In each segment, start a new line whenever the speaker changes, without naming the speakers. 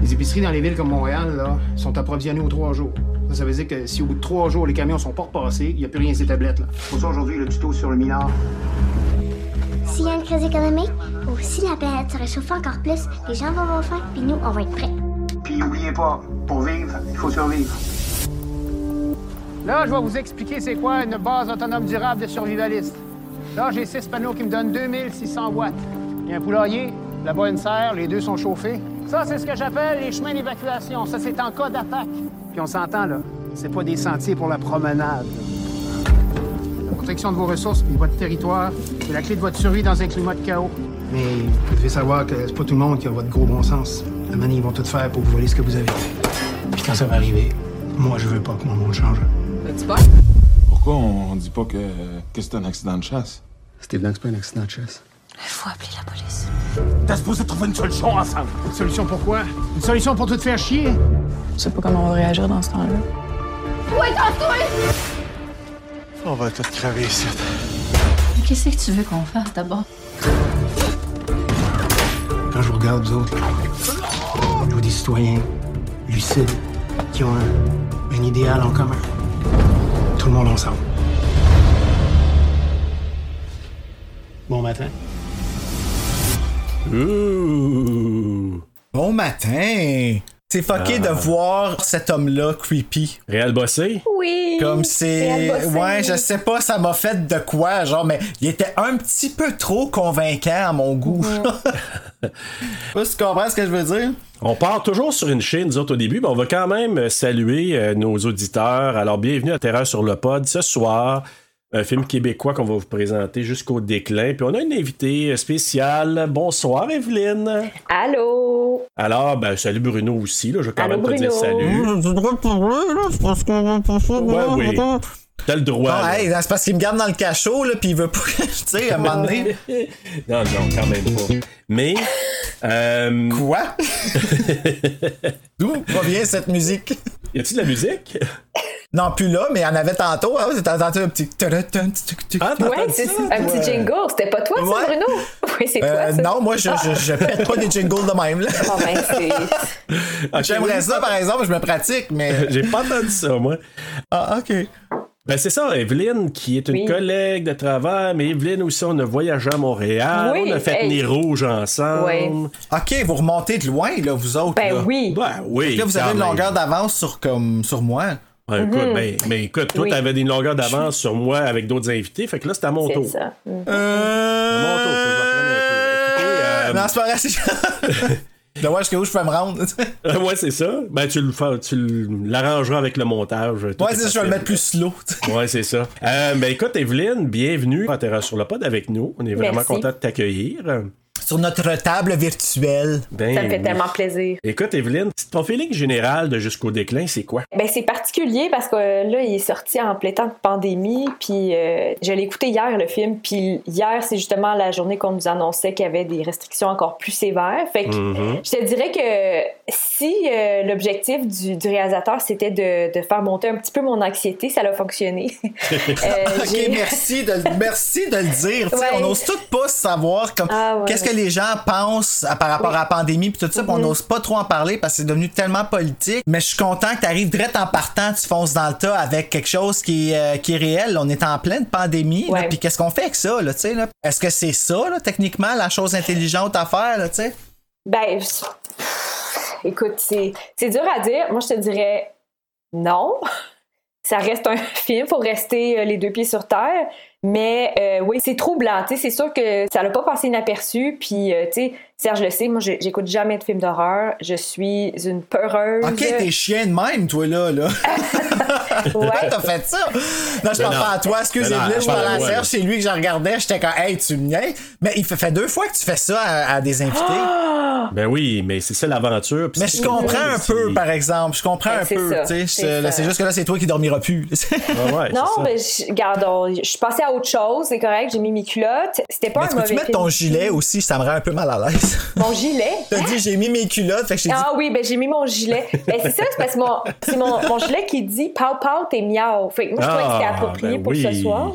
Les épiceries dans les villes comme Montréal, là, sont approvisionnées aux trois jours. Ça, ça veut dire que si au bout de trois jours, les camions sont pas repassés, il n'y a plus rien ces tablettes, là. Pour ça, aujourd'hui, le tuto sur le minard.
S'il y a une crise économique, ou si la planète se réchauffe encore plus, les gens vont avoir faim, puis nous, on va être prêts.
Puis oubliez pas, pour vivre, il faut survivre. Là, je vais vous expliquer c'est quoi une base autonome durable de survivaliste. Là, j'ai six panneaux qui me donnent 2600 watts. Il y a un poulailler, là-bas une serre, les deux sont chauffés. Ça, c'est ce que j'appelle les chemins d'évacuation. Ça, c'est en cas d'attaque. Puis on s'entend, là, c'est pas des sentiers pour la promenade. là. La protection de vos ressources et de votre territoire, c'est la clé de votre survie dans un climat de chaos. Mais vous devez savoir que c'est pas tout le monde qui a votre gros bon sens. La manière, ils vont tout faire pour vous voler ce que vous avez. Puis quand ça va arriver, moi, je veux pas que mon monde change.
T'as-tu peur?
Pourquoi on dit pas que, que c'est un accident de chasse?
C'était évident que c'est pas un accident de chasse.
Faut appeler la police.
T'as supposé trouver une solution ensemble!
Une solution pour quoi? Une solution pour tout faire chier?
Je sais pas comment on va réagir dans ce temps-là.
On va tout crever ici.
Qu'est-ce que tu veux qu'on fasse d'abord?
Quand je vous regarde, vous autres, là, je vois des citoyens lucides qui ont un, un idéal en commun. Tout le monde ensemble. Bon matin.
Ouh.
Bon matin! C'est fucké de voir cet homme-là creepy.
Réal bossé?
Oui.
Comme c'est.
Réal Bossé.
Ouais, je sais pas, ça m'a fait de quoi, genre, mais il était un petit peu trop convaincant à mon goût. Je sais pas si tu comprends ce que je veux dire.
On part toujours sur une chaîne, nous autres, au début, mais on va quand même euh, saluer euh, nos auditeurs. Alors, bienvenue à Terreur sur le Pod. Ce soir, un film québécois qu'on va vous présenter jusqu'au déclin. Puis, on a une invitée euh, spéciale. Bonsoir, Evelyne.
Allô?
Alors, ben, salut Bruno aussi. Là, je vais quand
Allô,
même te dire
Bruno.
salut.
Mmh.
Ouais, oui. T'as le droit.
Ah,
là.
hey, c'est parce qu'il me garde dans le cachot, là, pis il veut pas que. Tu sais, à un moment donné.
Non, non, quand même pas. Mais, euh,
Quoi? D'où provient cette musique?
y a-t-il de la musique?
Non, plus là, mais il y en avait tantôt. Hein, C'était entendu un petit.
Ah, t'as
Ouais,
entendu
c'est
ça?
un petit jingle. C'était pas toi,
Ouais.
ça, Bruno? Oui, c'est
Euh,
toi, ça.
non, moi, je, je, je pète pas des jingles de même. Là.
Ah, ben, c'est...
Ok, Ben
J'aimerais
oui. Euh,
ça, par exemple, je me pratique, mais.
J'ai Ah, pas entendu ça, moi.
Ah, ok.
Ben c'est ça, Evelyne, qui est une
Oui.
collègue de travail, mais Evelyne aussi, on a voyagé à Montréal,
Oui,
on a fait
hey.
Nez Rouge ensemble.
Ouais.
Ok, vous remontez de loin, là, vous autres. là.
Ben oui.
Ben oui.
Là, vous avez
quand
une
même.
longueur d'avance sur, comme, sur moi.
Ben, écoute, ben- ben, écoute, toi,
Mhm. Oui.
t'avais une longueur d'avance sur moi avec d'autres invités, fait que là, c'est à mon
C'est
tour.
ça.
À
Mm.
mon tour, faut que je reprenne un peu. Écoutez, euh,
Non, c'est pas vrai, c'est- De voir jusqu'à où je peux me rendre. tu sais.
Euh, ouais, c'est ça. Ben, tu le fais- tu l'arrangeras avec le montage. Tout
ouais,
est
c'est ça, je vais
facile.
le mettre plus slow. tu sais.
Ouais, c'est ça. Euh, ben, écoute, Evelyne, bienvenue à Terra sur le pod avec nous. On est vraiment
Merci.
content de t'accueillir.
Sur notre table virtuelle.
Ben,
Ça me fait
oui.
tellement plaisir.
Écoute, Evelyne, ton feeling général de jusqu'au déclin, c'est quoi?
Ben, c'est particulier parce que euh, là, il est sorti en plein temps de pandémie, puis euh, je l'ai écouté hier, le film, puis hier, c'est justement la journée qu'on nous annonçait qu'il y avait des restrictions encore plus sévères. Fait que
Mm-hmm.
Mhm.
Je te dirais que si euh, l'objectif du, du réalisateur c'était de, de faire monter un petit peu mon anxiété, ça a fonctionné. Euh,
Ok,
j'ai-
merci de, le- merci de le dire. tu sais,
Ouais.
On n'ose tout pas savoir comme
Ah ouais.
qu'est-ce que les gens pensent à- par rapport à la pandémie puis tout ça, puis on
Mhm.
n'ose pas trop en parler parce que c'est devenu tellement politique. Mais je suis content que tu arrives direct en partant, tu fonces dans le tas avec quelque chose qui, est, euh, qui est réel. On est en pleine pandémie, là,
Ouais.
puis qu'est-ce qu'on fait avec ça là, tu sais, là? Est-ce que c'est ça là, techniquement la chose intelligente à faire là, tu sais?
Ben, je- écoute, c'est c'est dur à dire. Moi, je te dirais non. Ça reste un film, faut rester euh, les deux pieds sur terre. Mais euh, oui, c'est troublant. tu sais, C'est sûr que ça n'a pas passé inaperçu. Puis, euh, tu sais, Serge le sait, moi, je- j'écoute jamais de films d'horreur. Je suis une peureuse.
Ok, t'es chien de même toi là là.
Ouais.
T'as fait ça? Non, je
Mais
pense
non.
pas à toi. Excuse,
Mais non,
Evelyne,
je
je
parle
parlais
à
à
moi,
Serge,
là.
c'est lui que je regardais, j'étais comme, hey, tu me niaises. Mais il fait, fait deux fois que tu fais ça à, à des invités.
Ah,
Ben oui, mais c'est ça l'aventure. puis
Mais
c'est-
je comprends un peu, par exemple. Je comprends
Ben,
un
c'est
peu.
ça,
tu sais,
c'est
je- là,
ça.
C'est juste que là, c'est toi qui dormiras plus.
Ouais, ouais, c'est
Non,
ça.
mais je, regarde, on- je suis passée à autre chose, c'est correct, j'ai mis mes culottes. C'était pas
Mais
un
tu
mauvais
peux-tu mettre ton
film.
gilet aussi? Ça me rend un peu mal à l'aise.
Mon gilet?
T'as dit, j'ai mis mes culottes, fait que j'ai dit,
Ah oui, ben j'ai mis mon gilet. Ben c'est ça, c'est parce que mon, c'est mon, mon gilet qui dit pow pow t'es miaou. Fait que moi je trouvais que c'était
Ah,
approprié
ben
pour ce
oui.
soir.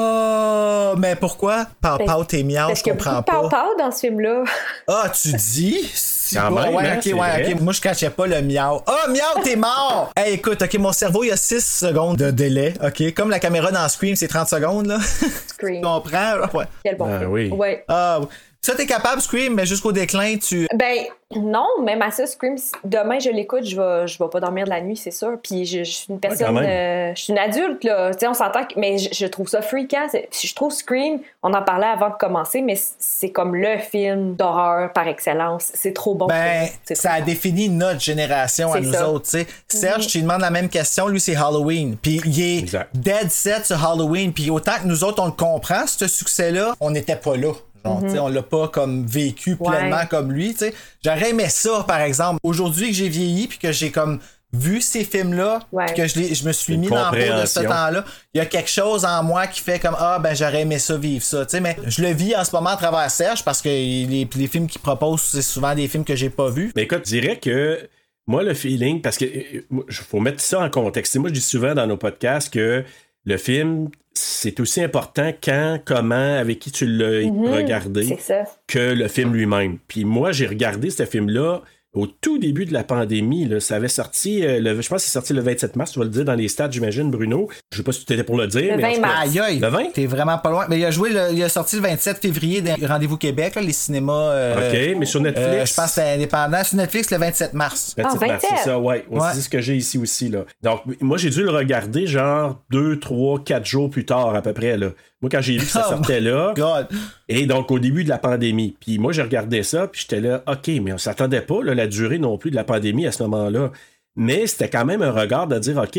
oh, mais pourquoi? Par
Parce-
pau tes miaou,
Ben, Parce
je
qu'il y a beaucoup
comprends
de
pas.
pow pow dans ce film-là.
Ah, tu dis? Si
Quand
pas-
même,
ouais,
hein,
ok,
c'est
ouais,
vrai.
ok. Moi, je cachais pas le miaou. Ah, miaou, t'es mort! hey, écoute, ok, mon cerveau, il y a 6 secondes de délai, ok? Comme la caméra dans Scream, c'est 30 secondes, là. tu
Scream.
comprends? Ouais.
Quel bon
Ah
Ben
film.
oui.
Ouais.
Ah, ça, t'es capable, Scream, mais jusqu'au déclin, tu.
Ben non, même à ça, Scream, si- demain je l'écoute, je vais, je vais pas dormir de la nuit, c'est sûr. Puis je, je suis une personne,
quand
euh, je suis une adulte, là. Tu sais, on s'entend, que- mais je, je trouve ça fréquent. Je trouve Scream, on en parlait avant de commencer, mais c- c'est comme le film d'horreur par excellence. C'est trop bon.
Ben,
C'est
ça
trop
a
bon.
défini notre génération à
C'est
nous
ça. Mhm.
autres, tu sais. Serge, tu lui demandes la même question, lui, c'est Halloween. Puis il est
Exact.
dead set sur Halloween. Puis autant que nous autres, on le comprend, ce succès-là, on n'était pas là. Genre, tu sais, on l'a pas comme vécu
Mhm. Ouais.
pleinement comme lui, tu sais. J'aurais aimé ça, par exemple. Aujourd'hui que j'ai vieilli, puis que j'ai comme vu ces films-là,
Ouais.
puis que je, l'ai- je me suis
Une
mis dans le pot de ce
compréhension.
temps-là, il y a quelque chose en moi qui fait comme ah ben j'aurais aimé ça vivre ça, tu sais mais je le vis en ce moment à travers Serge parce que les, les films qu'il propose c'est souvent des films que j'ai pas vus.
Mais écoute, je dirais que moi, le feeling, parce que euh, moi, je- faut mettre ça en contexte. Et Moi, je dis souvent dans nos podcasts que le film, c'est aussi important quand, comment, avec qui tu l'as regardé
Mhm, C'est ça.
que le film lui-même. Puis moi, j'ai regardé ce film-là au tout début de la pandémie. Là. Ça avait sorti, euh, le, je pense que c'est sorti le 27 mars, tu vas le dire dans les stats, j'imagine, Bruno. Je sais pas si tu étais pour le dire.
Le
mais en
20
tout cas,
mars.
Aïe aïe,
Le 20?
t'es vraiment pas loin. Mais il a joué, le- il a sorti le 27 février des Rendez-vous Québec, là, les cinémas. euh,
OK, mais sur Netflix.
euh, je pense que c'est indépendant sur Netflix le 27 mars.
Petite
Ah, 27.
partie, ça, ouais. Ouais,
Ouais.
C'est ce que j'ai ici aussi, là. Donc, moi, j'ai dû le regarder, genre, deux, trois, quatre jours plus tard, à peu près, là. Moi, quand j'ai vu que ça
Oh
sortait là,
God.
et donc, au début de la pandémie. Puis moi, j'ai regardé ça, puis j'étais là, OK, mais on s'attendait pas, là, la durée non plus de la pandémie à ce moment-là. Mais c'était quand même un regard de dire, OK,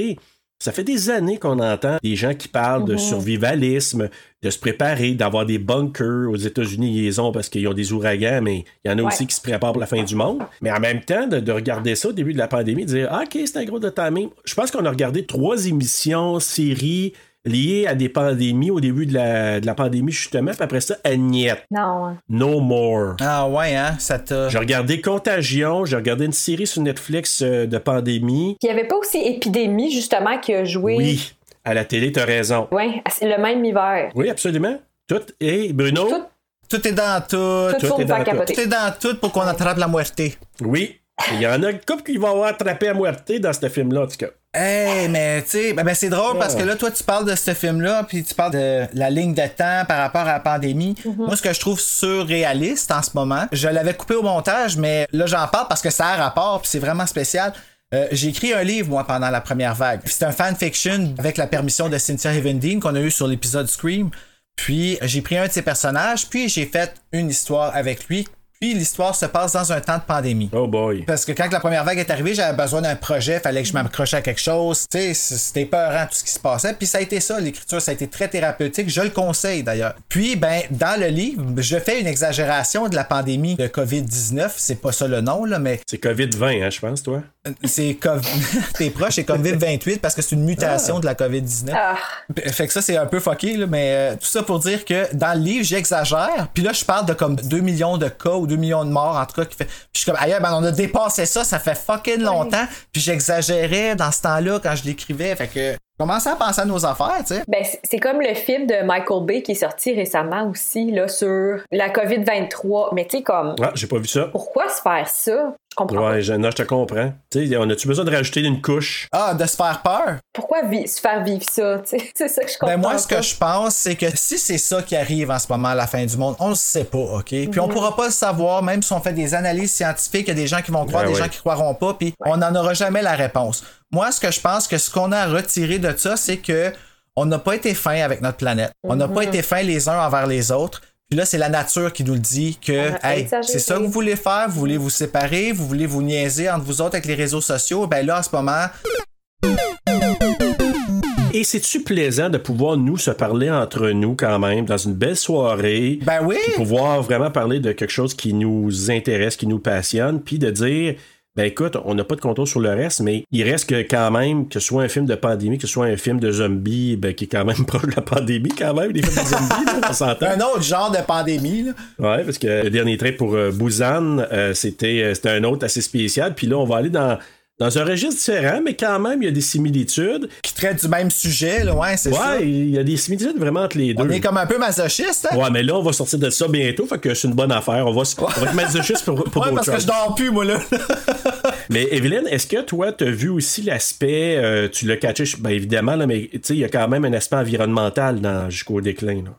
ça fait des années qu'on entend des gens qui parlent
Mhm.
de survivalisme, de se préparer, d'avoir des bunkers aux États-Unis, ils les ont parce qu'ils ont des ouragans, mais il y en a
Ouais.
aussi qui se préparent pour la fin du monde. Mais en même temps, de, de regarder ça au début de la pandémie, de dire, Ah, OK, c'est un gros de timing. Je pense qu'on a regardé trois émissions, séries liées à des pandémies au début de la, de la pandémie, justement, puis après ça, Agnette.
Non. hein.
No More.
Ah ouais hein, ça t'a.
J'ai regardé Contagion, j'ai regardé une série sur Netflix euh, de pandémie.
Puis il n'y avait pas aussi Épidémie, justement, qui a joué.
Oui, à la télé, t'as raison.
Ouais, c'est le même hiver.
Oui, absolument. Tout. Et Bruno?
Tout,
Tout est dans tout.
tout,
est
pour me
dans Oh, ah,
faire
tout.
capoter.
Tout est dans tout pour qu'on attrape la moitié.
Oui. Il y en a un couple qui va avoir attrapé à moitié dans ce film-là, en tout cas.
Hey, mais tu sais, ben, ben, c'est drôle parce que là, toi, tu parles de ce film-là, puis tu parles de la ligne de temps par rapport à la pandémie. Moi, ce que je trouve surréaliste en ce moment, je l'avais coupé au montage, mais là, j'en parle parce que ça a rapport, puis c'est vraiment spécial. Euh, j'ai écrit un livre, moi, pendant la première vague. Puis C'est un fanfiction avec la permission de Cynthia Evendine qu'on a eu sur l'épisode Scream. Puis j'ai pris un de ses personnages, puis j'ai fait une histoire avec lui. Puis l'histoire se passe dans un temps de pandémie.
Oh boy.
Parce que quand la première vague est arrivée, j'avais besoin d'un projet, fallait que je m'accroche à quelque chose. Tu sais, c- c'était peurant tout ce qui se passait. Puis ça a été ça, l'écriture, ça a été très thérapeutique. Je le conseille d'ailleurs. Puis, ben, dans le livre, je fais une exagération de la pandémie de COVID-19. C'est pas ça le nom, là, mais euh,
C'est COVID-20, hein, je pense, toi?
c'est COVID. T'es proche, c'est COVID-28 parce que c'est une mutation de la COVID-19.
Ah,
Ben, Fait que ça, c'est un peu fucké, là, mais euh, tout ça pour dire que dans le livre, j'exagère. Puis là, je parle de comme 2 millions de cas ou 2 millions de morts, en tout cas. Qui fait... Puis je suis comme, ailleurs, ben, on a dépassé ça, ça fait fucking longtemps. Puis j'exagérais dans ce temps-là quand je l'écrivais. Fait que, commencez à penser à nos affaires, tu sais.
ben, c'est- c'est comme le film de Michael Bay qui est sorti récemment aussi, là, sur la COVID-23. Mais tu sais, comme,
Ah, j'ai pas vu ça.
pourquoi se faire ça? Je comprends pas.
Ouais, je, non, je te comprends. Tu sais, on a-tu besoin de rajouter une couche?
Ah, de se faire peur.
Pourquoi vi- se faire vivre ça? tu sais? C'est ça que je comprends.
Ben moi, ce
pas.
que je pense, c'est que si c'est ça qui arrive en ce moment, à la fin du monde, on le sait pas, OK? Puis on
Mhm.
pourra pas le savoir, même si on fait des analyses scientifiques, il y a des gens qui vont croire,
Ben
des
oui.
gens qui croiront pas, puis on n'en aura jamais la réponse. Moi, ce que je pense que ce qu'on a à retirer de ça, c'est que on n'a pas été fin avec notre planète. On n'a
Mhm.
pas été fin les uns envers les autres. Puis là, c'est la nature qui nous le dit que,
On a
hey,
exagéré.
c'est ça que vous voulez faire, vous voulez vous séparer, vous voulez vous niaiser entre vous autres avec les réseaux sociaux. Ben là, en ce moment,
Et c'est-tu plaisant de pouvoir nous se parler entre nous quand même dans une belle soirée?
Ben oui!
Puis pouvoir vraiment parler de quelque chose qui nous intéresse, qui nous passionne, puis de dire. Ben écoute, on n'a pas de contrôle sur le reste, mais il reste que quand même, que ce soit un film de pandémie, que ce soit un film de zombie, ben qui est quand même proche de la pandémie quand même, des films de zombies, là, on s'entend.
Un autre genre de pandémie, là.
Ouais, parce que le dernier trait pour euh, Busan, euh, c'était euh, c'était un autre assez spécial. Puis là, on va aller dans, dans un registre différent, mais quand même, il y a des similitudes.
Qui traite du même sujet, là. Ouais, c'est ça.
Ouais, il y a des similitudes vraiment entre les deux.
On est comme un peu masochiste, hein?
Ouais, mais là, on va sortir de ça bientôt, fait que c'est une bonne affaire. On va, se- on va être masochiste pour, pour
Ouais,
d'autres
parce que
choses.
je dors plus, moi, là.
Mais Evelyne, est-ce que toi, tu as vu aussi l'aspect, euh, tu l'as catché, je- ben évidemment, là, mais tu sais, il y a quand même un aspect environnemental dans jusqu'au déclin. là.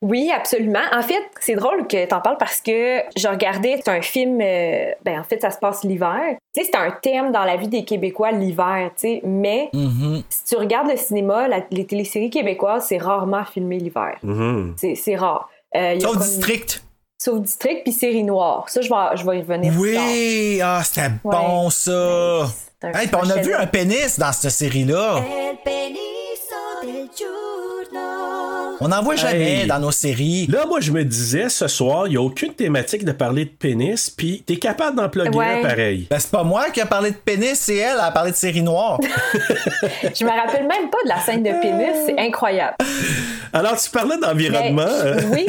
Oui, absolument. En fait, c'est drôle que t'en parles parce que je regardais, c'est un film, euh, ben en fait, ça se passe l'hiver. Tu sais, c'est un thème dans la vie des Québécois, l'hiver, tu sais. Mais si tu regardes le cinéma, la- les téléséries québécoises, c'est rarement filmé l'hiver.
Mhm.
C'est c'est rare. Euh, il y a
Sauf
comme-
district.
Sauf district puis série noire. Ça, je vais, je vais y revenir plus tard.
Oui! Ah, c'était bon, ça!
C'est un
Hey, puis on a
prochain-
vu un pénis dans cette série-là. On n'en voit jamais
Hey.
dans nos séries.
Là, moi, je me disais, ce soir, il n'y a aucune thématique de parler de pénis, puis t'es capable d'en plugger
Ouais.
un pareil.
Ben, c'est pas moi qui a parlé de pénis, c'est elle, elle a parlé de série noire.
Je me rappelle même pas de la scène de pénis,
Ah.
c'est incroyable.
Alors, tu parlais d'environnement.
Ben,
hein?
euh,
oui,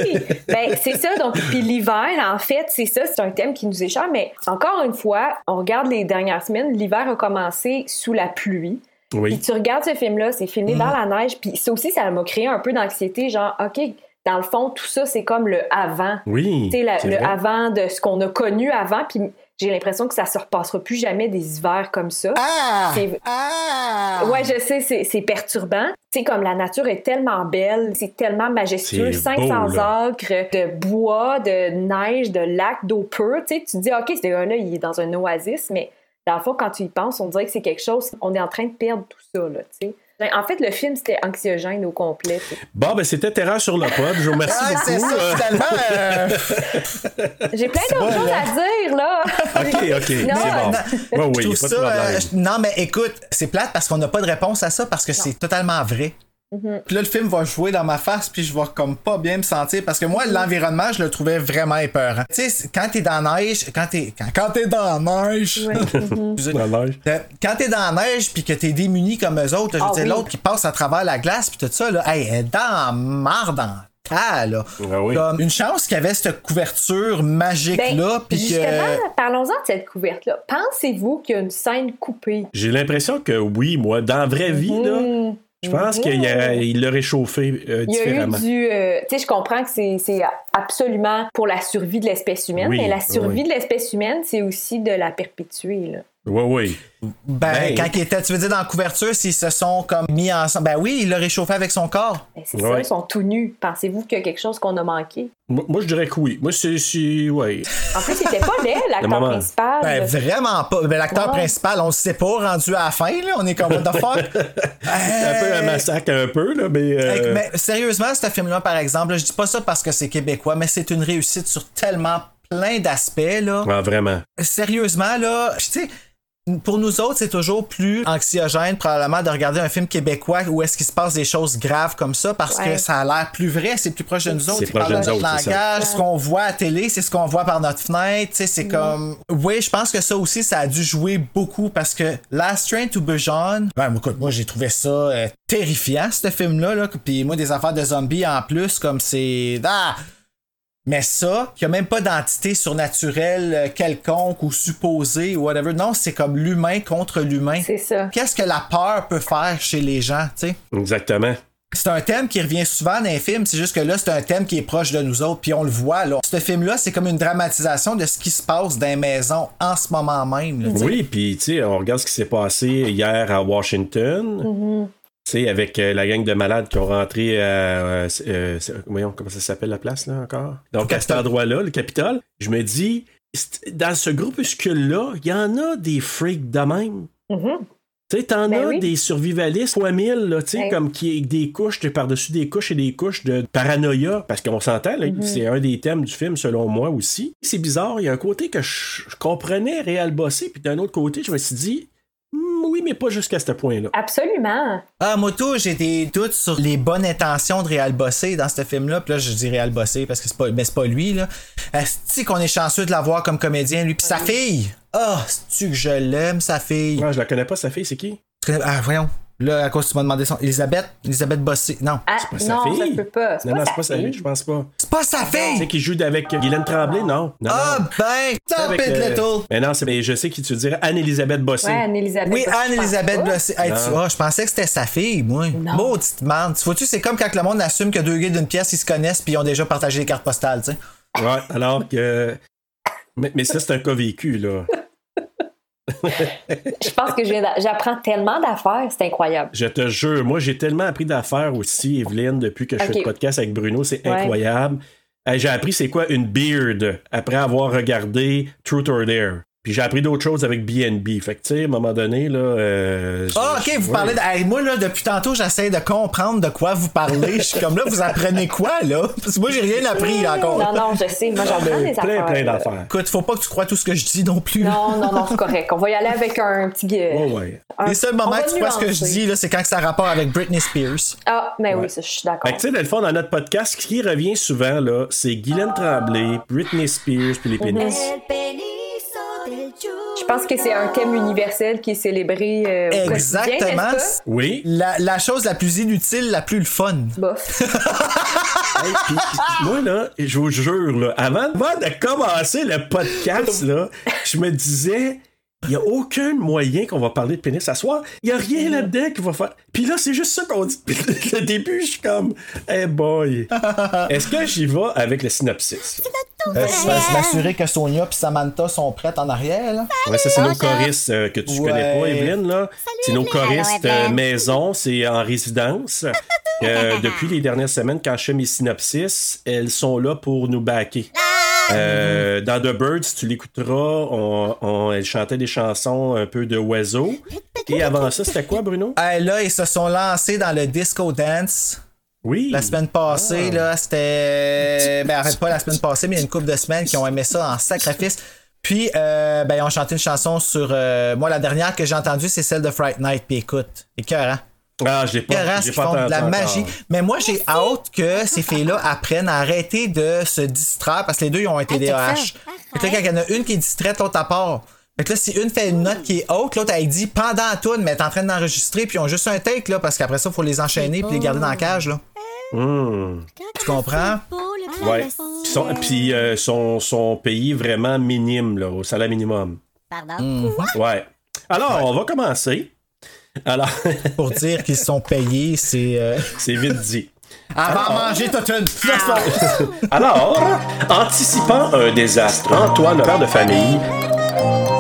ben, c'est ça. Donc, puis l'hiver, en fait, c'est ça, c'est un thème qui nous échappe. Mais encore une fois, on regarde les dernières semaines, l'hiver a commencé sous la pluie. Puis
Oui. Mm.
tu regardes ce film-là, c'est filmé dans la neige. Puis ça aussi, ça m'a créé un peu d'anxiété. Genre, OK, dans le fond, tout ça, c'est comme le avant.
Oui.
Tu sais, la-
c'est
le
vrai.
avant de ce qu'on a connu avant. Puis j'ai l'impression que ça se repassera plus jamais des hivers comme ça.
Ah!
C'est-
Ah!
Ouais, je sais, c'est c'est perturbant. Tu sais, comme la nature est tellement belle, c'est tellement majestueux,
C'est beau,
500
là.
acres de bois, de neige, de lacs, d'eau pure. Tu sais, tu dis, OK, ce gars-là, il est dans un oasis, mais dans le fond, quand tu y penses, on dirait que c'est quelque chose, on est en train de perdre tout ça, là, tu sais. Ben, En fait, le film, c'était anxiogène au complet. tu sais.
Bon, ben, c'était Terreur sur le pod. Je vous remercie
Ah, c'est
beaucoup.
ça, finalement. euh,
J'ai plein d'autres choses à dire, là.
hein? OK, OK. C'est
Non, ben,
bon. Ouais, oui,
je trouve
pas de
ça,
problème.
euh, je- non, mais écoute, c'est plate parce qu'on n'a pas de réponse à ça parce que c'est totalement vrai.
Mm-hmm.
Puis là, le film va jouer dans ma face, puis je vais comme pas bien me sentir. Parce que moi,
Mm-hmm.
l'environnement, je le trouvais vraiment épeurant. Tu sais, quand t'es dans la neige, quand t'es quand, quand t'es dans la neige, Excusez.
Dans la neige.
Euh, quand t'es dans la neige, puis que t'es démuni comme eux autres, là, je veux
Ah
dire,
oui.
l'autre qui passe à travers la glace, puis tout ça, là, hey, elle est dans la marde en tas, là.
Ah oui.
Comme une chance qu'il y avait cette couverture magique-là,
Ben,
puis que.
justement, parlons-en de cette couverte-là. Pensez-vous qu'il y a une scène coupée? Hmm.
J'ai l'impression que oui, moi, dans la vraie vie, là, je pense qu'il y a- il l'aurait chauffé euh,
Mhm. Il y a eu
différemment.
du. euh, tu sais, je comprends que c'est c'est absolument pour la survie de l'espèce humaine,
Oui,
mais la survie
oui.
de l'espèce humaine, c'est aussi de la perpétuer. Là.
Oui, oui.
Ben,
Ben,
quand ils étaient, tu veux dire, dans la couverture, s'ils se sont comme mis ensemble. Ben oui, il l'a réchauffé avec son corps.
Ben, c'est ça,
Ouais.
ils sont tout nus. Pensez-vous qu'il y a quelque chose qu'on a manqué?
Moi, moi, je dirais que oui. Moi, c'est. c'est- Ouais.
En plus, c'était pas laid, l'acteur
moment.
principal.
Ben, vraiment pas. Ben, l'acteur
Ouais.
principal, on le sait pas, rendu à la fin, là. On est comme, what the fuck? Euh,
C'est un peu un massacre, un peu, là, mais. euh,
Hey, Mais sérieusement, ce film-là, par exemple, là, je dis pas ça parce que c'est québécois, mais c'est une réussite sur tellement plein d'aspects, là.
ouais, vraiment.
Sérieusement, là, puis tu sais, pour nous autres, c'est toujours plus anxiogène, probablement, de regarder un film québécois où est-ce qu'il se passe des choses graves comme ça, parce
Ouais.
que ça a l'air plus vrai, c'est plus proche de nous autres.
C'est
ils
proche de
parlent
nous
notre
autres, c'est ça.
langage, ce qu'on voit à télé, c'est ce qu'on voit par notre fenêtre, tu sais, c'est comme... Oui, je pense que ça aussi, ça a dû jouer beaucoup, parce que Last Train to Busan, ben, écoute, moi, j'ai trouvé ça euh, terrifiant, ce film-là, là, puis moi, des affaires de zombies en plus, comme c'est... Ah! Mais ça, il n'y a même pas d'entité surnaturelle euh, quelconque ou supposée ou whatever. Non, c'est comme l'humain contre l'humain.
C'est ça.
Qu'est-ce que la peur peut faire chez les gens, tu sais?
Exactement.
C'est un thème qui revient souvent dans les films, c'est juste que là, c'est un thème qui est proche de nous autres, puis on le voit, là. Ce film-là, c'est comme une dramatisation de ce qui se passe dans les maisons en ce moment même, là, tu sais.
Oui, puis tu sais, on regarde ce qui s'est passé hier à Washington.
Mm-hmm.
Tu sais, avec euh, la gang de malades qui ont rentré à. euh, c'est- euh, c'est- voyons, comment ça s'appelle la place, là, encore? Donc, à cet
Capitole.
endroit-là, le Capitole, je me dis, c'est- dans ce groupuscule-là, il y en a des freaks de même.
Mm-hmm.
Tu sais, t'en
Ben
as
oui.
des survivalistes fois mille, là, tu sais,
Ouais.
comme qui des couches de par-dessus des couches et des couches de paranoïa, parce qu'on s'entend, là,
Mm-hmm.
c'est un des thèmes du film, selon moi aussi. C'est bizarre, il y a un côté que je, je comprenais Réal Bossé, puis d'un autre côté, je me suis dit, Hmm, oui, mais pas jusqu'à ce point-là.
Absolument.
Ah, Moto, j'ai des doutes sur les bonnes intentions de Réal Bossé dans ce film-là. Puis là, je dis Réal Bossé parce que c'est pas, mais c'est pas lui, là. Asti qu'on est chanceux de l'avoir comme comédien, lui. Puis sa fille! Ah, c'est-tu que je l'aime, sa fille?
Ah, je la connais pas, sa fille, c'est qui?
Tu connais- Ah, voyons. Là, à cause que tu m'as demandé son. Elisabeth? Elisabeth Bossé. Non.
Ah,
Pas sa
non,
fille?
ça se peut pas. C'est
Non,
pas
non,
sa
c'est pas sa
fille.
fille, je pense pas.
C'est pas sa
C'est
fille!
qui joue avec euh, Guylaine Tremblay, non? Non,
Ah,
non.
ben! Top
Avec,
it,
euh,
little!
Mais non, c'est- mais je sais qui tu dirais Anne-Elisabeth Bossé.
Ouais, Anne-Elisabeth.
Oui,
je pense
Anne-Elisabeth
pas.
Bossé. Hey, tu vois, je pensais que c'était sa fille, moi. Maudite merde. Tu vois-tu, c'est comme quand le monde assume que deux gars d'une pièce, ils se connaissent puis ils ont déjà partagé les cartes postales, tu sais.
Ouais, alors que. Mais, mais ça, c'est un cas vécu, là.
Je pense que je viens d'a- j'apprends tellement d'affaires, c'est incroyable.
Je te jure, moi, j'ai tellement appris d'affaires aussi, Evelyne, depuis que je
Ok.
fais le podcast avec Bruno, c'est
Ouais.
incroyable. Hey, J'ai appris c'est quoi une beard après avoir regardé Truth or Dare. Puis j'ai appris d'autres choses avec BNB. Fait que, tu sais, à un moment donné, là. euh,
Ah,
je-
ok, vous parlez de. Hey, moi, là, depuis tantôt, j'essaie de comprendre de quoi vous parlez. Je suis comme là, vous apprenez quoi, là? Parce que moi, j'ai rien appris, là, encore.
Non, non, je sais. Moi, j'apprends des
Ben, Ah, Plein,
affaires.
plein
là.
d'affaires.
Écoute, faut pas que tu crois tout ce que je dis non plus. là.
Non, non, non, c'est correct. On va y aller avec un petit. euh,
Ouais, ouais.
un-
Les seuls
on
moments
va
que tu crois ce que je
nuancer.
dis, là, c'est quand ça a rapport avec Britney Spears.
Ah, mais oui, ça, je suis d'accord.
Fait que, tu sais, dans le fond, dans notre podcast, ce qui revient souvent, là, c'est Guylaine Tremblay, Britney Spears, puis les pénis.
Je pense que c'est un thème universel qui est célébré euh, au quotidien,
Exactement.
n'est-ce
Oui.
La, la chose la plus inutile, la plus le fun.
pas? Bof.
Hey, puis- puis moi, là, je vous jure, là, avant, avant de commencer le podcast, là, je me disais, il n'y a aucun moyen qu'on va parler de pénis à soir. Il n'y a rien là-dedans qui va faire. Puis là, c'est juste ça qu'on dit depuis le début. Je suis comme, hey boy. Est-ce que j'y vais avec le synopsis?
Euh, je vais m'assurer que Sonia et Samantha sont prêtes en arrière, là.
Ouais, ça, c'est nos choristes euh, que tu
Ouais.
connais pas, Evelyne. là. C'est nos choristes euh, maison, c'est en résidence. Euh, depuis les dernières semaines, quand je fais mes synopsis, elles sont là pour nous baquer. Euh, dans The Birds, tu l'écouteras, on, on- elles chantaient des chansons un peu de oiseaux. Et avant ça, c'était quoi, Bruno?
Hey, là, ils se sont lancés dans le disco dance
Oui.
la semaine passée. Là, c'était. Ben, arrête pas la semaine passée, mais il y a une couple de semaines qui ont aimé ça en sacrifice. Puis, euh, ben, ils ont chanté une chanson sur. euh, moi, la dernière que j'ai entendue, c'est celle de Fright Night. Puis écoute, écœurant.
Ah, je l'ai pas,
Écœurant,
je
ce
l'ai
qu'ils
pas
font, de
entendu
la
encore.
magie. Mais moi, j'ai hâte que ces filles-là apprennent à arrêter de se distraire parce que les deux, ils ont un TDAH. Fait que là, quand il y en a une qui est distraite, l'autre à part. Fait que là, si une fait une note qui est haute, l'autre, elle dit pendant la tune, mais elle est en train d'enregistrer, puis ils ont juste un take, là, parce qu'après ça, faut les enchaîner puis les garder dans la cage, là.
Hmm.
Tu comprends?
Ouais. Puis son, puis, euh, son, son pays vraiment minime, là, au salaire minimum. Ouais. Alors, on va commencer. Alors,
Pour dire qu'ils sont payés, c'est. euh,
c'est vite dit.
Avant manger toute une. Ah.
Alors, anticipant un désastre, Antoine, le père de famille,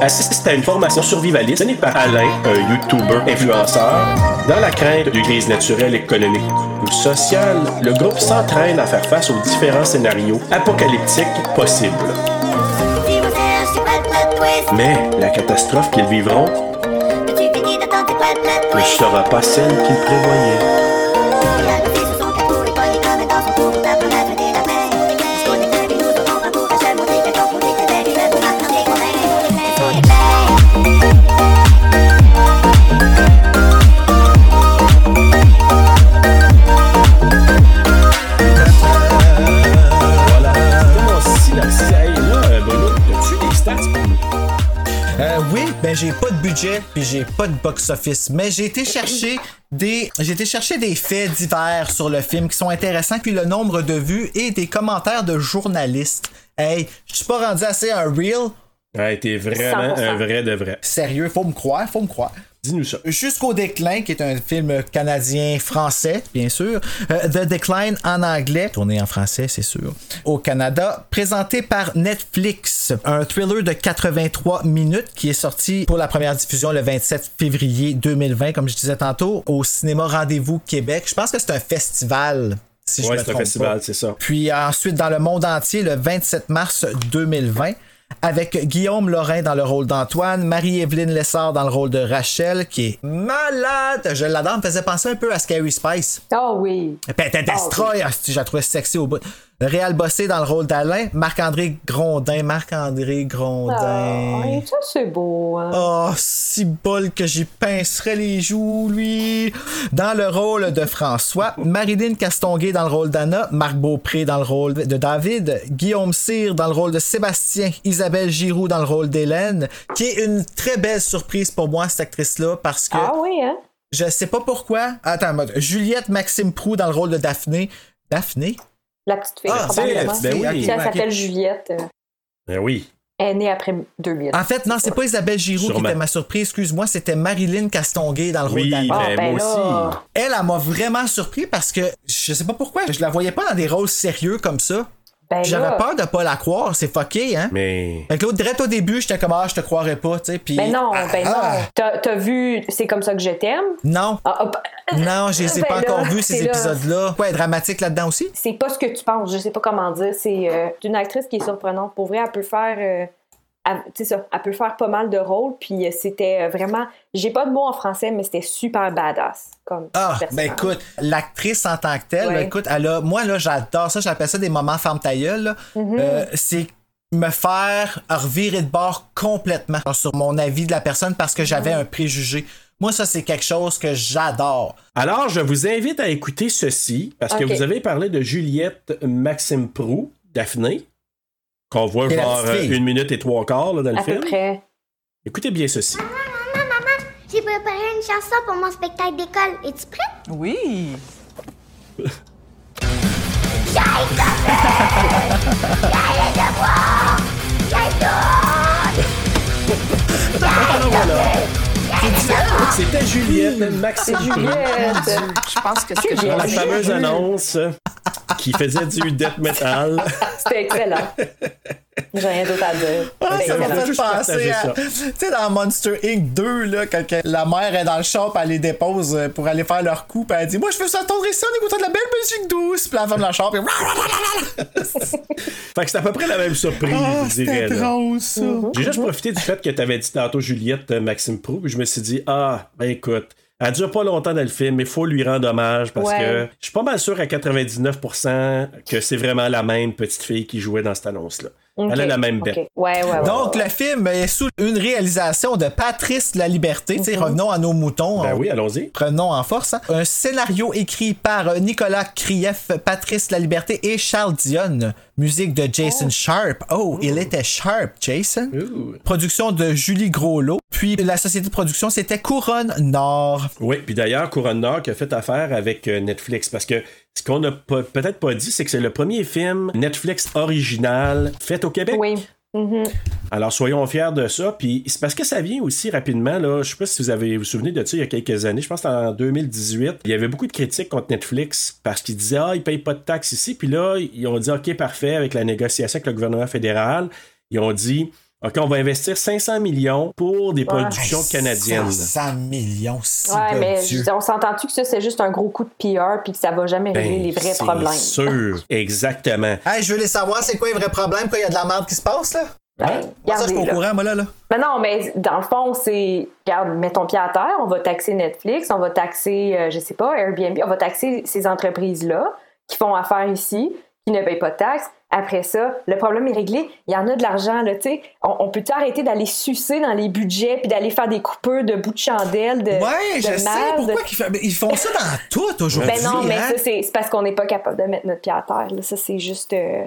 assiste à une formation survivaliste donnée par Alain, un YouTuber influenceur, dans la crainte d'une crise naturelle, économique ou sociale. Le groupe s'entraîne à faire face aux différents scénarios apocalyptiques possibles. Mais la catastrophe qu'ils vivront ne sera pas celle qu'ils prévoyaient. Voilà. Comment si la CIA est là, euh, Bruno, as-tu des stats?
Euh, oui, ben j'ai pas de budget puis j'ai pas de box office, mais j'ai été chercher des j'ai été chercher des faits divers sur le film qui sont intéressants puis le nombre de vues et des commentaires de journalistes. Hey, je suis pas rendu assez un reel,
Ouais, t'es vraiment
100%.
un vrai de vrai.
sérieux, faut me croire, faut me croire.
Dis-nous ça.
Jusqu'au déclin, qui est un film canadien-français, bien sûr. Euh, The Decline en anglais, tourné en français, c'est sûr. Au Canada, présenté par Netflix. Un thriller de 83 minutes qui est sorti pour la première diffusion le 27 février 2020, comme je disais tantôt, au cinéma Rendez-vous Québec. Je pense que c'est un festival. Si je
ouais,
me
c'est un
trompe pas.
festival, c'est ça.
Puis ensuite dans le monde entier le 27 mars 2020 avec Guillaume Lorrain dans le rôle d'Antoine, Marie-Évelyne Lessard dans le rôle de Rachel qui est malade, je l'adore, Elle me faisait penser un peu à Scary Spice.
Ah oui.
Pet and Destroy, ah, si, je la trouvais sexy au bout. Réal Bossé dans le rôle d'Alain, Marc-André Grondin, Marc-André
Ah,
Grondin.
ça, c'est beau. hein.
Oh, si bol que j'y pincerais les joues, lui! Dans le rôle de François, Marilyn Castonguay dans le rôle d'Anna, Marc Beaupré dans le rôle de David, Guillaume Cyr dans le rôle de Sébastien, Isabelle Giroux dans le rôle d'Hélène, qui est une très belle surprise pour moi, cette actrice-là, parce que
Ah oui, hein?
je sais pas pourquoi. Attends, mode. Juliette Maxime Prou dans le rôle de Daphné. Daphné?
La petite fille,
Ah,
tu sais,
probablement.
ben oui.
ok,
Puis elle
ok.
s'appelle Juliette. euh,
Ben oui.
Elle est née après 2000.
En fait, non, c'est pas Isabelle Giroux qui
Sûrement.
était ma surprise, excuse-moi, c'était Marilyn Castonguay dans le rôle
Oui,
d'Anna.
Ah,
ben,
ben
moi
là.
aussi.
Elle, elle m'a vraiment surpris parce que je sais pas pourquoi, je la voyais pas dans des rôles sérieux comme ça.
Ben
J'avais
là.
peur de pas la croire, c'est fucké, hein.
Mais.
Fait que l'autre, direct au début, j'étais comme, ah, je te croirais pas, tu sais. Puis.
Ben non,
Ah,
ben non.
ah,
T'as t'as vu C'est comme ça que je t'aime?
Non,
Ah, ah, bah,
non, je les ai
Ben
pas
là,
encore vus, ces
c'est là.
épisodes-là. Ouais, dramatique là-dedans aussi.
C'est pas ce que tu penses, je sais pas comment dire. C'est euh, une actrice qui est surprenante. Pour vrai, elle peut faire. euh, elle- tu sais ça, elle peut faire pas mal de rôles, puis euh, c'était euh, vraiment. J'ai pas de mots en français, mais c'était super badass. Comme
Ah, ben
personnage.
écoute, l'actrice en tant que telle,
Ouais.
là, écoute, elle a, moi, là, j'adore ça, j'appelle ça des moments ferme ta gueule, là.
Mm-hmm.
Euh, c'est me faire revirer de bord complètement sur mon avis de la personne parce que j'avais
Mm-hmm.
un préjugé. Moi, ça, c'est quelque chose que j'adore.
Alors, je vous invite à écouter ceci, parce
Ok.
que vous avez parlé de Juliette Maxime Prou, Daphné, qu'on voit
Et la
genre
petite fille.
euh, une minute et trois quarts là, dans le
À peu
film.
près.
Écoutez bien ceci.
Maman, maman, j'ai préparé une chanson pour mon spectacle d'école. Es-tu prête?
Oui.
C'était Juliette Maxime
C'est
Prou,
Juliette!
Je pense que ce que j'ai
la fameuse annonce qui faisait du death metal.
C'était excellent. J'ai rien d'autre à dire.
Ah,
C'était
ça m'a
on va
excellent.
fait
juste
penser
partager
à-
ça.
Tu sais, dans Monster Inc. 2, là, quand que la mère est dans le shop, elle les dépose euh, pour aller faire leur coup, puis elle dit Moi, je veux s'entendre ici en écoutant de la belle musique douce, puis la femme dans le shop, puis.
Fait que c'est à peu près la même surprise,
Ah,
je
c'était
dirais. là. Mm-hmm.
drôle, ça.
J'ai juste profité du fait que tu avais dit tantôt Juliette euh, Maxime Prou, puis je me suis dit, ah, ben écoute, elle dure pas longtemps dans le film, mais faut lui rendre hommage parce
Ouais.
que je suis pas mal sûr à 99% que c'est vraiment la même petite fille qui jouait dans cette annonce-là. Elle a la même bête.
Ok. Ouais, ouais, ouais.
Donc, le film est sous une réalisation de Patrice La Liberté. Tu sais, revenons à nos moutons.
Mm-hmm. Ben
on-
oui, allons-y.
Prenons en force. hein. Un scénario écrit par euh, Nicolas Krief, Patrice La Liberté et Charles Dionne. Musique de Jason Sharp. Oh, il était Sharp, Jason.
Ouh.
Production de Julie Groslot. Puis la société de production, c'était Couronne Nord.
Oui, puis d'ailleurs, Couronne Nord qui a fait affaire avec euh, Netflix parce que ce qu'on n'a pas- peut-être pas dit, c'est que c'est le premier film Netflix original fait au Québec.
Oui. Mhm.
Alors soyons fiers de ça. Puis c'est parce que ça vient aussi rapidement. Là, je sais pas si vous avez vous souvenez de ça il y a quelques années. Je pense que c'était en 2018. Il y avait beaucoup de critiques contre Netflix parce qu'ils disaient ah ils payent pas de taxes ici. Puis là ils ont dit ok parfait avec la négociation avec le gouvernement fédéral. Ils ont dit ok on va investir 500 millions pour des productions canadiennes.
100 millions, si
Ouais,
bon
mais
Dieu.
on s'entend-tu que ça, c'est juste un gros coup de PR puis que ça va jamais régler
Ben,
les vrais
c'est
problèmes?
sûr, exactement.
Hey, je veux les savoir, c'est quoi les vrais problèmes? Pourquoi il y a de la merde qui se passe, là?
Ben,
Moi, ça, je suis pas
regardez,
au
là.
courant, moi, là. là.
Mais Ben non, mais dans le fond, c'est, regarde, mets ton pied à terre, on va taxer Netflix, on va taxer, euh, je sais pas, Airbnb, on va taxer ces entreprises-là qui font affaire ici, qui ne payent pas de taxes. Après ça, le problème est réglé. Il y en a de l'argent, là, tu sais. On, on peut-tu arrêter d'aller sucer dans les budgets puis d'aller faire des coupeurs de bouts de chandelle, de.
Ouais,
de
je sais.
merde?
Pourquoi qu'ils font- mais ils font ça dans tout aujourd'hui?
Ben non, mais
hein?
ça, c'est c'est parce qu'on n'est pas capable de mettre notre pied à terre. là. Ça, c'est juste. euh,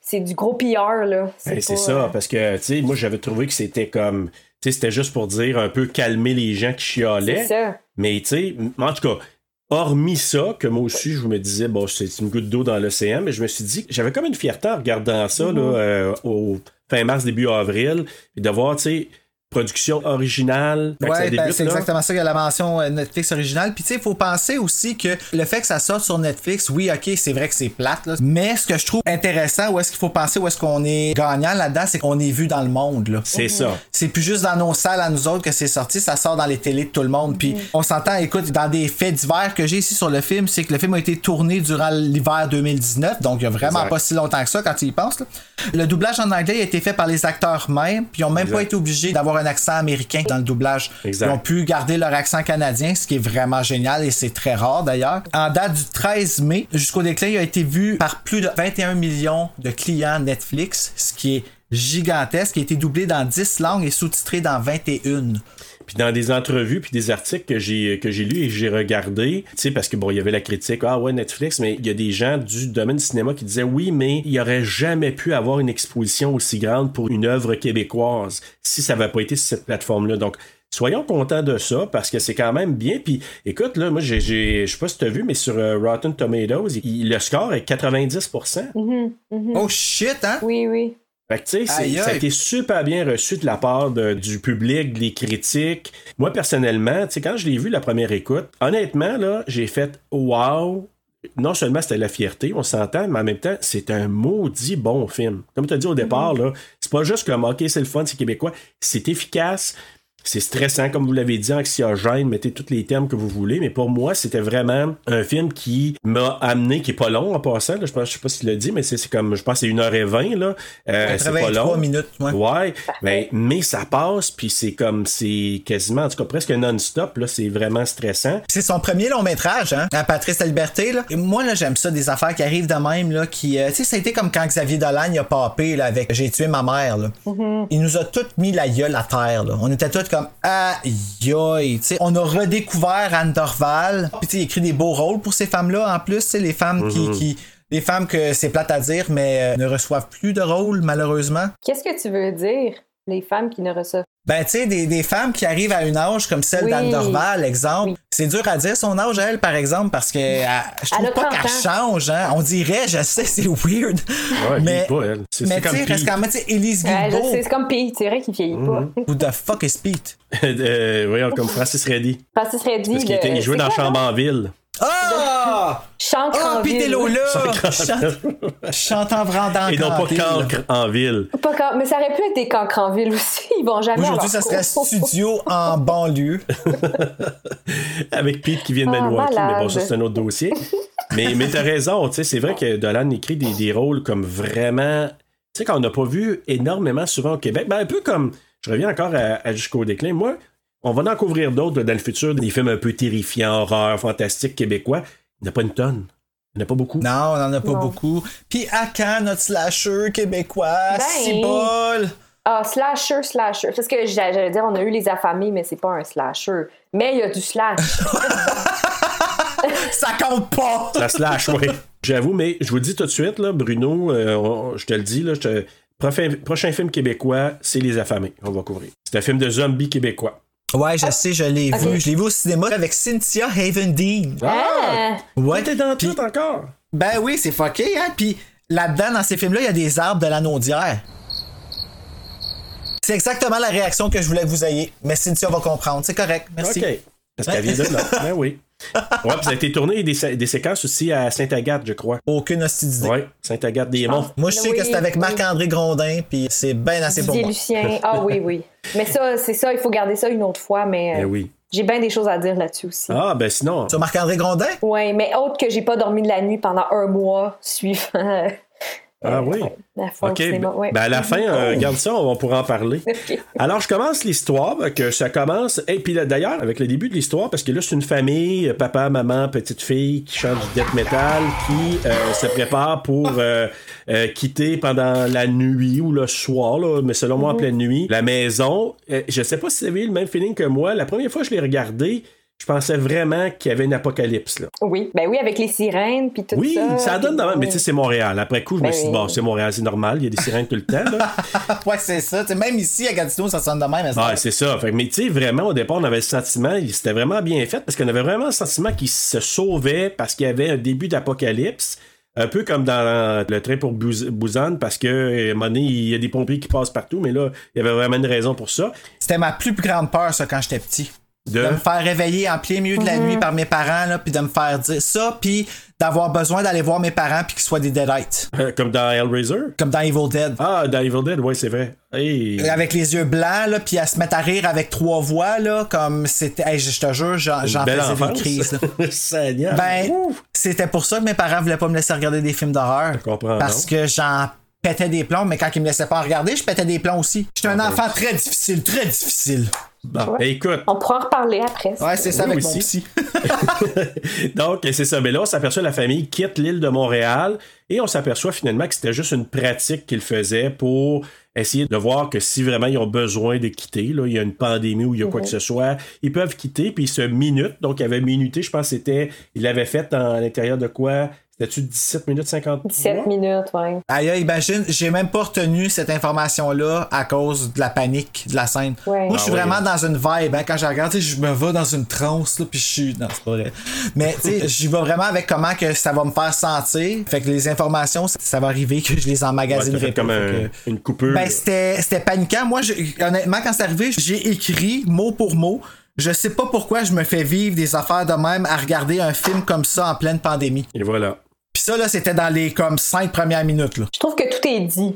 c'est du gros PR, là.
Ben, c'est
pas,
ça,
euh,
parce que, tu sais, moi, j'avais trouvé que c'était comme, tu sais, c'était juste pour dire un peu calmer les gens qui
C'est
chialaient.
ça.
Mais, tu sais, m- en tout cas, hormis ça, que moi aussi, je me disais, bon, c'est une goutte d'eau dans l'océan, mais je me suis dit, que j'avais comme une fierté en regardant ça,
Mhm.
là, euh, au fin mars, début avril, et de voir, tu sais, production originale. Fait que ça
Ouais, ben,
débute,
c'est
là.
exactement ça que la mention euh, Netflix originale. Puis tu sais, il faut penser aussi que le fait que ça sorte sur Netflix, oui, ok, c'est vrai que c'est plate, là. mais ce que je trouve intéressant, où est-ce qu'il faut penser, où est-ce qu'on est gagnant là-dedans, c'est qu'on est vu dans le monde. Là.
C'est ça.
C'est plus juste dans nos salles à nous autres que c'est sorti, ça sort dans les télés de tout le monde. Puis on s'entend, écoute, dans des faits divers que j'ai ici sur le film, c'est que le film a été tourné durant l'hiver 2019, donc il y a vraiment
Exact.
pas si longtemps que ça quand tu y penses. là. Le doublage en anglais a été fait par les acteurs mêmes, puis ils ont même pas été obligés d'avoir un accent américain dans le doublage.
Exact.
Ils ont pu garder leur accent canadien, ce qui est vraiment génial et c'est très rare d'ailleurs. En date du 13 mai, jusqu'au déclin, il a été vu par plus de 21 millions de clients Netflix, ce qui est gigantesque, qui a été doublé dans 10 langues et sous-titré dans 21.
Puis dans des entrevues, puis des articles que j'ai que j'ai lus et que j'ai regardés, tu sais, parce que bon, il y avait la critique, ah ouais, Netflix, mais il y a des gens du domaine du cinéma qui disaient oui, mais il aurait jamais pu avoir une exposition aussi grande pour une œuvre québécoise si ça n'avait pas été sur cette plateforme-là. Donc, soyons contents de ça parce que c'est quand même bien. Puis écoute, là, moi, j'ai- j'ai- je sais pas si tu as vu, mais sur euh, Rotten Tomatoes, il- le score est 90%. Mhm.
Oh shit, hein?
Oui, oui.
Fait que, tu sais, c'est-
Aïe, aïe.
ça a été super bien reçu de la part de- du public, des critiques. Moi, personnellement, tu sais, quand je l'ai vu la première écoute, honnêtement, là, j'ai fait wow. Non seulement c'était la fierté, on s'entend, mais en même temps, c'est un maudit bon film. Comme tu as dit au départ,
Mhm.
là, c'est pas juste comme OK, c'est le fun, c'est québécois. C'est efficace, c'est stressant, comme vous l'avez dit, anxiogène, mettez tous les termes que vous voulez, mais pour moi, c'était vraiment un film qui m'a amené, qui est pas long en passant, là, je, pense, je sais pas si tu l'as dit, mais c'est c'est comme, je pense, que c'est 1h20, là. Euh, c'est pas
83
long.
minutes, ouais.
Ouais, ben, mais ça passe, puis c'est comme, c'est quasiment, en tout cas, presque non-stop, là, c'est vraiment stressant.
C'est son premier long métrage, hein, à Patrice La Liberté. Là. Et moi, là, j'aime ça, des affaires qui arrivent de même, là, qui. euh, tu sais, ça a été comme quand Xavier Dolan il a papé là, avec J'ai tué ma mère. Là. Il nous a tous mis la gueule à terre. Là. On était tous comme aïe aïe. Tu sais, on a redécouvert Anne Dorval. Puis tu sais, il écrit des beaux rôles pour ces femmes-là en plus, tu sais, les femmes qui. qui- les femmes que c'est plate à dire, mais euh, ne reçoivent plus de rôle, malheureusement.
Qu'est-ce que tu veux dire, les femmes qui ne reçoivent
Ben, tu sais, des, des femmes qui arrivent à un âge comme celle
Oui.
d'Anne Dorval, exemple,
Oui.
c'est dur à dire son âge, elle, par exemple, parce que elle- je trouve
Elle a
pas
30
qu'elle
ans.
change, hein. On dirait, je sais, c'est weird.
Ouais,
mais
puis pas elle. C'est-
mais
c'est
tu
comme
sais, reste
Pete.
quand même, tu sais, Élise
Ouais, je
Guilbeault,
sais, c'est comme Pete, c'est vrai qu'il vieillit pas.
who the fuck is Pete?
Euh, voyons, comme Francis Reddy,
Francis Reddy.
parce qu'il
de-
était- il jouait
c'est
dans
quoi,
Chambre en ville.
Ah!
Chante
Ah,
en
Pete est
ville.
Lola! Chante- Chante en vrandant
Et non pas
Cranville.
Cancre en ville.
Pas quand- Mais ça aurait pu être des cancres en ville aussi. Ils vont jamais.
Aujourd'hui, ça
avoir
serait
cours.
studio en banlieue.
avec Pete qui vient de
Ah,
Milwaukee, mais bon,
malade.
ça c'est un autre dossier. mais mais t'as raison, tu sais, c'est vrai que Dolan écrit des, des rôles comme vraiment, tu sais, qu'on n'a pas vu énormément souvent au Québec. Ben, un peu comme, je reviens encore à, à jusqu'au déclin, moi, on va en couvrir d'autres là, dans le futur, des films un peu terrifiants, horreurs, fantastiques, québécois. Il n'y en a pas une tonne. Il n'y en a pas beaucoup.
Non, on en a pas
Non.
beaucoup. Puis à quand notre slasher québécois?
Ben.
Si bol!
Ah, slasher, slasher. Parce que j'a- j'allais dire, on a eu les affamés, mais c'est pas un slasher. Mais il y a du slash.
Ça compte pas!
Ça se lâche, oui. J'avoue, mais je vous le dis tout de suite, là, Bruno, euh, on- je te le dis, là, je te- prochain, prochain film québécois, c'est Les Affamés. On va couvrir. C'est un film de zombies québécois.
Ouais, je sais, je l'ai
ok.
vu. Je l'ai vu au cinéma avec Cynthia Haven Dean.
Ah!
Ouais.
T'es dans
Puis-
tout encore.
Ben oui, c'est fucké, hein. Puis là-dedans, dans ces films-là, il y a des arbres de l'anneau d'hier. C'est exactement la réaction que je voulais que vous ayez. Mais Cynthia va comprendre. C'est correct. Merci.
OK. Parce qu'elle vient de là. ben oui. Ouais, puis ça a été tourné des, sé- des séquences aussi à Sainte-Agathe, je crois.
Aucune hostie d'idée.
Oui, Sainte-Agathe des Monts.
Moi, je sais
Oui,
que c'est avec
oui.
Marc-André Grondin, puis c'est bien assez pour
Didier
moi.
Lucien. Ah oui, oui. Mais ça, c'est ça, il faut garder ça une autre fois, mais
Eh
euh,
Ben oui.
j'ai bien des choses à dire là-dessus aussi.
Ah, ben sinon,
Sur Marc-André Grondin?
Oui, mais autre que j'ai pas dormi de la nuit pendant un mois suivant euh,
Ah oui.
la fois
OK.
au cinéma.
ben-
Ouais. Oh.
ben à la fin, euh, regarde ça, on pourra en parler.
Ok.
Alors, je commence l'histoire, que ça commence, et puis là, d'ailleurs, avec le début de l'histoire, parce que là, c'est une famille, euh, papa, maman, petite fille, qui chante du death metal, qui euh, se prépare pour euh, euh, quitter pendant la nuit ou le soir, là, mais selon
Mhm.
moi, en pleine nuit, la maison. Euh, je sais pas si vous avez eu le même feeling que moi. La première fois que je l'ai regardé, je pensais vraiment qu'il y avait une apocalypse. Là.
Oui, ben oui, avec les sirènes puis tout
Oui,
ça.
ça, donne dans mais tu sais, c'est Montréal. Après coup, je me
Ben
suis dit,
oui.
bon, c'est Montréal, c'est normal, il y a des sirènes tout le temps. là.
ouais, c'est ça. Tu sais, même ici, à Gatineau, ça sonne de même. mais c'est-
Ah, Ouais, c'est ça. Fait que, mais tu sais, vraiment, au départ, on avait le sentiment, il- c'était vraiment bien fait parce qu'on avait vraiment le sentiment qu'il se sauvait parce qu'il y avait un début d'apocalypse. Un peu comme dans le train pour Bous- Busan, parce que, euh, à un moment donné, il y a des pompiers qui passent partout, mais là, il y avait vraiment une raison pour ça.
C'était ma plus grande peur, ça, quand j'étais petit.
De...
de me faire réveiller en plein milieu de la nuit par mes parents là puis de me faire dire ça puis d'avoir besoin d'aller voir mes parents puis qu'ils soient des deadites
Euh, comme dans Hellraiser.
comme dans Evil Dead
Ah, dans Evil Dead, ouais, c'est vrai. Hey.
avec les yeux blancs là puis à se mettre à rire avec trois voix là comme c'était Hey, je je te jure j'en j'en
Belle
faisais
enfance.
des crises là.
Seigneur.
ben
Ouh.
c'était pour ça que mes parents voulaient pas me laisser regarder des films d'horreur
comprends,
parce
non?
que j'en pétais des plombs, mais quand il me laissait pas regarder, je pétais des plombs aussi. J'étais
Ah, ben.
un enfant très difficile, très difficile.
Bon, ben, écoute.
On pourra en reparler après.
Ouais, c'est ça
Oui,
avec
aussi.
mon psy.
Donc, c'est ça. Mais là, on s'aperçoit que la famille quitte l'île de Montréal et on s'aperçoit finalement que c'était juste une pratique qu'ils faisaient pour essayer de voir que si vraiment ils ont besoin de quitter, là, il y a une pandémie ou il y a quoi que ce soit, ils peuvent quitter puis ils se minutent. Donc, ils avaient minuté, je pense que c'était, ils l'avaient fait en- à l'intérieur de quoi C'était-tu 17 minutes 50
17 minutes, ouais.
Aïe, aïe, imagine, j'ai même pas retenu cette information-là à cause de la panique de la scène.
Ouais.
Moi, je suis
Ah ouais.
vraiment dans une vibe. hein. Quand je regarde, tu sais, je me vais dans une transe, là, puis je suis. Non, c'est pas vrai. Mais, tu sais, j'y vais vraiment avec comment que ça va me faire sentir. Fait que les informations, ça- ça va arriver que je les
Ouais, t'as
emmagasinerai
fait
pas.
comme
Fait
un-
que-
une coupure.
Ben, c'était c'était paniquant. Moi, je- honnêtement, quand c'est arrivé, j'ai écrit mot pour mot. Je sais pas pourquoi je me fais vivre des affaires de même à regarder un film comme ça en pleine pandémie.
et voilà.
Puis ça, là, c'était dans les comme cinq premières minutes, là.
Je trouve que tout est dit.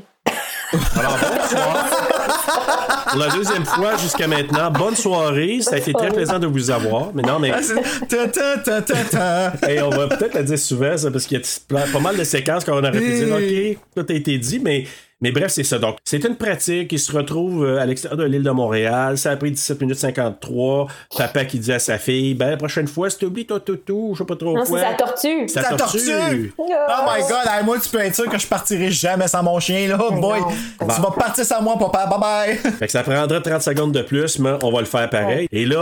Alors, bonsoir. Pour la deuxième fois jusqu'à maintenant, bonne soirée. Ça a été très plaisant de vous avoir. Mais non, mais.
Ta, ta, ta, ta, ta.
Hey, on va peut-être la dire souvent, ça, parce qu'il y a plein- pas mal de séquences qu'on aurait pu dire, OK, tout a été dit, mais, mais bref, c'est ça. Donc, c'est une pratique. Ils se retrouvent euh, à l'extérieur de l'île de Montréal. Ça a pris 17 minutes 53. Papa qui dit à sa fille, ben, la prochaine fois, si t'oublies, toi, tout, tout, je sais pas trop
Non,
quoi.
c'est sa tortue.
C'est
Ta
la
tortue.
tortue.
Oh my god, hey, moi tu peux être sûr que je partirai jamais sans mon chien là, oh boy.
Bah.
Tu vas partir sans moi, papa, bye bye.
Fait que ça prendrait 30 secondes de plus, mais on va le faire pareil. Et là,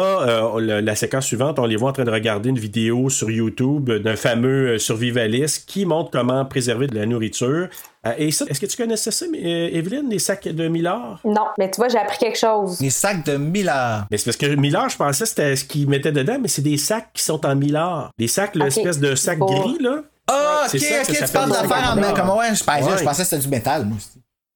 euh, la, la séquence suivante, on les voit en train de regarder une vidéo sur YouTube d'un fameux euh, survivaliste qui montre comment préserver de la nourriture. Euh, et ça, est-ce que tu connaissais ça, mais, euh, Evelyne, les sacs de Millard?
Non, mais tu vois, j'ai appris quelque chose.
Les sacs de Miller.
Mais c'est parce que Millard, je pensais que c'était ce qu'ils mettaient dedans, mais c'est des sacs qui sont en Millard. Des sacs, l'espèce de sac
Bon.
gris, là.
Ah, ok,
C'est ça,
ok,
ça
tu
s'appelle
parles
des
d'affaires
sacs
en
de
main. Comment ouais, je, ben, là,
Ouais.
je pensais que c'était du métal, moi aussi.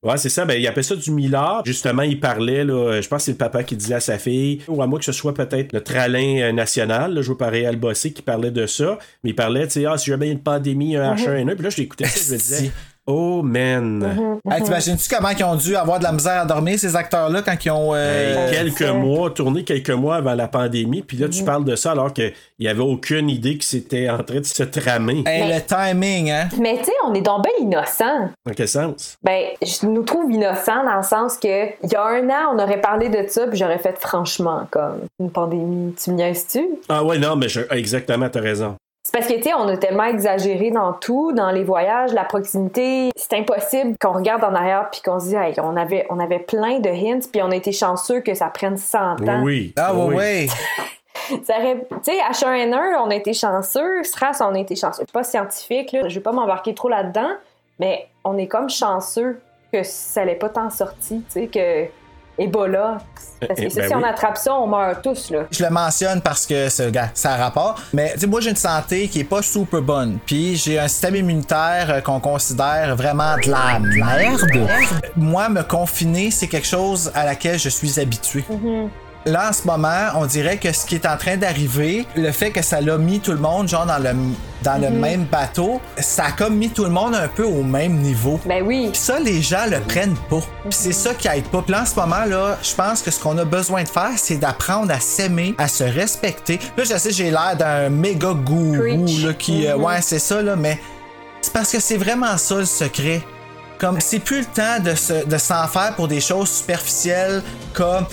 Ouais, c'est ça. Ben, il appelle ça du millard. Justement, il parlait, là, je pense que c'est le papa qui disait à sa fille, ou à moi que ce soit peut-être le tralin euh, national, là, joué par Réal Bossé, qui parlait de ça. Mais il parlait, tu sais, ah, si jamais il y a une pandémie, un H1N1. Puis là, je l'écoutais ça, je me disais,
Si.
oh man.
Hey, T'imagines-tu comment ils ont dû avoir de la misère à dormir, ces acteurs-là, quand ils ont.
Hey,
euh,
quelques mois, tourné quelques mois avant la pandémie. Puis là, tu parles de ça alors qu'il n'y avait aucune idée que c'était en train de se tramer.
hey,
Mais-
le timing, hein?
Mais tu sais, on est donc bien innocent.
Dans quel sens?
Ben, je nous trouve innocents dans le sens que il y a un an, on aurait parlé de ça, puis j'aurais fait franchement comme une pandémie, tu me niaises-tu?
Ah ouais, non, mais je, exactement, t'as raison.
C'est parce que, tu sais, on a tellement exagéré dans tout, dans les voyages, la proximité. C'est impossible qu'on regarde en arrière puis qu'on se dise, Hey, on, avait, on avait plein de hints puis on a été chanceux que ça prenne 100
Oui,
ans.
oui.
Ah ouais,
oui.
ouais.
Ça aurait- Tu sais, H1N1, on a été chanceux. SRAS, on a été chanceux. C'est pas scientifique, là. Je vais pas m'embarquer trop là-dedans, mais on est comme chanceux que ça l'ait pas tant sorti, tu sais, que Ebola. Parce
Eh,
que ça,
ben
si on
oui.
attrape ça, on meurt tous, là.
Je le mentionne parce que ce gars, ça a rapport. Mais tu sais, moi j'ai une santé qui est pas super bonne. Puis j'ai un système immunitaire euh, qu'on considère vraiment de la merde. Moi, me confiner, c'est quelque chose à laquelle je suis habitué. Là, en ce moment, on dirait que ce qui est en train d'arriver, le fait que ça l'a mis tout le monde, genre, dans le, dans le même bateau, ça a comme mis tout le monde un peu au même niveau.
Ben oui.
Puis ça, les gens le prennent pas. Puis c'est ça qui aide pas. Puis là, en ce moment, là, je pense que ce qu'on a besoin de faire, c'est d'apprendre à s'aimer, à se respecter. Là, je sais, j'ai l'air d'un méga gourou,
Preach. Mm-hmm.
là, qui. euh, ouais, c'est ça, là, mais c'est parce que c'est vraiment ça le secret. Comme, c'est plus le temps de, se- de s'en faire pour des choses superficielles comme.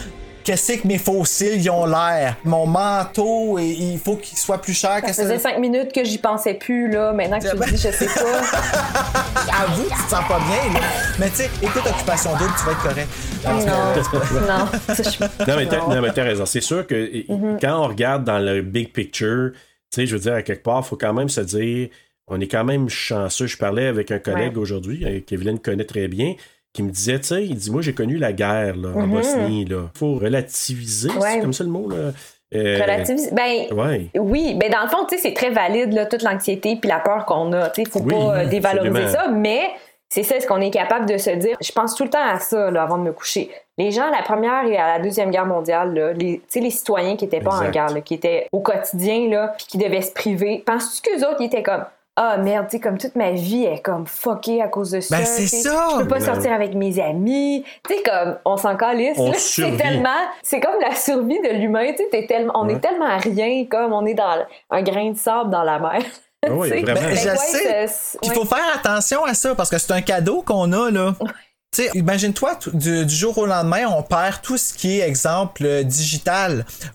Qu'est-ce que mes fossiles ils ont l'air? Mon manteau, et- il faut qu'il soit plus cher.
Ça
qu'est-ce
faisait cinq minutes que j'y pensais plus, là. Maintenant que tu le dis, je sais pas.
À vous, tu te sens pas bien, là. Mais tu sais, écoute Occupation Double, tu vas être correct.
Mm-hmm. non, non. Ça, je-
Non, mais t'as,
Non.
non, mais t'as raison. C'est sûr que et- quand on regarde dans le big picture, tu sais, je veux dire, à quelque part, il faut quand même se dire, on est quand même chanceux. Je parlais avec un collègue aujourd'hui, euh, qu'Evelyne connaît très bien, qui me disait, tu sais, il dit, moi, j'ai connu la guerre là, en Bosnie. Il faut relativiser, c'est
Ouais.
comme ça le mot. Là. Euh,
Relativise- Ben,
Ouais.
Oui, ben dans le fond, tu sais, c'est très valide là, toute l'anxiété puis la peur qu'on a. Tu sais, faut
Oui,
pas euh,
oui,
dévaloriser
absolument.
ça, mais c'est ça ce qu'on est capable de se dire. Je pense tout le temps à ça là, avant de me coucher. Les gens à la première et à la deuxième guerre mondiale, là, les, tu sais, les citoyens qui étaient pas en
Exact.
guerre, là, qui étaient au quotidien là, puis qui devaient se priver. Penses-tu qu'eux autres ils étaient comme ah merde, tu sais, comme toute ma vie est comme fuckée à cause de ça.
Ben, c'est
tu sais.
ça!
Je peux pas
Ben
sortir avec mes amis. Tu sais, comme, on s'en calisse.
On
là.
survit.
C'est tellement. C'est comme la survie de l'humain. Tu sais, t'es tellement- on
Ouais.
est tellement rien, comme on est dans un grain de sable dans la mer.
Ah oui,
Tu sais.
vraiment.
Ben, je
Fait que ouais,
sais.
c'est-
Puis
ouais.
il faut faire attention à ça parce que c'est un cadeau qu'on a là. Tu sais, imagine-toi, tu- du, du jour au lendemain, on perd tout ce qui est exemple euh, digital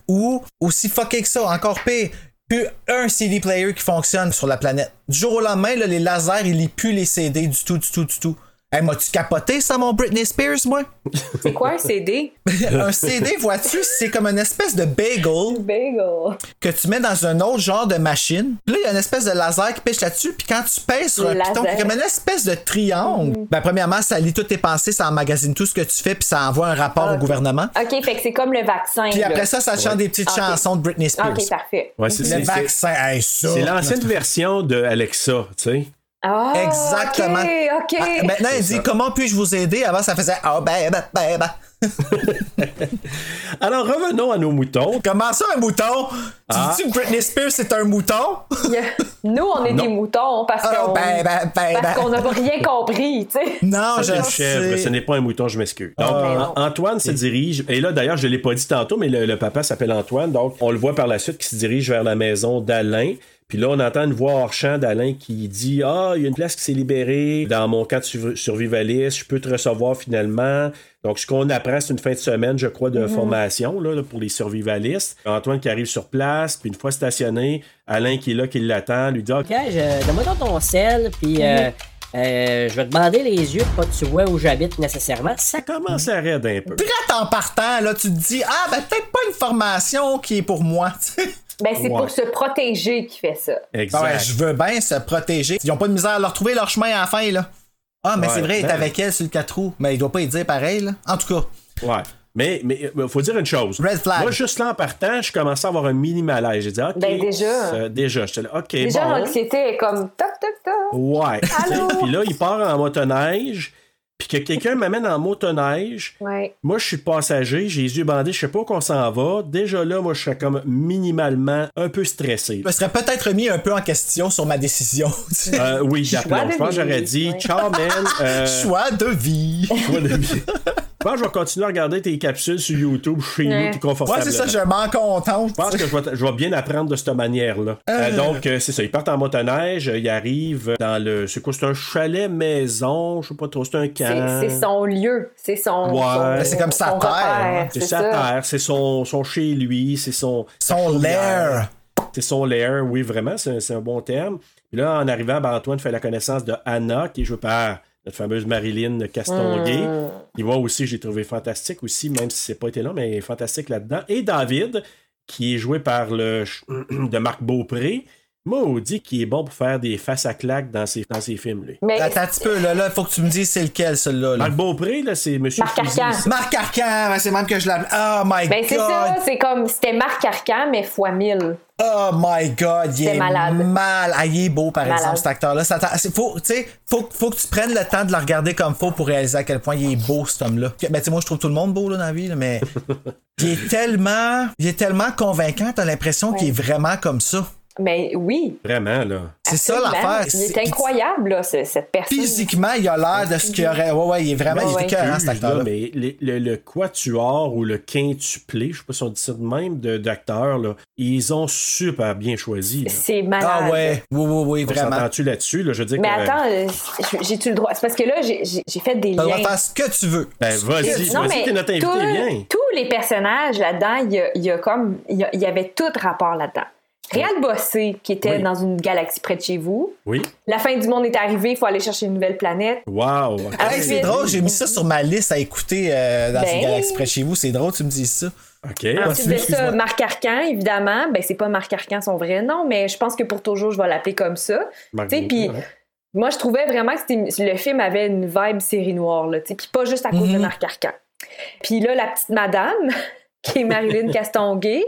ou aussi fucké que ça, encore pire, plus un CD player qui fonctionne sur la planète. Du jour au lendemain, là, les lasers, ils lisent plus les CD du tout, du tout, du tout. Hey, m'as-tu capoté ça, mon Britney Spears, moi?
C'est quoi un CD?
un CD, vois-tu, c'est comme une espèce de bagel
Bagel.
que tu mets dans un autre genre de machine. Puis là, il y a une espèce de laser qui pêche là-dessus. Puis quand tu pèses sur un
Laser. Mm.
piton, c'est comme une espèce de triangle. Ben, premièrement, ça lit toutes tes pensées, ça emmagasine tout ce que tu fais, puis ça envoie un
Ah,
rapport au gouvernement.
OK, fait que c'est comme le vaccin.
Puis
là.
après ça, ça te chante des petites
Ok. Ah,
chansons de Britney Spears.
OK, parfait.
Ouais, c'est-
Le
c'est- c'est-
vaccin, hey, ça.
C'est l'ancienne version de Alexa, tu sais.
Ah,
Exactement.
OK, OK.
Ah, maintenant, il dit comment puis-je vous aider Avant, ça faisait Ah, ben, ben, ben, ben.
Alors revenons à nos moutons.
Comment ça, un mouton
Ah.
Tu dis que Britney Spears, c'est un mouton
Nous, on est des moutons parce
Ah,
qu'on
ben, ben, ben,
parce
ben.
qu'on n'a rien compris, tu sais.
Non,
C'est
Ah, je
une chèvre,
sais.
ce n'est pas un mouton, je m'excuse. Donc,
Ah.
An- Antoine se dirige, et là d'ailleurs, je ne l'ai pas dit tantôt, mais le, le papa s'appelle Antoine, donc on le voit par la suite qui se dirige vers la maison d'Alain. Puis là, on entend une voix hors champ d'Alain qui dit Ah, il y a une place qui s'est libérée dans mon camp de surv- survivaliste, je peux te recevoir finalement. Donc, ce qu'on apprend, c'est une fin de semaine, je crois, de
Mm-hmm.
formation là, pour les survivalistes. Antoine qui arrive sur place, puis une fois stationné, Alain qui est là, qui l'attend, lui dit Ah,
Ok, je- donne-moi donc ton sel, puis
Mhm.
euh, euh, je vais te bander les yeux, pas que tu vois où j'habite nécessairement. Ça
commence à raide un peu.
Prête en partant, là, tu te dis, ah, ben, peut-être pas une formation qui est pour moi, tu sais.
Ben, c'est
Ouais.
pour se protéger qu'il fait ça.
Exact.
Bah Ouais, je veux bien se protéger. Ils ont pas de misère à leur trouver leur chemin à la fin, là. Ah, mais
Ouais,
c'est vrai, il est
ben-
avec elle sur le 4 roues. Mais il doit pas y dire pareil, là. En tout cas,
Ouais. Mais il faut dire une chose.
Red flag.
Moi, juste là en partant, je commençais à avoir un mini malaise. J'ai dit, OK.
Ben, déjà.
c'est- déjà, j'étais là, OK,
Déjà,
bon.
l'anxiété est comme toc, toc, toc.
Ouais.
Allô?
Puis là, il part en motoneige. Puis que quelqu'un m'amène en motoneige.
Ouais.
Moi, je suis passager, j'ai les yeux bandés, je sais pas où qu'on s'en va. Déjà là, moi, je serais comme minimalement un peu stressé.
je me serais peut-être remis un peu en question sur ma décision. tu sais.
Euh, oui, d'aplomb.
de
Je pense que
vie,
j'aurais dit,
ouais.
ciao, man. euh,
Choix de vie.
choix de vie. Je pense que je vais continuer à regarder tes capsules sur YouTube chez nous,
Ouais.
tout
Ouais,
confortablement.
c'est ça, je m'en contente.
Je pense que je vais, je vais bien apprendre de cette manière-là. Euh, donc, euh, c'est ça. Ils partent en motoneige, euh, ils arrivent dans le. C'est quoi C'est un chalet maison, je sais pas trop, c'est un camp.
C'est c'est son lieu. C'est son.
Ouais.
son-
C'est comme sa
son
terre,
repère,
hein.
C'est sa terre, c'est son, son chez lui, c'est son.
Son l'air.
C'est son lair, oui, vraiment, c'est un- c'est un bon terme. Puis là, en arrivant, ben, Antoine fait la connaissance de Anna, qui est jouée par notre fameuse Marilyn Castonguay.
Hmm. Mm.
Il voit aussi, j'ai trouvé fantastique aussi, même si c'est pas été long, mais fantastique là-dedans. Et David, qui est joué par le ch- de Marc Beaupré. Maudit qui est bon pour faire des faces à claques dans ses, dans ses films, lui.
Mais
Attends un petit peu, là, là, faut que tu me dises c'est lequel, celui-là. là.
Marc Beaupré, là, c'est Monsieur
Marc
Fusil,
Arcan.
ça.
Marc Arcan, ben, c'est même que je l'aime. Oh my
ben, c'est ça.
god.
C'est comme. C'était Marc Arcan, mais fois 1000.
Oh my god, il
C'est
est
malade.
mal. Ah, il est beau, par
Malade.
exemple, cet acteur-là. Ça t'a- c'est- faut, tu sais, faut, faut que tu prennes le temps de le regarder comme faut pour réaliser à quel point il est beau, cet homme-là. Que- Ben, tu sais, moi, je trouve tout le monde beau, là, dans la vie, là, mais il est tellement, il est tellement convaincant, t'as l'impression qu'il est vraiment comme ça.
Mais oui.
Vraiment, là.
C'est ça
absolument.
l'affaire.
Il est
C'est-
incroyable, là, ce- cette personne.
Physiquement, il a l'air de ce qu'il aurait. Ouais, Ah ouais, il est vraiment,
Ouais,
il est
ouais.
écœurant, cet
Huge, là,
acteur-là.
mais le, le- le quatuor ou le quintuplé, je sais pas si on dit ça de même, de- d'acteurs, là, ils ont super bien choisi. là.
C'est malade.
Ah ouais, oui, oui, oui,
On
vraiment.
s'entend-tu là-dessus? là? je veux dire
Mais
que,
attends, euh, j'ai-tu le droit? C'est parce que là, j'ai- j'ai j'ai fait des
Tu vas
liens.
faire ce que tu veux.
Ben, vas-y,
Non,
vas-y,
mais
t'es notre invité,
tous-
viens.
Tous les personnages là-dedans, il y, a- il y a comme. Il y, a- il y avait tout rapport là-dedans. Réal Bossé, qui était
Oui.
dans une galaxie près de chez vous.
Oui.
La fin du monde est arrivée, il faut aller chercher une nouvelle planète.
Wow. ok.
Hey,
Hey, c'est drôle, j'ai mis ça sur ma liste à écouter euh, dans
Ah, Ben.
une galaxie près de chez vous. C'est drôle, tu me dis ça.
OK.
Ensuite de ça,
excuse-moi.
Marc Arcan, évidemment. Ben, c'est pas Marc Arcan son vrai nom, mais je pense que pour toujours, je vais l'appeler comme ça.
Marc
Tu sais, puis
Beaupré,
moi, je trouvais vraiment que c'était- le film avait une vibe série noire, là, tu sais, puis pas juste à cause de
Mhm.
Marc Arcan. Puis là, la petite madame, qui est Marilyn Castonguay,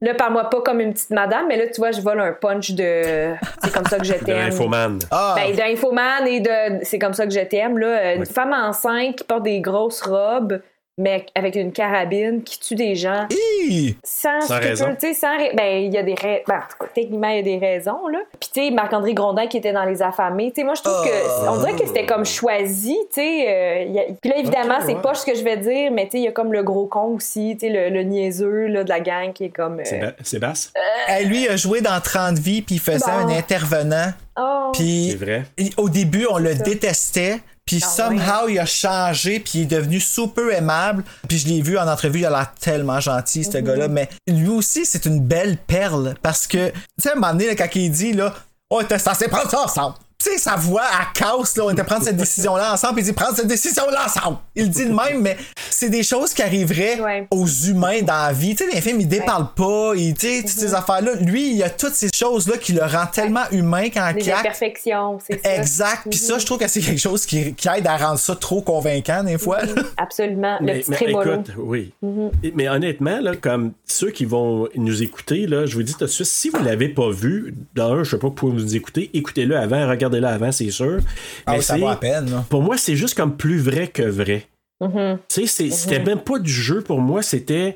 là, parle-moi pas comme une petite madame, mais là, tu vois, je vole un punch de C'est comme ça que je
De
t'aime.
l'infoman.
Ah,
Ben, d'Infoman et de C'est comme ça que je t'aime, là. euh, Une
Oui.
femme enceinte qui porte des grosses robes, mais avec une carabine qui tue des gens
Hi!
sans,
Sans
scrupule,
raison.
tu sais, sans ra- ben il y a des raisons. techniquement il y a des raisons là. Puis tu sais Marc-André Grondin qui était dans les affamés, tu sais moi je trouve
Ah.
que on dirait que c'était comme choisi, tu sais euh, il y a- puis là évidemment
Ok,
c'est
ouais.
pas ce que je vais dire mais tu sais il y a comme le gros con aussi, tu sais le, le niaiseux là, de la gang qui est comme euh,
Séba- Sébastien,
Hey, lui, il a joué dans 30 vies, puis il faisait un
Bon.
intervenant.
oh,
c'est
Puis
vrai.
il- au début, on le détestait. Puis
Ah
somehow, il a changé, puis il est devenu super aimable. Puis je l'ai vu en entrevue, il a l'air tellement gentil,
Mhm.
ce gars-là. Mais lui aussi, c'est une belle perle. Parce que, tu sais, à un moment donné, là, quand il dit, là, on était censé prendre ça ensemble. Tu sais, sa voix à casse, là, on était prendre cette décision-là ensemble, puis il dit prendre cette décision-là ensemble. Il le dit le même, mais c'est des choses qui arriveraient
Ouais.
aux humains dans la vie. Tu sais, les films, ils déparlent pas, ils, tu sais,
Mhm.
toutes ces affaires-là. Lui, il y a toutes ces choses-là qui le rend tellement humain quand
les
claque.
imperfections, c'est ça. Mhm.
Exact. Puis ça, je trouve que c'est quelque chose qui, qui aide à rendre ça trop convaincant des fois. là.
Absolument, le petit Mm-hmm. trémolo.
écoute, oui. Et- Mais honnêtement, là, comme ceux qui vont nous écouter, là, je vous dis tout de suite, si vous l'avez pas vu, d'un, je sais pas, vous pouvez nous écouter, écoutez-le avant, regardez-le avant, c'est sûr.
Ah oui, ça
c'est-
vaut la peine. là.
Pour moi, c'est juste comme plus vrai que vrai.
Mm-hmm.
Tu sais, c'est- c'était même pas du jeu pour moi, c'était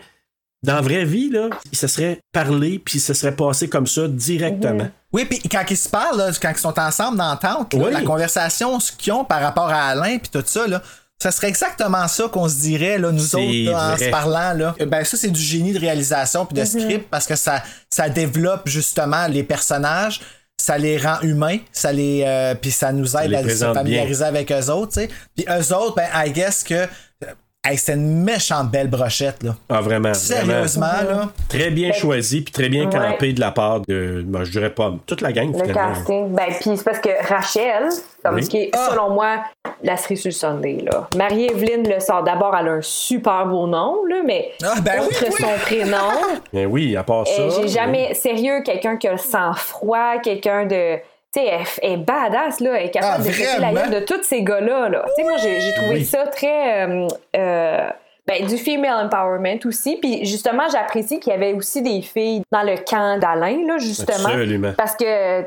dans la vraie vie, là, ça serait parlé, puis ça serait passé comme ça directement.
Mm-hmm.
Oui, puis quand ils se parlent, là, quand ils sont ensemble dans la tente, là,
Oui.
la conversation ce qu'ils ont par rapport à Alain puis tout ça, là, ça serait exactement ça qu'on se dirait là, nous
C'est
autres là, en
vrai.
se parlant. Là. Euh, Ben ça, c'est du génie de réalisation puis de script parce que ça, ça développe justement les personnages. Ça les rend humains, ça les euh, puis ça nous aide
les
à se
présente
familiariser avec eux autres, tu sais. Puis eux autres, ben I guess que euh, hey, c'est une méchante belle brochette là.
Ah, vraiment. vraiment.
Sérieusement, là.
Très bien choisi, puis très bien
Ouais.
campé de la part de, moi, je dirais pas, toute la gang.
Le
finalement.
casting. Ben, puis c'est parce que Rachel, comme
Oui.
ce qui est,
Ah!
selon moi, la cerise sur le Sunday, là. Marie-Evelyne le sort. D'abord, elle a un super beau nom, là, mais
Ah, ben oui,
outre
oui.
son prénom,
Ben oui, à part ça.
euh, j'ai
oui.
jamais, sérieux, quelqu'un qui a le sang-froid, quelqu'un de. Tu sais, elle, f- elle est badass, là. Elle est capable
Ah,
de péter la
vraiment?
gueule de tous ces gars-là, là. Tu sais, moi, j'ai j'ai trouvé
Oui.
ça très. euh, euh, ben, du female empowerment aussi. Puis justement, j'apprécie qu'il y avait aussi des filles dans le camp d'Alain, là, justement.
Absolument.
Parce que,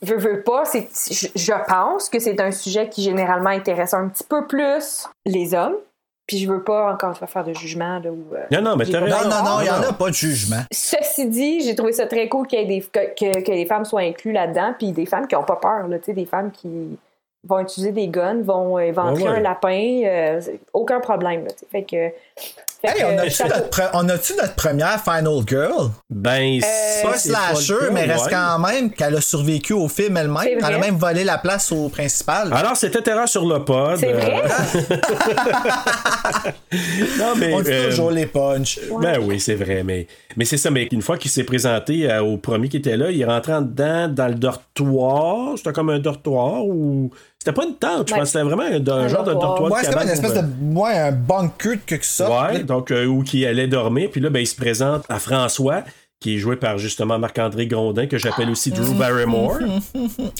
veux, veux pas, c'est, je, je pense que c'est un sujet qui généralement intéresse un petit peu plus les hommes. Puis je veux pas encore une fois faire de jugement. Là, ou, euh,
Non, non, mais
j'ai
t'as
pas-
raison. Euh,
Non, non, non, il n'y en
non.
a pas de jugement.
Ceci dit, j'ai trouvé ça très cool qu'il y ait des, que, que- que les femmes soient incluses là-dedans. Puis des femmes qui ont pas peur, là, tu sais, des femmes qui vont utiliser des guns, vont éventrer
Ah ouais.
un lapin, euh, c'est- aucun problème. Là, tu sais. fait que,
Hey,
fait que,
Euh,
on a-tu
chapeau.
notre, pre- on a-tu notre première Final Girl?
Euh,
Ben, c'est
pas
c'est pas le
slasher,
cas,
mais reste
ouais.
quand même qu'elle a survécu au film
C'est
elle-même.
vrai.
Elle a même volé la place au principal.
Alors, c'était Terreur sur le pod.
c'est vrai?
Euh, non, mais,
on dit
euh,
toujours les punchs.
Ben oui, c'est vrai, mais, mais c'est ça. Mais une fois qu'il s'est présenté euh, au premier qui était là, il est rentré en dedans dans le dortoir. C'était comme un dortoir ou. C'était pas une tente, je
Ouais.
pense. que C'était vraiment un, un
Un
genre de
dortoir.
dortoir
Ouais,
de
c'est comme une
cabane. euh,
espèce de. Ouais, un bunker de quelque sorte.
Ouais, donc euh, où qui allait dormir. Puis là, ben, il se présente à François, qui est joué par justement Marc-André Grondin, que j'appelle aussi
Ah.
Drew Barrymore.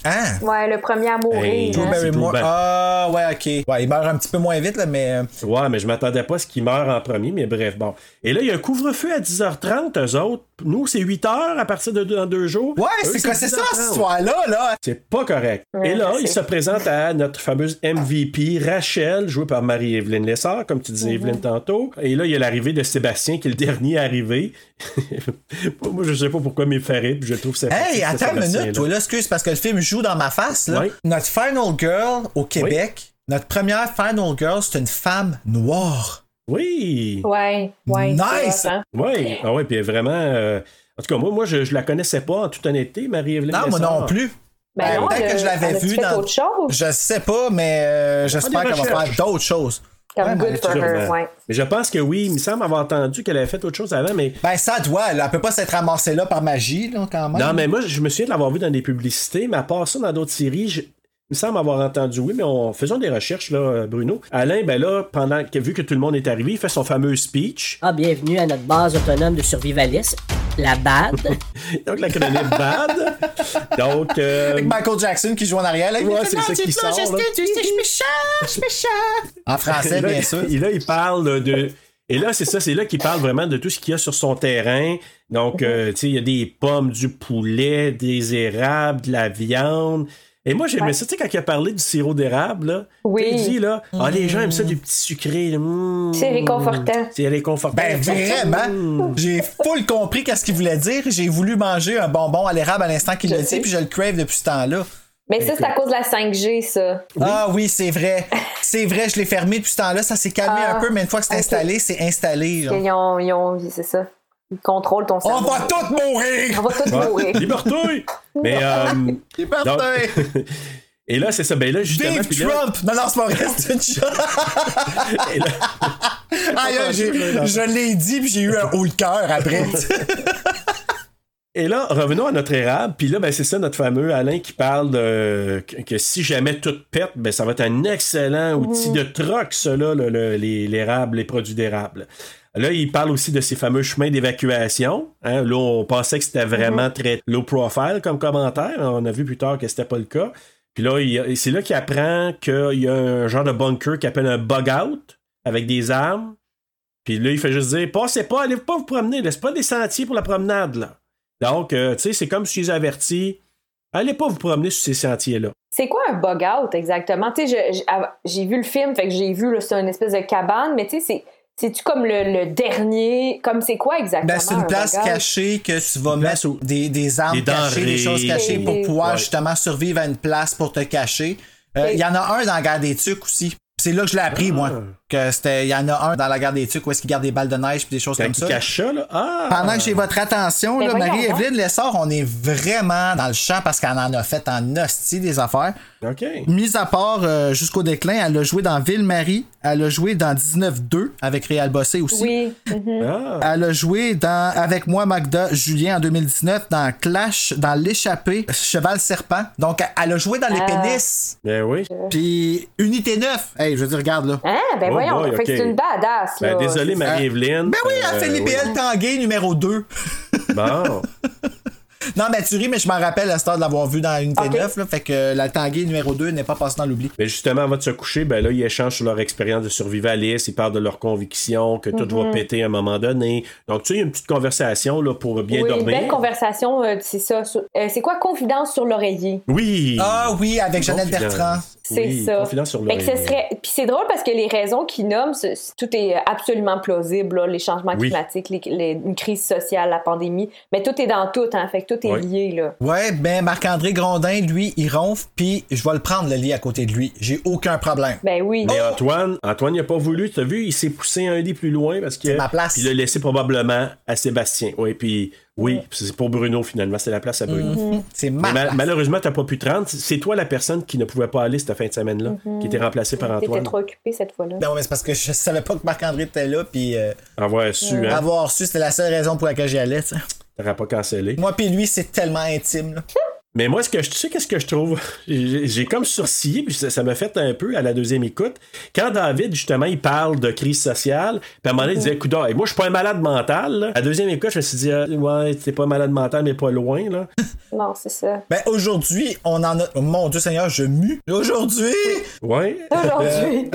Hein?
Ouais, le premier à mourir.
Hey,
hein.
Drew Barrymore.
Drew Barry-
Ah, ouais, ok. Ouais, il meurt un petit peu moins vite, là, mais. euh,
Ouais, mais je m'attendais pas à ce qu'il meure en premier, mais bref, bon. Et là, il y a un couvre-feu à 10h30, eux autres. Nous, c'est 8h à partir de dans deux jours.
Ouais,
Eux, hein.
c'est quoi? C'est ça,
10h30.
cette histoire-là, là?
C'est pas correct. Et là,
je
il
sais.
se présente à notre fameuse MVP, Rachel, jouée par Marie-Evelyne Lessard, comme tu disais,
Mm-hmm.
Evelyne, tantôt. Et là, il y a l'arrivée de Sébastien, qui est le dernier arrivé. Moi, je sais pas pourquoi mes farid, je trouve ça
Hey,
ça,
attends une
Sébastien,
minute,
là.
toi, là, excuse, parce que le film joue dans ma face, là.
Ouais.
Notre Final Girl au Québec, notre première Final Girl, c'est une femme noire.
Oui!
Ouais, ouais. c'est
Nice!
hot, hein.
Oui, ah ouais, puis vraiment. euh, En tout cas, moi, moi je, je la connaissais pas en toute honnêteté, Marie-Evelyne.
Non, moi
Lessard.
non plus.
Ben
Ben,
non,
peut-être
elle-
que je l'avais
elle a-tu
vu
fait
dans-
autre chose?
Je sais pas, mais euh, j'espère
des
qu'elle va
recherches.
faire d'autres choses.
Comme
Ouais,
good
mais
for her,
Sûrement.
ouais.
Mais je pense que oui, il me semble avoir entendu qu'elle avait fait autre chose avant, mais.
Ben, ça doit, là. Elle peut pas s'être ramassée là par magie, là, quand même.
Non, mais moi, je me souviens de l'avoir vu dans des publicités, mais à part ça, dans d'autres séries, je- il me semble avoir entendu, oui, mais on... faisons des recherches, là, euh, Bruno. Alain, ben là, pendant que, vu que tout le monde est arrivé, il fait son fameux speech.
Ah, bienvenue à notre base autonome de survivalistes, la BAD.
Donc, la chronique bad. Donc. euh,
Avec Michael Jackson qui joue en arrière, là. il
Ouais,
fait,
c'est
Non,
ça qui
tu es là,
sort,
je
là.
sais, tu sais, je suis méchant, je suis méchant. En français,
là,
bien
il-
sûr.
il- là, il parle de. Et là, c'est ça, c'est là qu'il parle vraiment de tout ce qu'il y a sur son terrain. Donc, euh, tu sais, il y a des pommes, du poulet, des érables, de la viande. Et moi, j'aimais ça, tu sais, quand il a parlé du sirop d'érable, là,
Oui. Mm.
il dit, là, ah, les gens aiment ça du petit sucré, là, mm.
C'est réconfortant.
C'est réconfortant.
Ben vraiment, j'ai full compris qu'est-ce qu'il voulait dire. J'ai voulu manger un bonbon à l'érable à l'instant qu'il
Je
le
sais.
dit, puis je le crave depuis ce temps-là.
Mais ça, c'est à cause de la 5G, ça.
Ah oui, c'est vrai. C'est vrai, je l'ai fermé depuis ce temps-là. Ça s'est calmé
Ah,
un peu, mais une fois que c'est
ok.
installé, c'est installé. genre.
Ils ont, ils ont- c'est ça. Ils contrôlent ton
On
cerveau.
va tous mourir!
On va tous mourir.
Liberté! Mais, euh,
C'est parti!
Donc- et là, c'est ça. Ben là, justement.
Dave
puis là-
Trump! Non, non, c'est pas vrai, c'est une chose.
et là-
Aïe, aïe, Ah, j'ai- je l'ai dit, puis j'ai eu un haut le cœur après.
Et là, revenons à notre érable. Puis là, ben, c'est ça, notre fameux Alain qui parle de, que, que si jamais tout pète, ben, ça va être un excellent outil de troc, cela, le- le- les- l'érable, les produits d'érable. Là, il parle aussi de ces fameux chemins d'évacuation. hein. là, on pensait que c'était vraiment très low profile comme commentaire. hein. On a vu plus tard que c'était pas le cas. Puis là, il- c'est là qu'il apprend qu'il y a un genre de bunker qui appelle un bug out avec des armes. Puis là, il fait juste dire passez pas, allez pas vous promener, laisse pas des sentiers pour la promenade, là. Donc, euh, tu sais, c'est comme si je les avertis. Allez pas vous promener sur ces sentiers-là.
C'est quoi un bug out exactement? Tu sais, je- je- av- j'ai vu le film, fait que j'ai vu, là, c'est une espèce de cabane, mais tu sais, c'est. C'est-tu comme le, le dernier? Comme c'est quoi exactement?
Ben, c'est une
un
place
bug out?
cachée que tu vas
place
mettre
où-
des, des armes
Des
cachées,
denrées.
des choses cachées pour pouvoir
Ouais.
justement survivre à une place pour te cacher. Euh,
Ok.
Il y en a un dans la guerre des Tucs aussi. C'est là que je l'ai appris, moi.
Ah.
Que c'était, il y en a un dans la guerre des Tucs où est-ce qu'ils gardent des balles de neige puis des choses
Quand
comme
ils
ça.
cachent ça, là. Ah!
Pendant que j'ai votre attention,
Ben
là,
voyons
Marie-Evelyne Lessard, on est vraiment dans le champ parce qu'elle en a fait en hostie des affaires.
OK.
Mis à part euh, jusqu'au déclin, elle a joué dans Ville-Marie, elle a joué dans 19-2 avec Réal Bossé aussi.
Oui. Mhm.
Mm.
Ah!
Elle a joué dans Avec moi, Magda Julien en 2019, dans Clash, dans L'échappée, Cheval Serpent. Donc, elle a joué dans les
Ah.
pénis.
Ben oui.
Puis, Unité 9. Hey, je veux dire, regarde là.
Hein? Ben
Oh
voyons,
boy,
fait
ok.
que c'est une badass. Là.
Ben, désolé, Marie-Evelyne.
Ben oui, elle
Euh,
fait l'IPL Tanguay numéro 2.
oui. Bon.
non, mais tu ris, mais je m'en rappelle à cette heure de l'avoir vu dans Unité
Ok.
9. Là, fait que la Tanguay numéro 2 n'est pas passée dans l'oubli.
Mais justement, avant de se coucher, ben là, ils échangent sur leur expérience de survivaliste, ils parlent de leur conviction que tout
Mm-hmm.
va péter à un moment donné. Donc, tu sais, il y a une petite conversation là, pour bien
oui, une
dormir.
belle conversation, euh, c'est ça. sur- euh, c'est quoi confidence sur l'oreiller?
Oui!
Ah oui, avec Jeannette
Confidence.
Bertrand.
C'est
Oui,
ça.
Confidence sur
Fait que ce
l'oreille.
serait... Puis c'est drôle parce que les raisons qu'ils nomment, c'est- c'est- tout est euh, absolument plausible, là, les changements
Oui.
climatiques, les- les- une crise sociale, la pandémie, mais tout est dans tout, hein, fait que tout est
Oui.
lié. Là.
Ouais, ben Marc-André Grondin, lui, il ronfle, puis je vais le prendre le lit à côté de lui. J'ai aucun problème.
Ben oui.
Oh!
Mais euh, Antoine, Antoine, il n'a pas voulu. Tu as vu, il s'est poussé un lit plus loin parce que.
ma place.
puis Il l'a laissé probablement à Sébastien. Oui, puis oui, c'est pour Bruno finalement. C'est la place à Bruno.
C'est
Mais
Mhm. ma
ma-
place.
malheureusement, tu n'as pas pu te rendre. C'est toi la personne qui ne pouvait pas aller cette fin de semaine-là,
Mhm.
qui était remplacée par
T'étais
Antoine.
trop occupé cette fois-là.
Ben ouais, mais c'est parce que je savais pas que Marc-André était là, puis euh,
Avoir su, hein,
avoir su, c'était la seule raison pour laquelle j'y allais. tu sais.
t'aurais pas cancellé.
Moi puis lui, c'est tellement intime. là.
Mais moi, ce que je tu sais, qu'est-ce que je trouve? J'ai j'ai comme sourcillé, puis ça ça m'a fait un peu à la deuxième écoute. Quand David, justement, il parle de crise sociale, puis à un moment donné, il disait, coudonc, et moi, je suis pas un malade mental. là. À la deuxième écoute, je me suis dit, ah, ouais, t'es pas malade mental, mais pas loin, là.
Non, c'est ça.
Ben aujourd'hui, on en a. oh, Mon Dieu Seigneur, je mue. Aujourd'hui!
Ouais.
Aujourd'hui.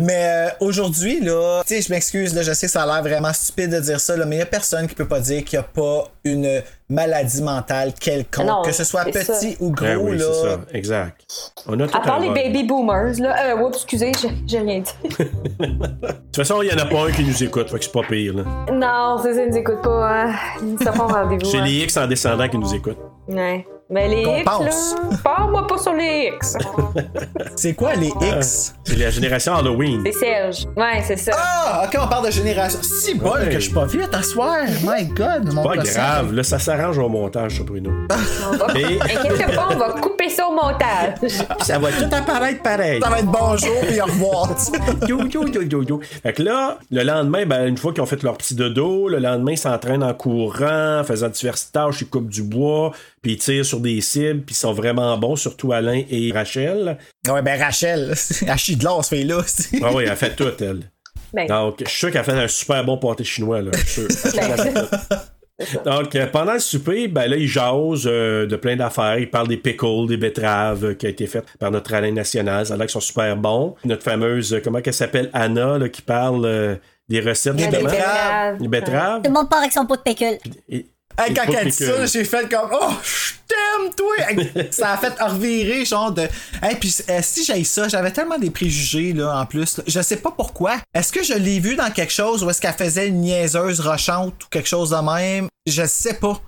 mais euh, aujourd'hui, là, tu sais, je m'excuse, là, je sais que ça a l'air vraiment stupide de dire ça, là, mais il y a personne qui peut pas dire qu'il n'y a pas une maladie mentale quelconque,
Ah Non,
que ce soit
c'est
petit ou gros,
Ben oui,
là.
c'est ça, exact. On a tout
À part
un
les
rôle.
baby boomers, là. Euh, oups, excusez, j'ai- j'ai rien dit.
De toute façon, il n'y en a pas un qui nous écoute, fait que c'est pas pire. Là.
Non, c'est ça, ils nous écoutent pas, hein. Ils sont pas en rendez-vous.
C'est
hein.
les X en descendant qui nous écoutent.
Ouais. Mais les
Qu'on
X,
pense.
là, parle-moi pas sur les X.
C'est quoi les
Ah.
X?
C'est la génération Halloween.
C'est Serge. Ouais, c'est ça.
Ah, ok, on parle de génération. Si bon
Ouais.
que je suis pas vieux, à soir. My God, mon
Pas
Dieu, ça-
grave, là, ça s'arrange au montage, ça, Bruno.
On va-
Ah! Mais-
Inquiète pas, on va couper ça au montage.
Ah, Ça va tout apparaître pareil.
Ça va être bonjour puis au revoir. tu sais.
Yo, yo, yo, yo, yo. Fait que là, le lendemain, ben, une fois qu'ils ont fait leur petit dodo, le lendemain, ils s'entraînent en courant, en faisant diverses tâches, ils coupent du bois, puis ils tirent sur des cibles, puis ils sont vraiment bons, surtout Alain et Rachel.
ouais, ben Rachel, elle chie de l'or, ce fille-là. tu sais.
Ah oui, elle fait tout, elle.
Ben.
Donc, je suis sûr qu'elle fait un super bon pâté chinois, là. Je suis sûr.
Ben,
Donc, euh, pendant le souper, ben là, ils jasent euh, de plein d'affaires. Ils parlent des pickles, des betteraves euh, qui a été faites par notre Alain National. Ça a l'air qu'ils sont super bons. Notre fameuse, euh, comment qu'elle s'appelle, Anna, là, qui parle euh, des recettes,
Des
justement.
betteraves.
Des betteraves.
Euh, Tout le monde part avec son pot de pécule.
Et-
Hey, quand
pas
elle dit ça,
piqué.
j'ai fait comme Oh, je t'aime, toi! Hey, ça a fait revirer, genre de. Hey, puis euh, si j'ai ça, j'avais tellement des préjugés, là, en plus. là. Je sais pas pourquoi. Est-ce que je l'ai vu dans quelque chose ou est-ce qu'elle faisait une niaiseuse rochante ou quelque chose de même? Je sais pas.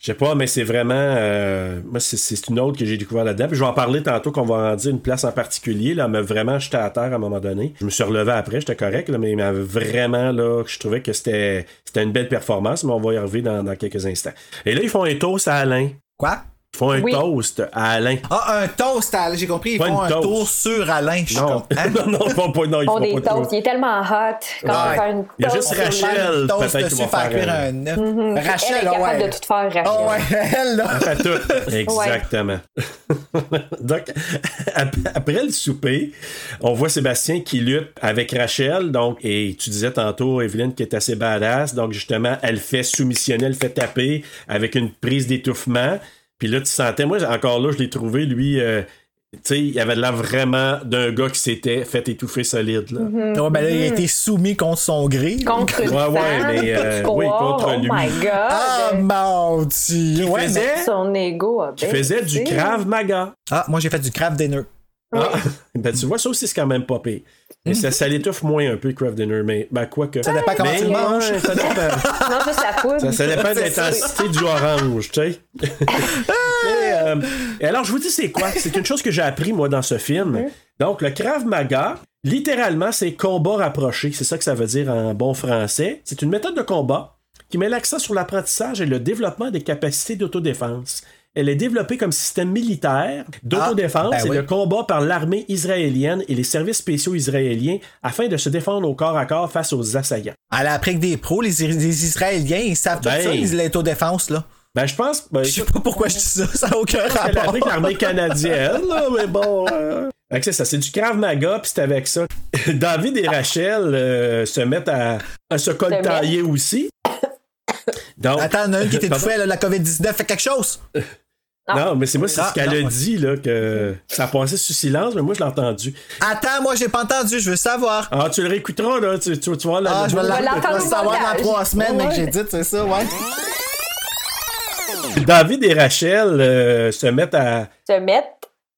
Je sais pas, mais c'est vraiment. euh, moi, c'est- c'est une autre que j'ai découvert là-dedans. Puis Je vais en parler tantôt qu'on va en dire une place en particulier. Là, Elle m'a vraiment j'étais à terre à un moment donné. Je me suis relevé après, j'étais correct, là, mais elle m'avait vraiment là, je trouvais que c'était c'était une belle performance, mais on va y arriver dans, dans quelques instants. Et là, ils font un toast à Alain.
Quoi?
Ils font un
Oui.
toast à Alain.
Ah, un toast, Al- j'ai compris, ils
Pas
font
une
un
toast.
tour sur Alain. Je suis
Non.
comme, hein?
non, non, ils font pas, non, ils
On
font
des
pas de
toasts. Il est tellement hot quand
Ouais.
on fait une
Il y a
toast.
juste
on
Rachel.
mange.
Rachel,
toast
peut-être
dessus,
qu'ils vont
faire
faire
cuire
un-
un œuf.
Mm-hmm. Elle est
Rachel,
capable
ouais.
de tout faire, Rachel.
Ah ouais, elle, là.
À tout. Exactement. donc, ap- après le souper, on voit Sébastien qui lutte avec Rachel. Donc, et tu disais tantôt, Evelyne, qui est assez badass. Donc, justement, elle fait soumissionner, elle fait taper avec une prise d'étouffement. Puis là, tu sentais, moi, encore là, je l'ai trouvé, lui. euh, tu sais, il avait l'air vraiment d'un gars qui s'était fait étouffer solide. Là.
Ouais, ben là, il a été soumis contre son gré. là.
Mm-hmm. Contre une
Ouais, ouais,
femme,
mais, euh,
tu crois,
oui, contre
oh
lui.
my God.
Ah, mon dieu! Ouais,
faisait-
mais-
Son ego a
Qui faisait du
baissé.
Krav Maga.
Ah, moi, j'ai fait du craft dinner.
Ah, ben, tu vois, ça aussi, c'est quand même pas pire. Et ça, ça l'étouffe moins un peu, le Craft Dinner, mais ben, quoi que.
Ça dépend comment
Mais,
tu le manges.
ouais, ça dépend.
Non, juste la poudre.
Ça, ça dépend de
C'est ça.
l'intensité du orange, tu sais. Mais, euh, et alors, je vous dis, c'est quoi? C'est une chose que j'ai appris, moi, dans ce film. Donc, le Krav Maga, littéralement, c'est combat rapproché. C'est ça que ça veut dire en bon français. C'est une méthode de combat qui met l'accent sur l'apprentissage et le développement des capacités d'autodéfense. Elle est développée comme système militaire d'autodéfense
Ah, ben
et
oui.
de combat par l'armée israélienne et les services spéciaux israéliens afin de se défendre au corps à corps face aux assaillants.
Elle a appris que des pros, les, les Israéliens, ils savent
Ben.
tout ça, ils l'autodéfense, là.
Ben, je pense. ben,
Je sais pas pourquoi je dis ça, ça n'a aucun
Elle a appris que
rapport.
l'armée canadienne, là, mais bon. euh. Fait que c'est ça, c'est du Krav Maga, puis c'est avec ça. David et Rachel euh, se mettent à, à se coltailler aussi. Donc,
Attends, il y en a une qui était
Pardon?
touffée, là, la COVID-19 fait quelque chose.
Non, mais c'est moi, c'est
Ah,
ce qu'elle
non,
a
ouais.
dit, là, que ça passait sous silence, mais moi, je l'ai entendu.
Attends, moi, j'ai pas entendu, je veux savoir.
Ah, tu le réécouteras, là, tu, tu, tu vois, là.
Ah, je vais
va
l'entendre, je
l'entendre
vais savoir dans
montage.
trois semaines, mais que
Ouais.
j'ai dit, c'est ça, ouais.
David et Rachel euh, se mettent à,
Se mettre.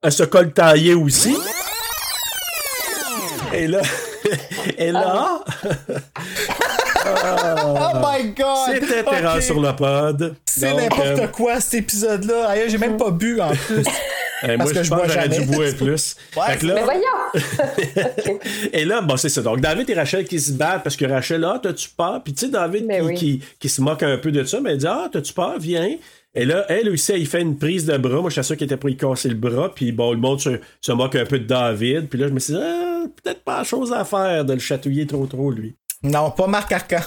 à se coltailler aussi. Et là, et là, Ah.
Oh my god!
c'était Terreur
Ok.
sur le pod.
C'est
Donc, euh,
n'importe quoi, cet épisode-là. Aïe, j'ai même pas bu, en plus.
Eh,
Parce
moi,
que
je
je
pense
bois
que j'aurais dû
jamais.
boire plus.
Ouais,
Fait que là-
Mais voyons!
et là, bon, c'est ça. Donc, David et Rachel qui se battent parce que Rachel, ah, t'as-tu peur? Puis, tu sais, David
Mais
qui,
Ben oui.
qui, qui se moque un peu de ça, mais elle dit, ah, t'as-tu peur? Viens. Et là, elle aussi, elle fait une prise de bras. Moi, je suis sûr qu'elle était pour lui casser le bras. Puis, bon, le monde se, se moque un peu de David. Puis là, je me suis dit, ah, peut-être pas chose à faire de le chatouiller trop, trop, lui.
Non, pas Marc Arcan.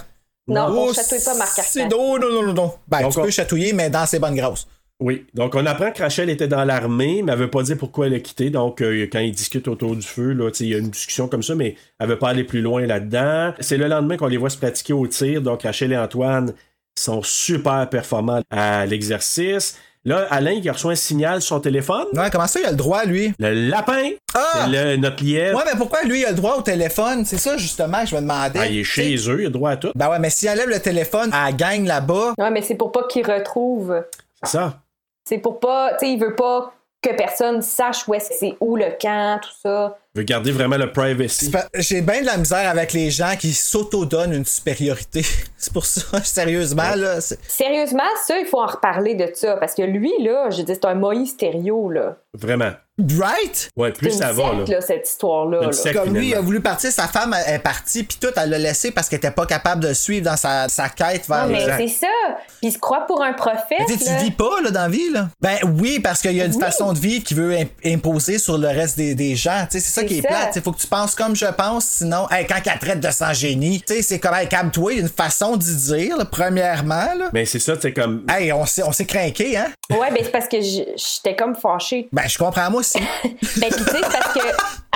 Non, on
Oh,
chatouille pas Marc
c'est-
Arcan.
Non, non, non, non, non. Ben,
Donc,
tu
on-
peux chatouiller, mais dans ses bonnes grosses.
Oui. Donc, on apprend que Rachel était dans l'armée, mais elle veut pas dire pourquoi elle a quitté. Donc, euh, quand ils discutent autour du feu, là, tu sais, il y a une discussion comme ça, mais elle veut pas aller plus loin là-dedans. C'est le lendemain qu'on les voit se pratiquer au tir. Donc, Rachel et Antoine sont super performants à l'exercice. Là, Alain, il reçoit un signal sur son téléphone.
Non, comment ça, il a le droit, lui?
Le lapin,
Ah!
c'est le- notre lièvre.
Ouais, mais pourquoi lui, il a le droit au téléphone? C'est ça, justement, que je me demandais.
Ah, il est chez eux, il a droit à tout.
Ben ouais, mais si elle lève le téléphone à la gang là-bas,
Ouais, mais c'est pour pas qu'il retrouve.
C'est ça.
C'est pour pas. Tu sais, il veut pas que personne sache où est-ce que c'est où le camp, tout ça.
Il veut garder vraiment le
c'est
privacy.
pas- j'ai bien de la misère avec les gens qui s'auto-donnent une supériorité. C'est pour ça, sérieusement, là. c'est-
Sérieusement, ça, il faut en reparler de ça. Parce que lui, là, je dis, c'est un Moïse stéréo, là.
Vraiment.
Right?
Ouais, plus
C'est une
ça va,
secte,
là.
là, cette histoire-là.
C'est une
là.
secte,
Comme lui, il
finalement.
a voulu partir, sa femme elle est partie, puis tout, elle l'a laissé parce qu'elle était pas capable de le suivre dans sa, sa quête vers
Non, mais
Exact.
c'est ça. Puis il se croit pour un prophète.
Tu sais, tu
là.
vis pas là, dans la vie, là? Ben oui, parce qu'il y a une façon de vivre qui veut imp- imposer sur le reste des, des gens. Tu sais, c'est ça
C'est
qui est
ça.
plate. Il faut que tu penses comme je pense, sinon, hey, quand elle traite de sans génie, tu sais, c'est comme, hey, calme-toi, il y a une façon d'y dire, là, premièrement. Là.
Mais c'est ça, tu sais, comme.
Hey, on s'est, on s'est craqué, hein?
Ouais, ben c'est parce que j- j'étais comme fâchée.
Ben, je comprends, moi aussi.
Ben puis tu sais, c'est parce que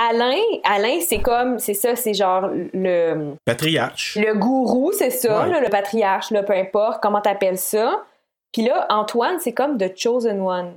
Alain, Alain, c'est comme, c'est ça, c'est genre le,
Patriarche.
le gourou, c'est ça,
Ouais.
là, le patriarche, là, peu importe, comment t'appelles ça. Puis là, Antoine, c'est comme The Chosen One.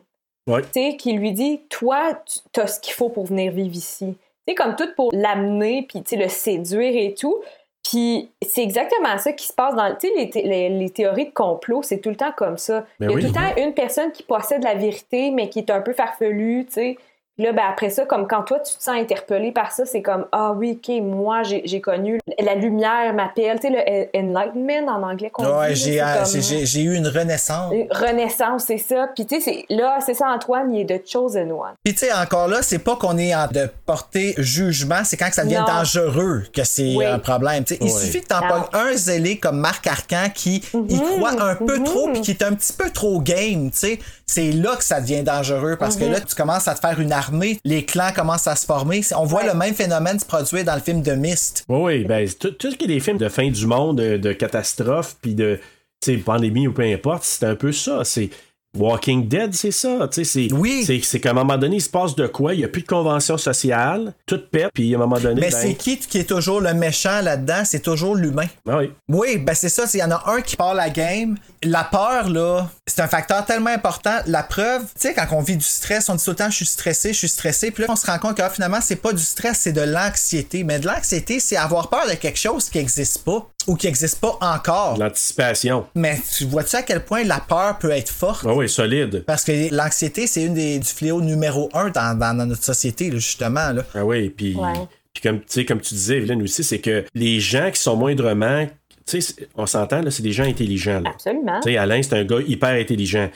Ouais.
Tu sais, qui lui dit, toi, tu- t'as ce qu'il faut pour venir vivre ici. Tu sais, comme tout pour l'amener, puis tu sais, le séduire et tout. Puis c'est exactement ça qui se passe dans tu sais, les, thé- les, les théories de complot, c'est tout le temps comme ça.
Ben
Il y a
oui.
tout le temps une personne qui possède la vérité, mais qui est un peu farfelue, tu sais. Puis Là, ben après ça, comme quand toi, tu te sens interpellé par ça, c'est comme Ah oui, OK, moi, j'ai j'ai connu la lumière m'appelle, tu sais, le e-, enlightenment en anglais qu'on dit, là,
Ouais, j'ai,
c'est
euh,
comme-
j'ai- j'ai- j'ai eu une renaissance.
Une Renaissance, c'est ça. Puis tu sais, c'est- là, c'est ça, Antoine, il est de Chosen One.
Puis tu sais, encore là, c'est pas qu'on est en de porter jugement, c'est quand que ça devient
Non.
dangereux que c'est euh,
Oui.
un problème. Tu sais, Il
Oui.
suffit que t'en
Non.
pognes un zélé comme Marc Arcan qui y croit un peu
mhm.
trop puis qui est un petit peu trop game, tu sais. C'est là que ça devient dangereux parce
Mhm.
que là, tu commences à te faire une armée, les clans commencent à se former. On voit le même phénomène se produire dans le film de Mist.
Oui, oui, ben, c'est tout, tout ce qui est des films de fin du monde, de, de catastrophe, puis de tu sais, pandémie ou peu importe, c'est un peu ça. C'est Walking Dead, c'est ça. tu sais, C'est,
Oui.
c'est, c'est qu'à un moment donné, il se passe de quoi? Il n'y a plus de convention sociale, tout pète, puis à un moment donné,
Mais
ben,
c'est qui qui est toujours le méchant là-dedans? C'est toujours l'humain.
ah oui.
Oui, ben c'est ça, il y en a un qui part la game. La peur, là, c'est un facteur tellement important. La preuve, tu sais, quand on vit du stress, on dit tout le temps, je suis stressé, je suis stressé. Puis là, on se rend compte que ah, finalement, c'est pas du stress, c'est de l'anxiété. Mais de l'anxiété, c'est avoir peur de quelque chose qui n'existe pas ou qui n'existe pas encore.
l'anticipation.
Mais tu vois-tu à quel point la peur peut être forte?
Ah oui, solide.
Parce que l'anxiété, c'est une des du fléau numéro un dans, dans notre société, là, justement. Là.
Ah oui, puis
Ouais.
puis comme, tu sais, comme tu disais, Evelyne aussi, c'est que les gens qui sont moindrement, tu sais, c'est- on s'entend, là, c'est des gens intelligents. là.
Absolument.
Tu sais, Alain, c'est un gars hyper intelligent.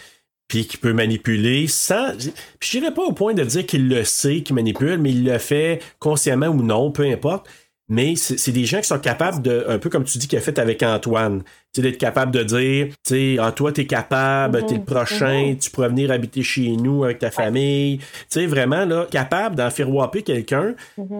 Puis qui peut manipuler sans. Puis je dirais pas au point de dire qu'il le sait, qu'il manipule, mais il le fait consciemment ou non, peu importe. Mais c'est c'est des gens qui sont capables de, un peu comme tu dis qu'il a fait avec Antoine, tu sais, d'être capable de dire, tu sais, ah, toi, t'es capable, t'es
Mhm,
le prochain, tu pourrais venir habiter chez nous avec ta famille. Tu sais, vraiment, là, capable d'en faire whopper quelqu'un.
Mhm.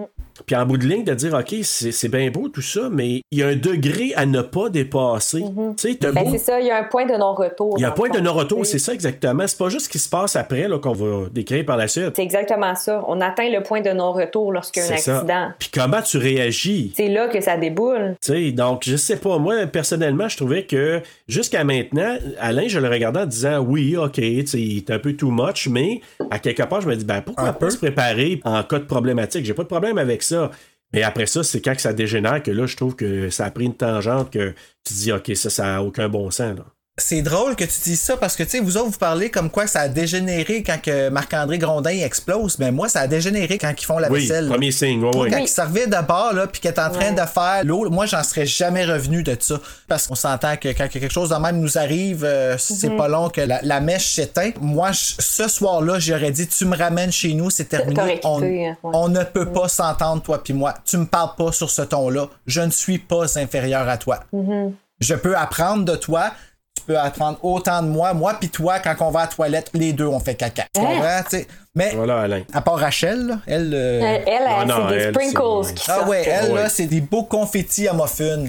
Puis en bout de ligne, de dire, OK, c'est c'est bien beau tout ça, mais il y a un degré à ne pas dépasser. Tu sais, t'as
Ben,
beau-
c'est ça, il y a un point de non-retour.
il y a
dans
un
le
point de
fond.
non-retour, c'est ça exactement. C'est pas juste ce qui se passe après là, qu'on va décrire par la suite.
C'est exactement ça. On atteint le point de non-retour lorsqu'il y a un
C'est ça.
accident.
Puis comment tu réagis?
C'est là que ça déboule.
Tu sais, donc, je sais pas. Moi, personnellement, je trouvais que jusqu'à maintenant, Alain, je le regardais en disant oui, OK, tu sais, il est un peu too much, mais à quelque part, je me dis ben, pourquoi
Un
pas
peu.
se préparer en cas de problématique? J'ai pas de problème avec ça. Mais après ça, c'est quand que ça dégénère que là, je trouve que ça a pris une tangente que tu dis OK, ça, ça a aucun bon sens. Là.
C'est drôle que tu dises ça parce que tu sais, vous autres, vous parlez comme quoi ça a dégénéré quand que Marc-André Grondin explose, mais moi, ça a dégénéré quand ils font la
Oui,
vaisselle. là.
premier signe, ouais, ouais.
Quand il servait de bord, là, puis qu'il est en train de faire l'eau, moi, j'en serais jamais revenu de ça. Parce qu'on s'entend que quand quelque chose de même nous arrive, euh, c'est
Mhm.
pas long que la, la mèche s'éteint. Moi, je- ce soir-là, j'aurais dit, tu me ramènes chez nous, c'est terminé.
T'aurais
On,
quitté, hein, ouais.
on ne peut pas s'entendre, toi puis moi. Tu me parles pas sur ce ton-là. Je ne suis pas inférieur à toi.
Mm-hmm.
Euh,
Je peux apprendre de toi. Tu peux apprendre autant de moi. Moi puis toi, quand on va à la toilette, les deux, on fait caca. Tu comprends? tu sais? Mais
Voilà, Alain.
à part Rachel, là, elle... euh,
Elle, elle,
Non, non,
c'est des
elle,
sprinkles
c'est-
qui
ah
sortent.
ouais, elle,
Ouais.
là, c'est des beaux confettis à muffins.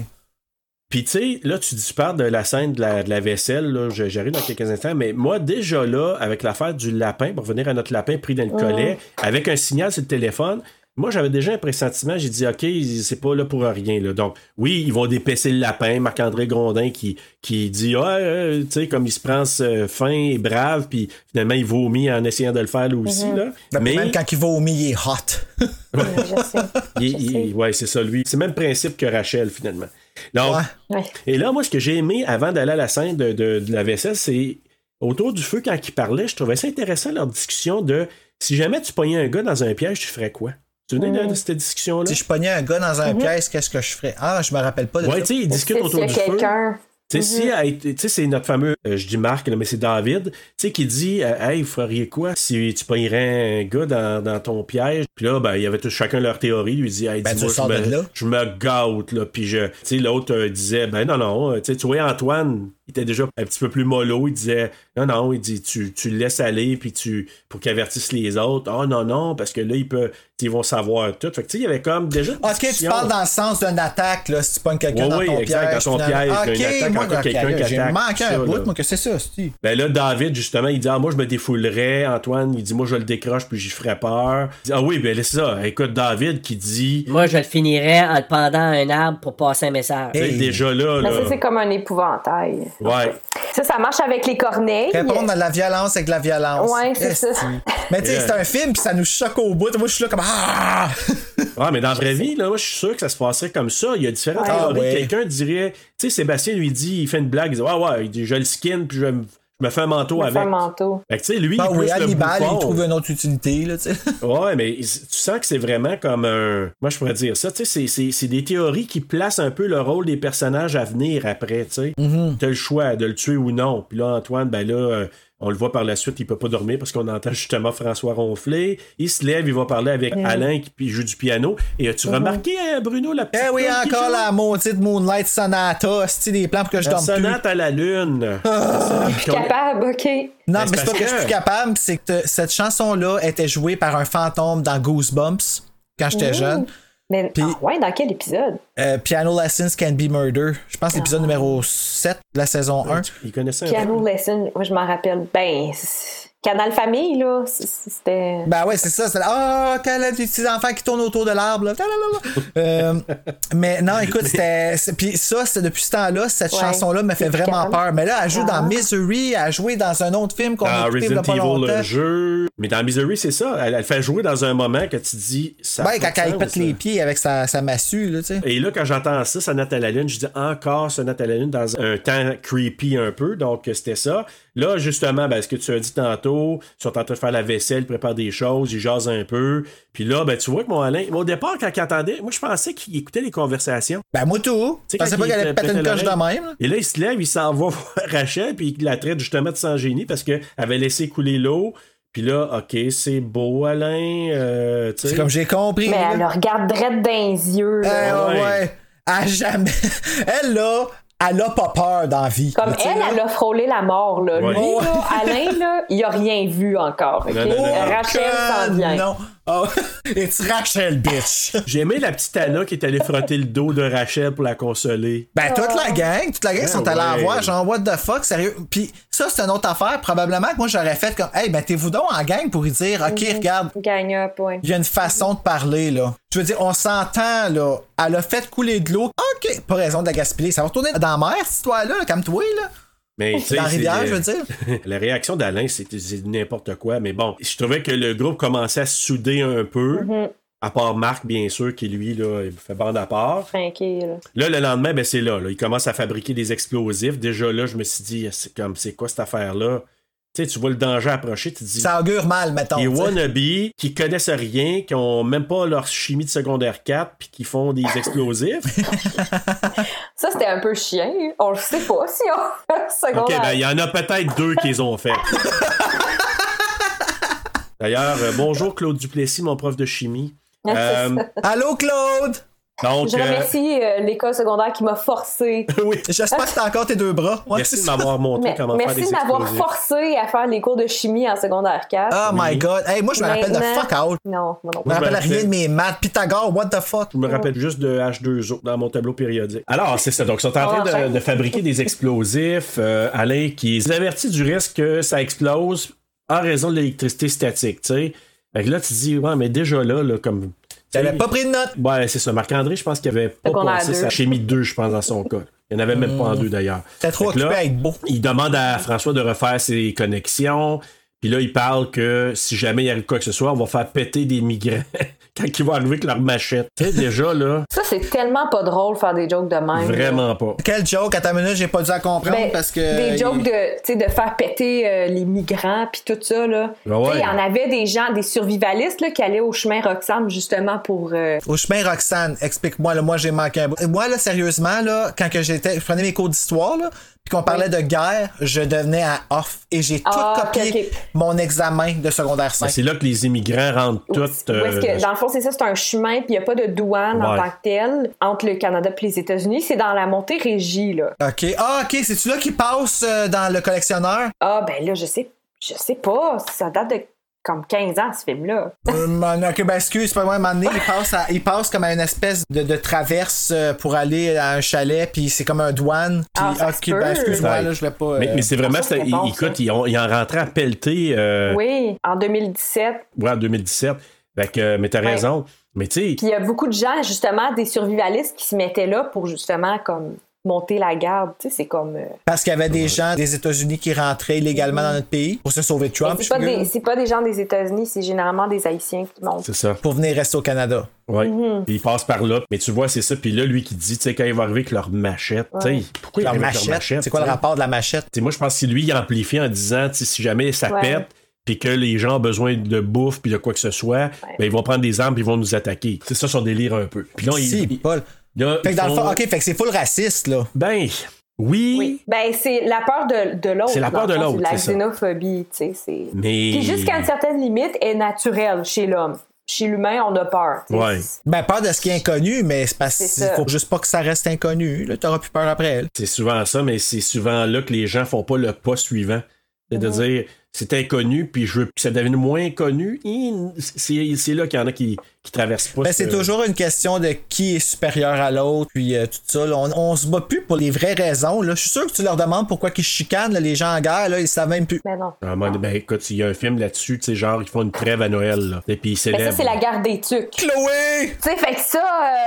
Puis tu sais, là, tu dis, tu parles de la scène de la, de la vaisselle, là, je- j'arrive dans quelques instants, mais moi, déjà là, avec l'affaire du lapin, pour revenir à notre lapin pris dans le collet, avec un signal sur le téléphone, moi, j'avais déjà un pressentiment, j'ai dit, OK, c'est pas là pour rien. Là. Donc, oui, ils vont dépêcher le lapin, Marc-André Grondin qui, qui dit, ah, euh, tu sais, comme il se prend euh, fin et brave, puis finalement, il vomit en essayant de le faire, là aussi. Là.
Mais...
Mais-
Même quand il va au milieu, il est hot.
Je sais.
il- il- ouais, c'est ça, lui. C'est le même principe que Rachel, finalement. Donc,
Ouais.
Ouais.
et là, moi, ce que j'ai aimé avant d'aller à la scène de, de- de la vaisselle, c'est autour du feu, quand ils parlaient, je trouvais ça intéressant leur discussion de si jamais tu pognais un gars dans un piège, tu ferais quoi? Tu te souviens
Oh.
de cette discussion-là?
si je pognais un gars dans un piège, qu'est-ce que je ferais? Ah, je me rappelle pas de
Ouais,
ça.
tu sais, ils discutent
C'est-
autour
s'il
du
y a
feu.
quelqu'un.
Tu sais,
Mm-hmm.
si, hey, tu sais, c'est notre fameux, euh, je dis Marc, là, mais c'est David, tu sais, qui dit, euh, hey, vous feriez quoi si tu pognerais un gars dans, dans ton piège? Puis là, ben, il y avait tous chacun leur théorie. Lui dit, hey,
Ben,
dis-moi,
tu sors
je,
de
me,
là.
je me gâte, là. Puis je, tu sais, l'autre euh, disait, ben, non, non, euh, tu sais, tu vois, Antoine, il était déjà un petit peu plus mollo. Il disait, non, non, il dit, tu, tu le laisses aller, puis tu, pour qu'il avertisse les autres. Oh, non, non, parce que là, ils peuvent, tu sais, ils vont savoir tout. Fait que, tu sais, il y avait comme déjà. une
Ah, Ok, tu
discussion.
parles dans le sens d'une attaque, là, si tu pognes quelqu'un
Ouais,
dans
ouais,
ton
exact,
piège.
dans ton
finalement.
piège, qu'il y a une
Ok,
attaque
moi,
encore quelqu'un qui
j'ai
attaque,
manqué
ça,
un bout,
là.
moi, que c'est ça, c'ti.
Ben là, David, justement, il dit Ah, moi, je me défoulerais. Antoine, il dit Moi, je le décroche, puis j'y ferais peur. Il dit, ah oui, ben là, c'est ça. Écoute, David qui dit
Moi, je le finirais en le pendant à un arbre pour passer un message.
Tu sais,
Hey.
Déjà là,
Mais
là.
ça, Ben, c'est comme un épouvantail.
Ouais.
Ça, ça marche avec les corneilles.
Répondre à la violence avec de la violence.
Ouais, c'est ça.
Esti. Mais tu sais, c'est un film, puis ça nous choque au bout. Moi, je suis là comme. Ah!
Ouais, mais dans la vraie vie, là, moi, je suis sûr que ça se passerait comme ça. Il y a différentes
Ah,
théories.
ouais.
Quelqu'un dirait, tu sais, Sébastien lui dit, il fait une blague, il dit, ah ouais, il dit, je le skin, puis je, me- je me fais un manteau
Faire
avec.
un manteau.
Fait que, tu sais, lui,
Ah
il est
oui,
plus le
Hannibal,
bouffon.
il trouve une autre utilité, là, tu sais.
Ouais, mais il- tu sens que c'est vraiment comme un. Moi, je pourrais dire ça, tu sais, c'est- c'est- c'est des théories qui placent un peu le rôle des personnages à venir après, tu sais.
Mm-hmm.
T'as le choix de le tuer ou non. Puis là, Antoine, ben là, euh, on le voit par la suite, il peut pas dormir parce qu'on entend justement François ronfler. Il se lève, il va parler avec
Mm.
Alain qui puis joue du piano. Et as-tu remarqué, hein, Bruno, la petite.
Mm-hmm. Eh oui,
toune qui
encore
joue?
la maudite Moonlight Sonata, c'est des plans pour que je
La
dorme plus. Ah.
sonate à la lune. La sonate qu'on-
Capable, OK.
Non,
Ben,
mais
c'est
c'est pas
parce
que je suis
que-
plus capable, c'est que cette chanson-là était jouée par un fantôme dans Goosebumps quand j'étais jeune.
Mais
Puis-
ah ouais, dans quel épisode?
Euh, Piano Lessons Can Be Murder. Je pense
Ah.
l'épisode numéro 7 de la saison 1.
Il connaissait un peu.
Piano Lesson, moi je m'en rappelle. Ben, c'est- Canal Famille, là, c- c- c'était.
Ben ouais, c'est ça. c'est- Ah, t'as là, des petits enfants qui tournent autour de l'arbre. là. Talalala. Euh, mais non, écoute, c'était. c'est- Puis ça, c'est depuis ce temps-là, cette
Ouais.
chanson-là me fait
C'est
vraiment
calme.
peur. Mais là, elle joue
Ah.
dans Misery, elle a joué dans un autre film qu'on
Dans
a écouté il y a
Ah, Resident
pas
Evil,
longtemps.
le jeu. Mais dans Misery, c'est ça. Elle, elle fait jouer dans un moment que tu dis. Ça a
Ouais,
pas
Ben, quand
de
elle
sens,
pète
là.
les pieds avec sa, sa massue, là, tu sais.
Et là, quand j'entends ça, Sonate à la Lune, je dis encore Sonate à la Lune dans un temps creepy un peu. Donc, c'était ça. Là, justement, ben, ce que tu as dit tantôt, ils sont en train de faire la vaisselle, ils préparent des choses, ils jasent un peu. Puis là, ben, tu vois que mon Alain, au départ, quand il attendait, moi, je pensais qu'il écoutait les conversations.
Ben, moi, tout. Je
Tu sais,
pensais
quand
pas
il
qu'elle allait
était-
péter une
pétait
coche de
l'oreille.
même. là.
Et là, il se lève, il s'en va voir Rachel, puis il la traite justement de sans génie parce qu'elle avait laissé couler l'eau. Puis là, OK, c'est beau, Alain. euh, tu sais.
C'est comme j'ai compris.
Mais
là.
elle le regarde direct dans les yeux.
Eh,
là.
ouais,
ouais.
ouais. À jamais. Elle, là, elle a pas peur dans la vie.
Comme
Tu sais,
elle,
là.
elle a frôlé la mort. Là.
Ouais.
Lui, là, Alain, là, il a rien vu encore. ok?
Non, non, non, non.
Rachel s'en
Ah,
vient.
Non. Oh. Et tu Rachel, bitch.
J'ai aimé la petite Anna qui est allée frotter le dos de Rachel pour la consoler.
Ben, toute la gang, toute la gang sont allés
Ah. Ben ouais.
en voir, genre, what the fuck, sérieux. Puis ça, c'est une autre affaire. Probablement que moi, j'aurais fait comme, hey, mettez-vous donc en gang pour y dire, OK,
Mhm.
regarde,
Gagne un point.
il y a une façon de parler, là. Je veux dire, on s'entend, là. Elle a fait couler de l'eau. OK, pas raison de la gaspiller. Ça va retourner dans la mer, cette histoire-là, là, comme toi, là.
Mais, tu sais,
Dans la
c'est- euh,
rivière, je veux dire.
La réaction d'Alain, c'était c'est n'importe quoi. Mais bon, je trouvais que le groupe commençait à se souder un peu.
Mhm,
À part Marc, bien sûr, qui lui, là, il fait bande à part.
Trinqué, là.
Là, le lendemain, ben, c'est là, là. Il commence à fabriquer des explosifs. Déjà là, je me suis dit, c'est comme, c'est quoi cette affaire-là? Tu sais, tu vois le danger approcher, tu te dis.
Ça augure mal, mettons.
Des
tu sais.
wannabes qui connaissent rien, qui ont même pas leur chimie de secondaire 4, puis qui font des explosifs.
Ça, c'était un peu chien. On le sait pas si on. Secondaire.
OK, ben il y en a peut-être deux qui les ont fait. D'ailleurs, euh, bonjour Claude Duplessis, mon prof de chimie.
Ouais, Ah, c'est
Euh,
Allô, Claude?
donc,
Je
euh,
remercie euh, l'école secondaire qui m'a forcé.
oui,
J'espère que t'as encore tes deux bras. Ouais,
merci
c'est
de
ça.
m'avoir montré
Mais-
comment faire des
merci de m'avoir
explosifs.
forcé à faire les cours de chimie en secondaire 4.
Oh my god. Hey, moi, je me rappelle de
Maintenant-
fuck out.
Non, moi non
Je
Moi,
me
je me
rappelle rien
rappelle-
de mes maths. Pythagore, what the fuck?
Je me rappelle juste de H2O dans mon tableau périodique. Alors, c'est ça. Donc, ils sont en train
Ah,
de, de fabriquer des explosifs. Euh, Alain qui les avertit du risque que ça explose en raison de l'électricité statique, tu sais. Fait que là, tu te dis, ouais, mais déjà là, là comme.
J'avais pas pris de notes.
Ouais, c'est ça. Marc-André, je pense qu'il avait pas
qu'on a
passé
deux.
sa chimie 2, je pense, dans son cas. Il n'y en avait même pas en deux, d'ailleurs.
T'es trop
Fait que là,
occupé à être beau.
Il demande à François de refaire ses connexions. Puis là, il parle que si jamais il arrive quoi que ce soit, on va faire péter des migrants quand ils vont arriver avec leur machette. Tu sais, déjà, là,
Ça, c'est tellement pas drôle faire des jokes de même.
vraiment pas.
Quelle joke, à ta minute, j'ai pas dû la comprendre
Ben,
parce que.
des jokes
il-
de, tu sais, de faire péter euh, les migrants puis tout ça là. Tu
Ben ouais.
sais, Il y en avait des gens, des survivalistes là, qui allaient au chemin Roxham justement pour. euh,
Au chemin Roxane, explique-moi, là, moi j'ai manqué un bout. Moi, là, sérieusement, là, quand que j'étais, je prenais mes cours d'histoire, là, puis qu'on parlait de guerre, je devenais à off et j'ai
Ah,
tout
ok,
copié
ok.
mon examen de secondaire
Ben,
5.
C'est là que les immigrants rentrent
où
tous. euh,
est-ce que, dans le fond, c'est ça, c'est un chemin, puis il n'y a pas de douane en
Ouais.
tant que telle entre le Canada et les États-Unis. C'est dans la Montérégie, là.
ok. Ah, ok, c'est-tu là qui passe euh, dans le collectionneur?
Ah, ben là, je sais, je sais pas. Ça date de comme 15 ans, ce film-là.
Euh, man- ok, ben excuse, pas moi, un moment donné, il passe, à- il passe comme à une espèce de, de traverse euh, pour aller à un chalet, puis c'est comme un douane. Puis,
Ah, ça se
ok, ben
peut.
excuse-moi,
Ouais.
là, je vais pas.
Mais,
euh,
mais c'est vraiment.
Ah, ça,
c'était-
c'est bon,
il- écoute,
ça.
ils, ont- ils en rentraient à pelleter euh,
Oui, en 2017.
ouais, en 2017. Fait que, euh, mais t'as
Ouais.
raison. Mais tu sais,
Puis il y a beaucoup de gens, justement, des survivalistes qui se mettaient là pour justement, comme, monter la garde. Tu sais, c'est comme. euh,
Parce qu'il y avait des gens des États-Unis qui rentraient illégalement dans notre pays pour se sauver de Trump,
Mhm. c'est pas,
je
des-
suppose,
c'est pas des gens des États-Unis, c'est généralement des Haïtiens qui montent.
C'est ça.
pour venir rester au Canada.
Ouais.
Mhm.
Puis il passe par là. Mais tu vois, c'est ça. Puis là, lui qui dit, tu sais, quand il va arriver avec leur machette, tu sais, pourquoi il
Leur
arrive avec
machette. C'est quoi le
tu sais?
rapport de la machette?
Tu sais, moi, je pense que si lui, il amplifie en disant, tu sais, si jamais ça
Ouais.
pète, puis que les gens ont besoin de bouffe, puis de quoi que ce soit, ben, ils vont prendre des armes, puis ils vont nous attaquer. C'est ça son délire un peu. Puis là, il-
Si,
il-
Paul.
là,
Fait que
ils
dans le
font-
fond, OK, fait que c'est full raciste, là.
Ben, oui,
Oui. Ben, c'est la peur de, de l'autre.
C'est la
dans
peur
le
de
fond,
l'autre,
c'est
c'est ça.
La xénophobie, tu sais. c'est-
mais.
Puis jusqu'à une certaine limite, est naturelle chez l'homme. Chez l'humain, on a peur. tu sais.
Ouais.
Ben, peur de ce qui est inconnu, mais c'est parce
C'est
qu'il
ça.
faut juste pas que ça reste inconnu. Là, t'auras plus peur après. là.
C'est souvent ça, mais c'est souvent là que les gens font pas le pas suivant. C'est
Mhm.
de dire, c'est inconnu, puis je veux que ça devienne moins connu. Hi, C'est c'est là qu'il y en a qui, qui traversent pas.
Ben,
ce-
c'est toujours une question de qui est supérieur à l'autre, puis euh, tout ça. là. On, on se bat plus pour les vraies raisons. Là. Je suis sûr que tu leur demandes pourquoi ils se chicanent, là, les gens en guerre, là, ils savent même plus.
Mais non.
À un moment donné, ben, écoute, il y a un film là-dessus, tu sais, genre, ils font une trêve à Noël, là. Et puis ils
Mais
célèbrent.
Ben, ça, c'est la guerre des tucs. Tu
Chloé! hein?
sais, fait que ça,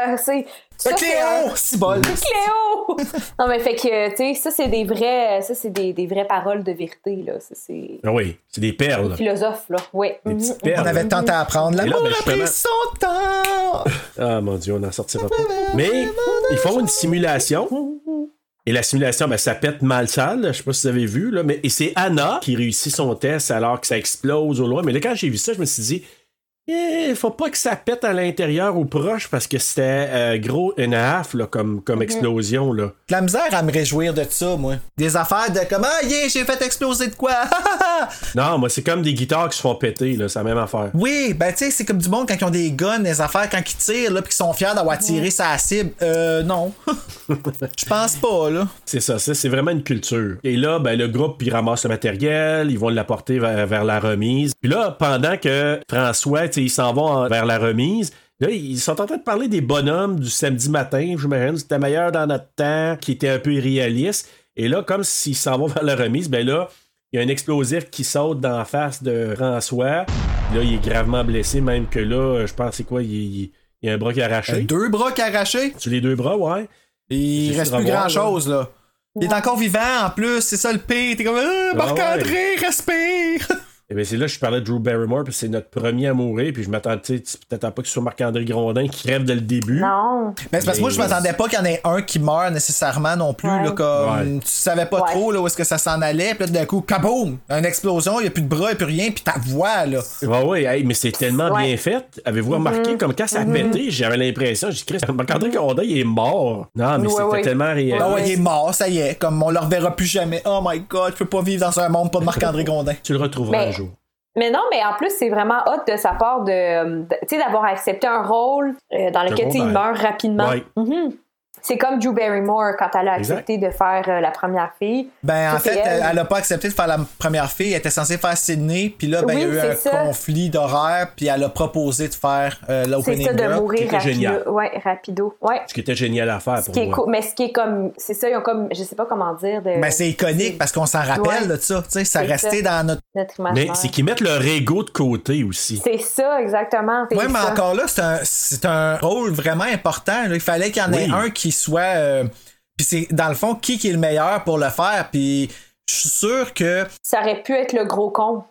euh, c'est. ça, c'est un-
oh!
Cléo! Si bol!
Cléo! non, mais fait que, tu sais, ça, c'est des vrais, ça, c'est des, des vraies paroles de vérité, là. Ça, c'est
Ah oui, c'est des perles.
philosophe, là. Oui.
Des
Mhm.
petites
On
perles.
avait tant à apprendre.
Ah, ben Et là,
L'amour
ben,
a pris
justement-
son temps!
Ah mon dieu, on n'en sortira pas. Mais ils font une simulation. Et la simulation, ben, ça pète mal sale. Je sais pas si vous avez vu, là, mais et c'est Anna qui réussit son test alors que ça explose au loin. Mais là, quand j'ai vu ça, je me suis dit, il faut pas que ça pète à l'intérieur ou proche parce que c'était euh, gros une half là, comme, comme explosion. Là.
De la misère à me réjouir de ça, moi. Des affaires de comment, yeah, j'ai fait exploser de quoi!
Non, moi, c'est comme des guitares qui se font péter, là, c'est la même affaire.
oui, ben, tu sais, c'est comme du monde quand ils ont des guns, des affaires, quand ils tirent, là, puis qu'ils sont fiers d'avoir tiré sa cible. Euh, non. Je pense pas, là.
C'est ça, ça, c'est vraiment une culture. Et là, ben, le groupe, il ramasse le matériel, ils vont l'apporter vers, vers la remise. Puis là, pendant que François, tu sais, ils s'en vont en- vers la remise, là, ils sont en train de parler des bonhommes du samedi matin, j'imagine, c'était meilleur dans notre temps, qui était un peu irréaliste. Et là, comme s'ils s'en vont vers la remise, ben là, il y a un explosif qui saute dans la face de François. Là, il est gravement blessé, même que là, je pense, c'est quoi, il, il- il a un bras qui est arraché.
Euh, Deux bras carachés.
Sur les deux bras, ouais.
Il
Juste
reste
de
plus
revoir,
grand chose, là. Il est encore vivant, en plus, c'est ça le pire. T'es comme,
Ah
euh, Marc-André, respire!
Eh bien, c'est là que je parlais de Drew Barrymore, puis c'est notre premier à mourir, puis je m'attends, tu sais, tu t'attends pas que ce soit Marc-André Grondin qui crève dès le début.
Non.
Mais c'est parce que moi, je
Mais-
m'attendais pas qu'il y en ait un qui meurt nécessairement non plus.
Ouais.
Là, comme,
Ouais.
Tu savais pas
Ouais.
trop là, où est-ce que ça s'en allait. Puis là, d'un coup, kaboum! Une explosion, il y a plus de bras, il y a plus rien, puis ta voix, là.
Ouais, ouais, hey, mais c'est tellement
Ouais. Mhm.
bien fait. Avez-vous remarqué, comme quand ça a pété, j'avais l'impression, j'ai dit, Christ, Marc-André Grondin, il est mort. Non, mais
Ouais,
c'était
ouais.
tellement réel.
Ah ouais,
Ouais.
il est mort, ça y est. Comme on le reverra plus jamais. Oh my god, je peux pas vivre dans un monde pas de Marc-André Gondin.
Tu le retrouveras
Mais-
un jour.
Mais non, mais en plus, c'est vraiment hot de sa part de, euh, de- tu sais, d'avoir accepté un rôle euh, dans lequel
gros
tu sais, il
bail.
meurt rapidement.
Ouais.
Mhm. C'est comme Drew Barrymore quand elle a
Exact.
accepté de faire euh, la première fille.
Ben, en
Ça,
fait,
c'est elle.
elle. a pas accepté de faire la première fille. Elle était censée faire Sydney, puis là, ben, il y a
Oui,
eu
c'est
un
ça.
conflit d'horaire, puis elle a proposé de faire euh,
C'est
l'opening
ça de
girl.
mourir
était génial.
rapido. Ouais, rapido. Ouais.
Ce qui était génial à faire
Ce
pour
qui est
moi.
cool. Mais ce qui est comme, c'est ça, ils ont comme, je sais pas comment dire. De,
Ben, c'est iconique parce qu'on s'en rappelle
Ouais.
de ça. Tu sais, ça
C'est ça.
restait dans notre.
notre imaginaire.
Mais c'est qu'ils mettent leur ego de côté aussi.
C'est ça, exactement. C'est
Ouais, mais
ça.
encore là, c'est un, c'est un rôle vraiment important. là. Il fallait qu'il y en ait
Oui.
un qui soit. euh, Puis c'est, dans le fond, qui, qui est le meilleur pour le faire. Puis je suis sûr que.
Ça aurait pu être le gros con.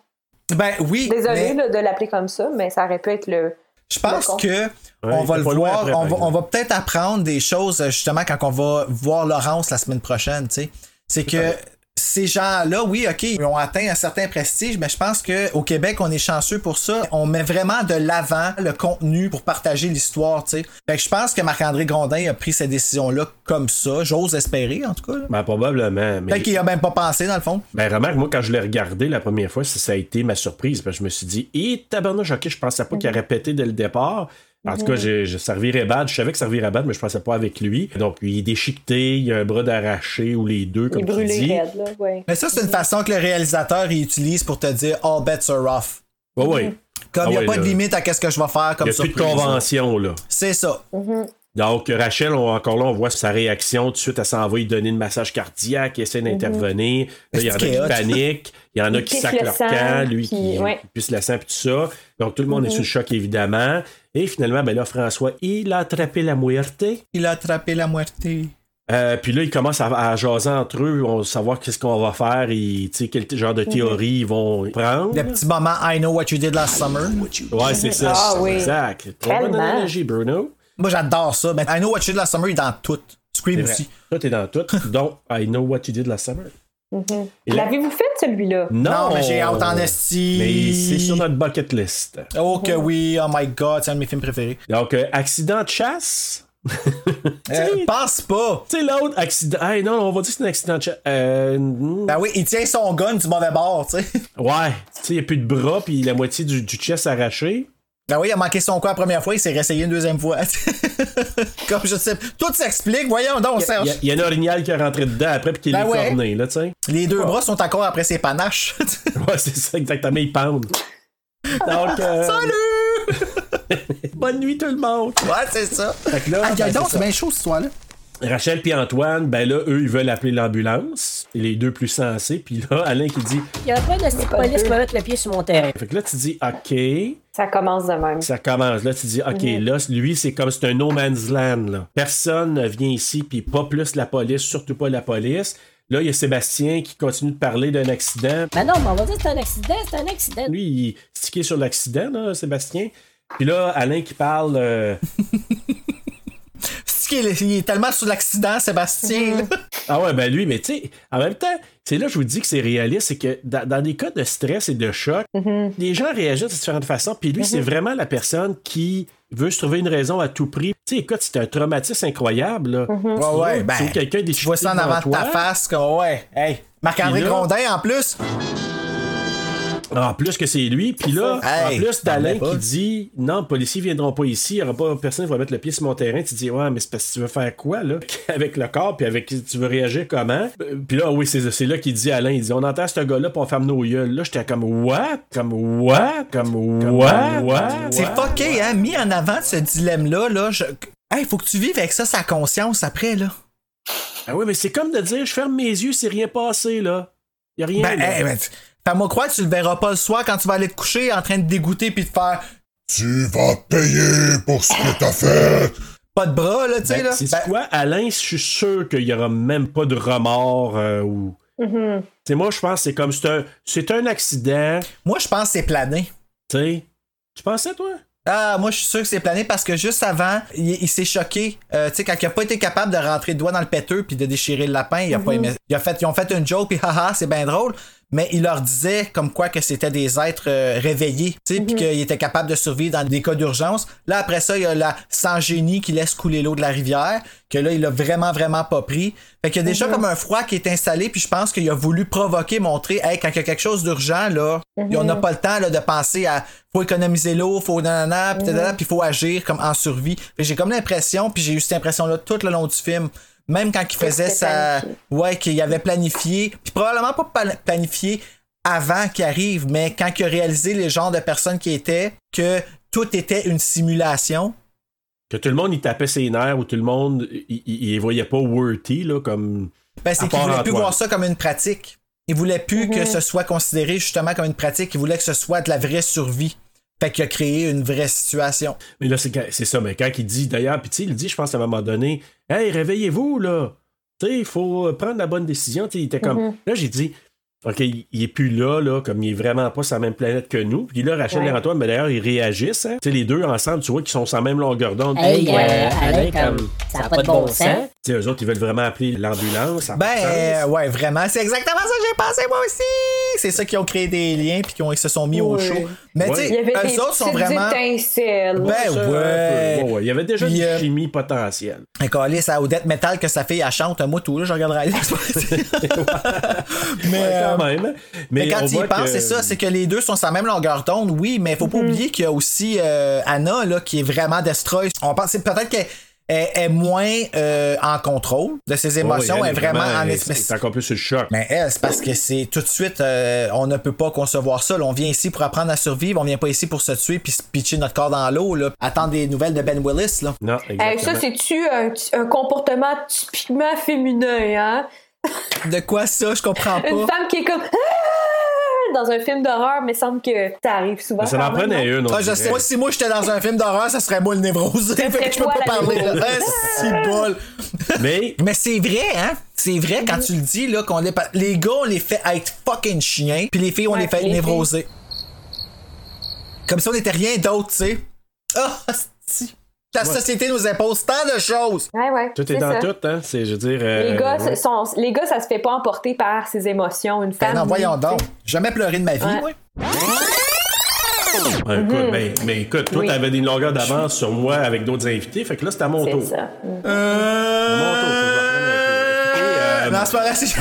Ben oui.
Désolé
mais
de l'appeler comme ça, mais ça aurait pu être le.
je pense
D'accord.
que.
Ouais,
on va
t'as
le
pas le droit
voir,
après,
on,
par
va,
exemple.
on va peut-être apprendre des choses euh, justement quand on va voir Laurence la semaine prochaine, tu sais. C'est que ces gens-là, oui, OK, ils ont atteint un certain prestige, mais je pense que au Québec, on est chanceux pour ça. On met vraiment de l'avant le contenu pour partager l'histoire, tu sais. Fait que je pense que Marc-André Grondin a pris cette décision-là comme ça. J'ose espérer, en tout cas. là.
Ben, probablement. Mais...
Peut-être qu'il a même pas pensé, dans le fond.
Ben, remarque, moi, quand je l'ai regardé la première fois, ça, ça a été ma surprise. Parce que je me suis dit, hé, tabarnouche, ok, je pensais pas qu'il
Mhm.
aurait pété dès le départ. En tout cas, j'ai- je, ça revirait bad. Je savais que ça revirait bad, mais je pensais pas avec lui. Donc, il est déchiqueté, il a un bras d'arraché ou les deux,
Il
comme tu
brûlé
dis.
raide, là. Ouais.
Mais ça, c'est une façon que le réalisateur il utilise pour te dire All bets are off.
Ouais, ouais.
Comme
Ah
il n'y a
ouais,
pas de
là.
limite à qu'est-ce que je vais faire
Il
comme hein.
n'y a
ça.
plus de convention, là.
C'est ça.
Donc, Rachel, on- encore là, on voit sa réaction. Tout de suite, elle s'en va lui donner le massage cardiaque, elle essaie d'intervenir. Là, il y en a
C'est
qui
hot.
paniquent. Il y en a
Il
qui
pisse
sacent
le
leur
sang,
camp, lui
puis-
qui,
ouais. Mm-hmm.
qui pisse le sang, puis tout ça. Donc, tout le monde est sous le choc, évidemment. Et finalement, ben là, François, il a attrapé la muerte.
Il a attrapé la moitié.
Euh, puis là, ils commencent à, à jaser entre eux, on savoir qu'est-ce qu'on va faire et tu sais, quel t- genre
Mm-hmm.
de théorie ils vont prendre.
Le petit moment I know what you did last summer.
Ouais, c'est ça.
Ah oui.
Exact. Très bonne
Tellement.
analogie, Bruno.
Moi, j'adore ça. Mais I know what you did last summer, il est dans tout. Scream
C'est vrai.
aussi.
Toi, t'es dans tout. Donc, I know what you did last summer. Et là-
Mhm. L'avez-vous fait, celui-là?
Non,
Non, mais j'ai hâte en esti.
Oh! Mais c'est sur notre bucket list.
Oh que oui, oh my god, c'est un de mes films préférés.
Donc, euh, accident de chasse.
Euh, pense pas!
Tu sais, l'autre accident. Hey, non, on va dire que c'est un accident de chasse. Euh, mm,
Ben oui, il tient son gun du mauvais bord, tu sais.
ouais. Tu sais, il n'y a plus de bras, puis la moitié du, du chest arraché.
Ben oui, il a manqué son coup la première fois, il s'est réessayé une deuxième fois. Comme je sais. Tout s'explique, voyons donc,
Il
Serge.
y a- il y, a un orignal qui est rentré dedans après, puis qui est
Ben ouais.
décorné, là, tu sais.
Les deux bras sont encore après ses panaches.
Ouais, c'est ça, exactement. Il pend. Donc, euh,
Salut!
bonne nuit, tout le monde.
Ouais, c'est ça.
Fait que là,
Ah,
ben, c'est
donc,
ça.
c'est bien chaud, ce soir-là.
Rachel puis Antoine, ben là, eux, ils veulent appeler l'ambulance. Les deux plus sensés. Puis là, Alain qui dit.
Il y a pas de petite police qui va mettre le pied sur mon terrain.
Fait que là, tu dis, OK.
Ça commence de même.
Ça commence. Là, tu dis, OK,
Mhm.
là, lui, c'est comme c'est un no man's land. Là. Personne ne vient ici, puis pas plus la police, surtout pas la police. Là, il y a Sébastien qui continue de parler d'un accident.
Ben non, mais on va dire que c'est un accident, c'est un accident.
Lui, il est stické sur l'accident, là, Sébastien. Puis là, Alain qui parle. euh,
C'est qu'il est- Il est tellement sous l'accident, Sébastien. là.
Ah ouais, ben lui, mais tu sais, en même temps, c'est là que je vous dis que c'est réaliste, c'est que dans, dans des cas de stress et de choc, les gens réagissent de différentes façons, puis lui, c'est vraiment la personne qui veut se trouver une raison à tout prix. Tu sais, écoute, c'est un traumatisme incroyable, là.
Ouais, ouais, ben.
Tu vois quelqu'un
Tu vois ça en
déchiqueté
avant de
devant
ta
toi.
face, quoi, ouais. Hey, Marc-André
Puis là-
Grondin, en plus.
En plus que c'est lui, puis là,
Ah. Hey,
en plus d'Alain
t'en mets pas.
qui dit non, les policiers viendront pas ici, il y aura pas personne qui va mettre le pied sur mon terrain. Tu dis ouais, mais c'est parce que tu veux faire quoi là avec le corps, puis avec tu veux réagir comment Euh, Puis là, oui, c'est c'est là qu'il dit Alain, il dit on entend ce gars-là, puis on ferme nos yeux. Là, j'étais comme what, comme what, comme what, what.
C'est fucké, hein? Mis en avant de ce dilemme-là, là, je... Hey, faut que tu vives avec ça, sa conscience, après, là.
Ah oui, mais c'est comme de dire je ferme mes yeux, c'est rien passé là. Y a rien.
Ben,
là.
hey, ben, tu- fais-moi croire que tu le verras pas le soir quand tu vas aller te coucher en train de dégoûter puis de faire
Tu vas payer pour ce que t'as fait!
pas de bras, là, tu sais,
Ben,
là.
c'est
Ben,
quoi, Alain, je suis sûr qu'il n'y aura même pas de remords euh, ou.
Mhm.
Tu sais, moi, je pense que c'est comme c'est un, c'est un accident.
moi, je pense que c'est plané.
Tu sais, tu pensais, toi?
Ah, moi, je suis sûr que c'est plané parce que juste avant, il, il s'est choqué. Euh, tu sais, quand il a pas été capable de rentrer le doigt dans le péteux puis de déchirer le lapin, il a pas aimé- il a fait, ils ont fait une joke puis haha, c'est bien drôle. Mais il leur disait comme quoi que c'était des êtres euh, réveillés, tu sais, puis qu'ils étaient capables de survivre dans des cas d'urgence. Là, après ça, il y a la sans génie qui laisse couler l'eau de la rivière, que là, il a vraiment, vraiment pas pris. Fait qu'il y a déjà comme un froid qui est installé, puis je pense qu'il a voulu provoquer, montrer, hey, quand il y a quelque chose d'urgent, là, et on n'a
Mhm.
pas le temps là, de penser à faut économiser l'eau, faut nanana, puis nanana, puis faut agir comme en survie. Fait que j'ai comme l'impression, puis j'ai eu cette impression-là tout le long du film. Même quand il faisait
c'était
sa.
planifié.
Ouais, qu'il avait planifié, puis probablement pas pla- planifié avant qu'il arrive, mais quand il a réalisé les genres de personnes qui étaient, que tout était une simulation.
Que tout le monde, il tapait ses nerfs ou tout le monde, il- il il voyait pas worthy, là, comme.
Ben,
À
c'est qu'il
part
voulait plus
Antoine.
voir ça comme une pratique. Il voulait plus que ce soit considéré justement comme une pratique. Il voulait que ce soit de la vraie survie. Fait qu'il a créé une vraie situation.
Mais là, c'est quand- c'est ça, mais quand il dit, d'ailleurs, puis tu sais, il dit, je pense, à un moment donné, hey, réveillez-vous, là. Tu sais, il faut euh, prendre la bonne décision. Tu sais, il était comme.
Mm-hmm.
Là, j'ai dit. OK, il il est plus là, là, comme il est vraiment pas sur la même planète que nous. Puis là, Rachel
Ouais.
et Antoine, mais d'ailleurs, ils réagissent. Hein. Tu sais, les deux ensemble, tu vois qu'ils sont sur la même longueur d'onde.
Hey,
Puis,
euh,
euh,
Dạ,
Alain, comme, ça n'a pas de bon sens.
Tu sais, eux autres, ils veulent vraiment appeler l'ambulance. ça a
Ben,
pas de sens.
euh, ouais, vraiment, c'est exactement ça que j'ai pensé moi aussi. C'est ça qui ont créé des liens puis qui ont- ils se sont mis au
Ouais.
show. Mais
Ouais.
tu
Il y
sais,
avait
eux
des
autres sont
petites
vraiment.
étincelles.
Ben
Ça, un peu.
ouais.
Ouais, ouais. Il y avait déjà
Puis,
une
euh,
chimie potentielle.
Un calice à Odette Metal que sa fille, elle chante un mot tout, là, je regarderai la Mais.
Ouais,
euh,
quand même. Mais,
Mais
on
quand tu y
voit
penses,
que-
c'est ça, c'est que les deux sont sur la même longueur d'onde, oui, mais faut pas
Mm-hmm.
oublier qu'il y a aussi euh, Anna là, qui est vraiment destroy. On pense c'est peut-être qu'elle elle- elle est moins euh, en contrôle de ses
Ouais,
émotions,
ouais,
elle, est vraiment en
elle-
espèce.
C'est encore plus sur le choc.
Mais elle, c'est parce que c'est tout de suite, euh, on ne peut pas concevoir ça. là. on vient ici pour apprendre à survivre, on vient pas ici pour se tuer puis se pitcher notre corps dans l'eau, là. attendre des nouvelles de Ben Willis. Là.
Non,
Hey,
exactement.
Eh, ça, c'est-tu un, un comportement typiquement féminin, hein?
De quoi ça, je comprends
Une
pas.
femme qui est comme. Ah! dans un film d'horreur, mais il semble que ça arrive souvent.
Mais ça en
quand même, hein?
prenait
non?
une. on
Ah, je
dirait.
sais, moi, si moi j'étais dans un film d'horreur, ça serait moi le névrosé. Fait
serait
que je peux
toi,
pas
la
parler. là.
névrosée.
Ah, c'est bol.
Mais
Mais c'est vrai, hein? C'est vrai quand tu le dis, là, qu'on les... les gars, on les fait être fucking chiens, puis les filles, on
Ouais,
les fait être
les
névrosées. Comme si on n'était rien d'autre, tu sais. Ah, si. La société nous impose tant de choses.
Ouais, ouais,
tout est,
c'est
dans
ça.
tout, hein? C'est, je veux dire.
Les,
euh,
gars,
ouais.
ce sont, les gars, ça se fait pas emporter par ses émotions. Une femme.
Ben non, voyons
oui,
donc.
tu sais.
Jamais pleuré de ma vie,
Ouais.
moi.
Ouais, écoute, ben- mais écoute, toi,
Mm. Oui.
t'avais une longueur d'avance sur moi avec d'autres invités. Fait que là, c'est à mon
C'est
tour. Euh,
ça.
À mon tour. faut que je reprenne un peu. Écoutez, euh,
Non, c'est pas vrai, c'est-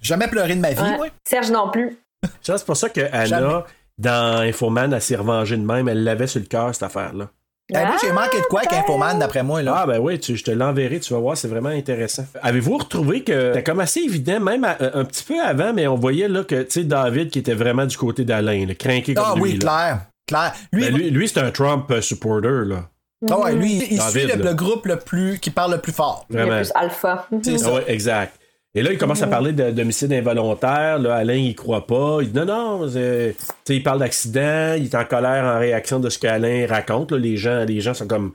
Jamais pleuré de ma vie,
Ouais.
moi.
Serge non plus.
ça, c'est pour ça que Anna,
Jamais.
dans Infoman, elle s'est revengée de même. Elle l'avait sur le cœur, cette affaire-là.
Ben, moi, j'ai manqué de quoi
Ah,
avec Infoman, d'après moi, là.
Ah ben oui, tu- je te l'enverrai, tu vas voir, c'est vraiment intéressant. Avez-vous retrouvé que c'était comme assez évident, même à- euh, un petit peu avant, mais on voyait là que tu sais David qui était vraiment du côté d'Alain, là, craqué comme
Ah
lui.
oui,
là.
clair. Clair. Lui,
Ben, lui, lui, c'est un Trump euh, supporter là,
ah ouais, lui, il
David,
suit le,
là.
le groupe le plus qui parle le plus fort.
Il est
vraiment.
plus alpha.
C'est
Ah
ça.
ouais, exact. Et là, il commence à parler de- d'homicide involontaire. Là, Alain, il croit pas. Il dit non, non. c'est- tu sais, il parle d'accident. Il est en colère en réaction de ce qu'Alain raconte. là. Les, gens, les gens sont comme.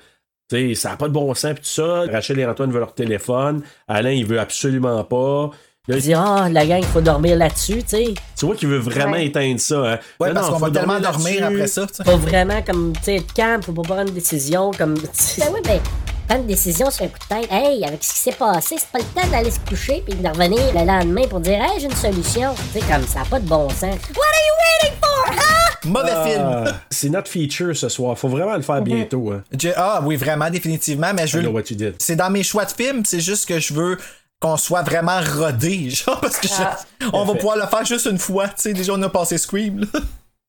tu sais, ça n'a pas de bon sens, pis tout ça. Rachel et Antoine veulent leur téléphone. Alain, il veut absolument pas. Là,
Je dis, ah, la gang, faut dormir là-dessus, tu sais.
Tu vois qu'il veut vraiment
Ouais.
éteindre ça. Hein.
Ouais,
Non,
parce
non,
qu'on
faut
va tellement
là-dessus.
dormir après ça, tu sais.
Faut vraiment, comme, tu sais, être calme, faut pas prendre une décision, comme. Ben oui, ben, prendre une décision sur un coup de tête. Hey, avec ce qui s'est passé, c'est pas le temps d'aller se coucher puis de revenir le lendemain pour dire, hey, j'ai une solution. Tu sais, comme, ça a pas de bon sens. What are you waiting for, huh?
Mauvais film.
Ah, c'est notre feature ce soir. Faut vraiment le faire bientôt. Hein.
Je- ah oui, vraiment, définitivement, mais je
I
veux
know what you did.
C'est dans mes choix de films, c'est juste que je veux qu'on soit vraiment rodé, genre, parce que je- on va pouvoir le faire juste une fois, tu sais, déjà on a passé Scream, là.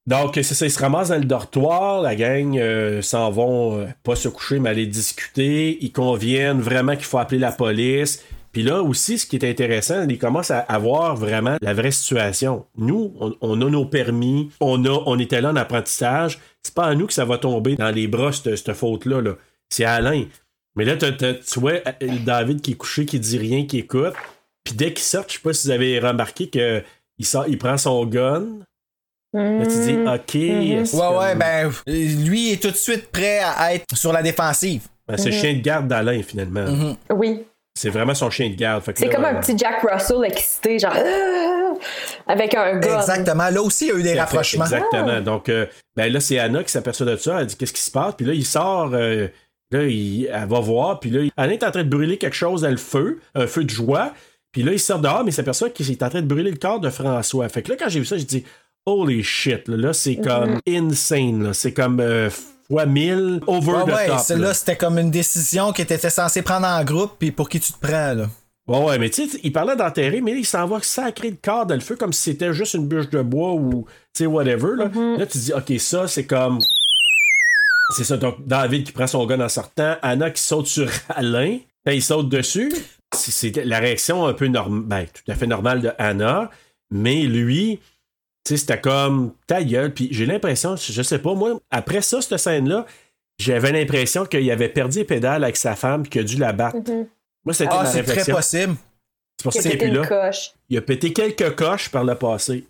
Donc, c'est ça, ils se ramassent dans le dortoir, la gang euh, s'en vont euh, pas se coucher, mais aller discuter. Ils conviennent vraiment qu'il faut appeler la police. Puis là aussi, ce qui est intéressant, ils commencent à avoir vraiment la vraie situation. Nous, on, on a nos permis, on, a, on était là en apprentissage. C'est pas à nous que ça va tomber dans les bras, cette, cette faute-là. Là. C'est à Alain. Mais là, t'as- t'as- tu vois euh, David qui est couché, qui dit rien, qui écoute. Puis dès qu'il sort, je sais pas si vous avez remarqué que il, sort, il prend son gun, Là, Ben, tu
Hmm.
dis,
Mm-hmm.
OK. est-ce
Ouais,
que-
ouais, ben, euh, lui est tout de suite prêt à à être sur la défensive.
Ben, c'est le
mm-hmm.
chien de garde d'Alain, finalement.
Mm-hmm.
Oui.
C'est vraiment son chien de garde. Fait que
C'est
ah. là,
comme un
euh,
petit Jack Russell excité, genre. Ah! Avec un gars.
Exactement. Là aussi, il y a eu des rapprochements.
Exactement. Donc, euh, ben là, c'est Anna qui s'aperçoit de ça. Elle dit, qu'est-ce qui se passe? Puis là, il sort. euh, là, il- elle va voir. Puis là, Alain est en train de brûler quelque chose dans le feu, un feu de joie. Puis là, il sort dehors, mais il s'aperçoit qu'il est en train de brûler le corps de François. Fait que là, quand j'ai vu ça, j'ai dit, holy shit. Là, là,
Mm-hmm.
c'est comme insane. là. C'est comme euh, fois 1000 over
Ouais,
the
ouais,
top. là.
celle-là, c'était comme une décision qui était censée prendre en groupe, puis pour qui tu te prends, là.
Ouais, ouais, mais tu sais, il parlait d'enterrer, mais là, il s'en va sacrer le corps dans le feu comme si c'était juste une bûche de bois ou, tu sais, whatever. Là,
Mm-hmm.
là tu dis, OK, ça, c'est comme. C'est ça, donc David qui prend son gun en sortant, Anna qui saute sur Alain, là, il saute dessus. C'est- C'est la réaction un peu normale, ben, tout à fait normale de Anna, mais lui, tu sais, c'était comme ta gueule. Puis j'ai l'impression, je sais pas, moi, après ça, cette scène-là, j'avais l'impression qu'il avait perdu les pédales avec sa femme puis qu'il a dû la battre.
Mhm.
Moi, c'était
Ah,
ma
c'est très
réflexion.
possible.
C'est pour ça
que
qu'il est
c'était
plus
une
là.
coche.
Il a pété quelques coches par le passé.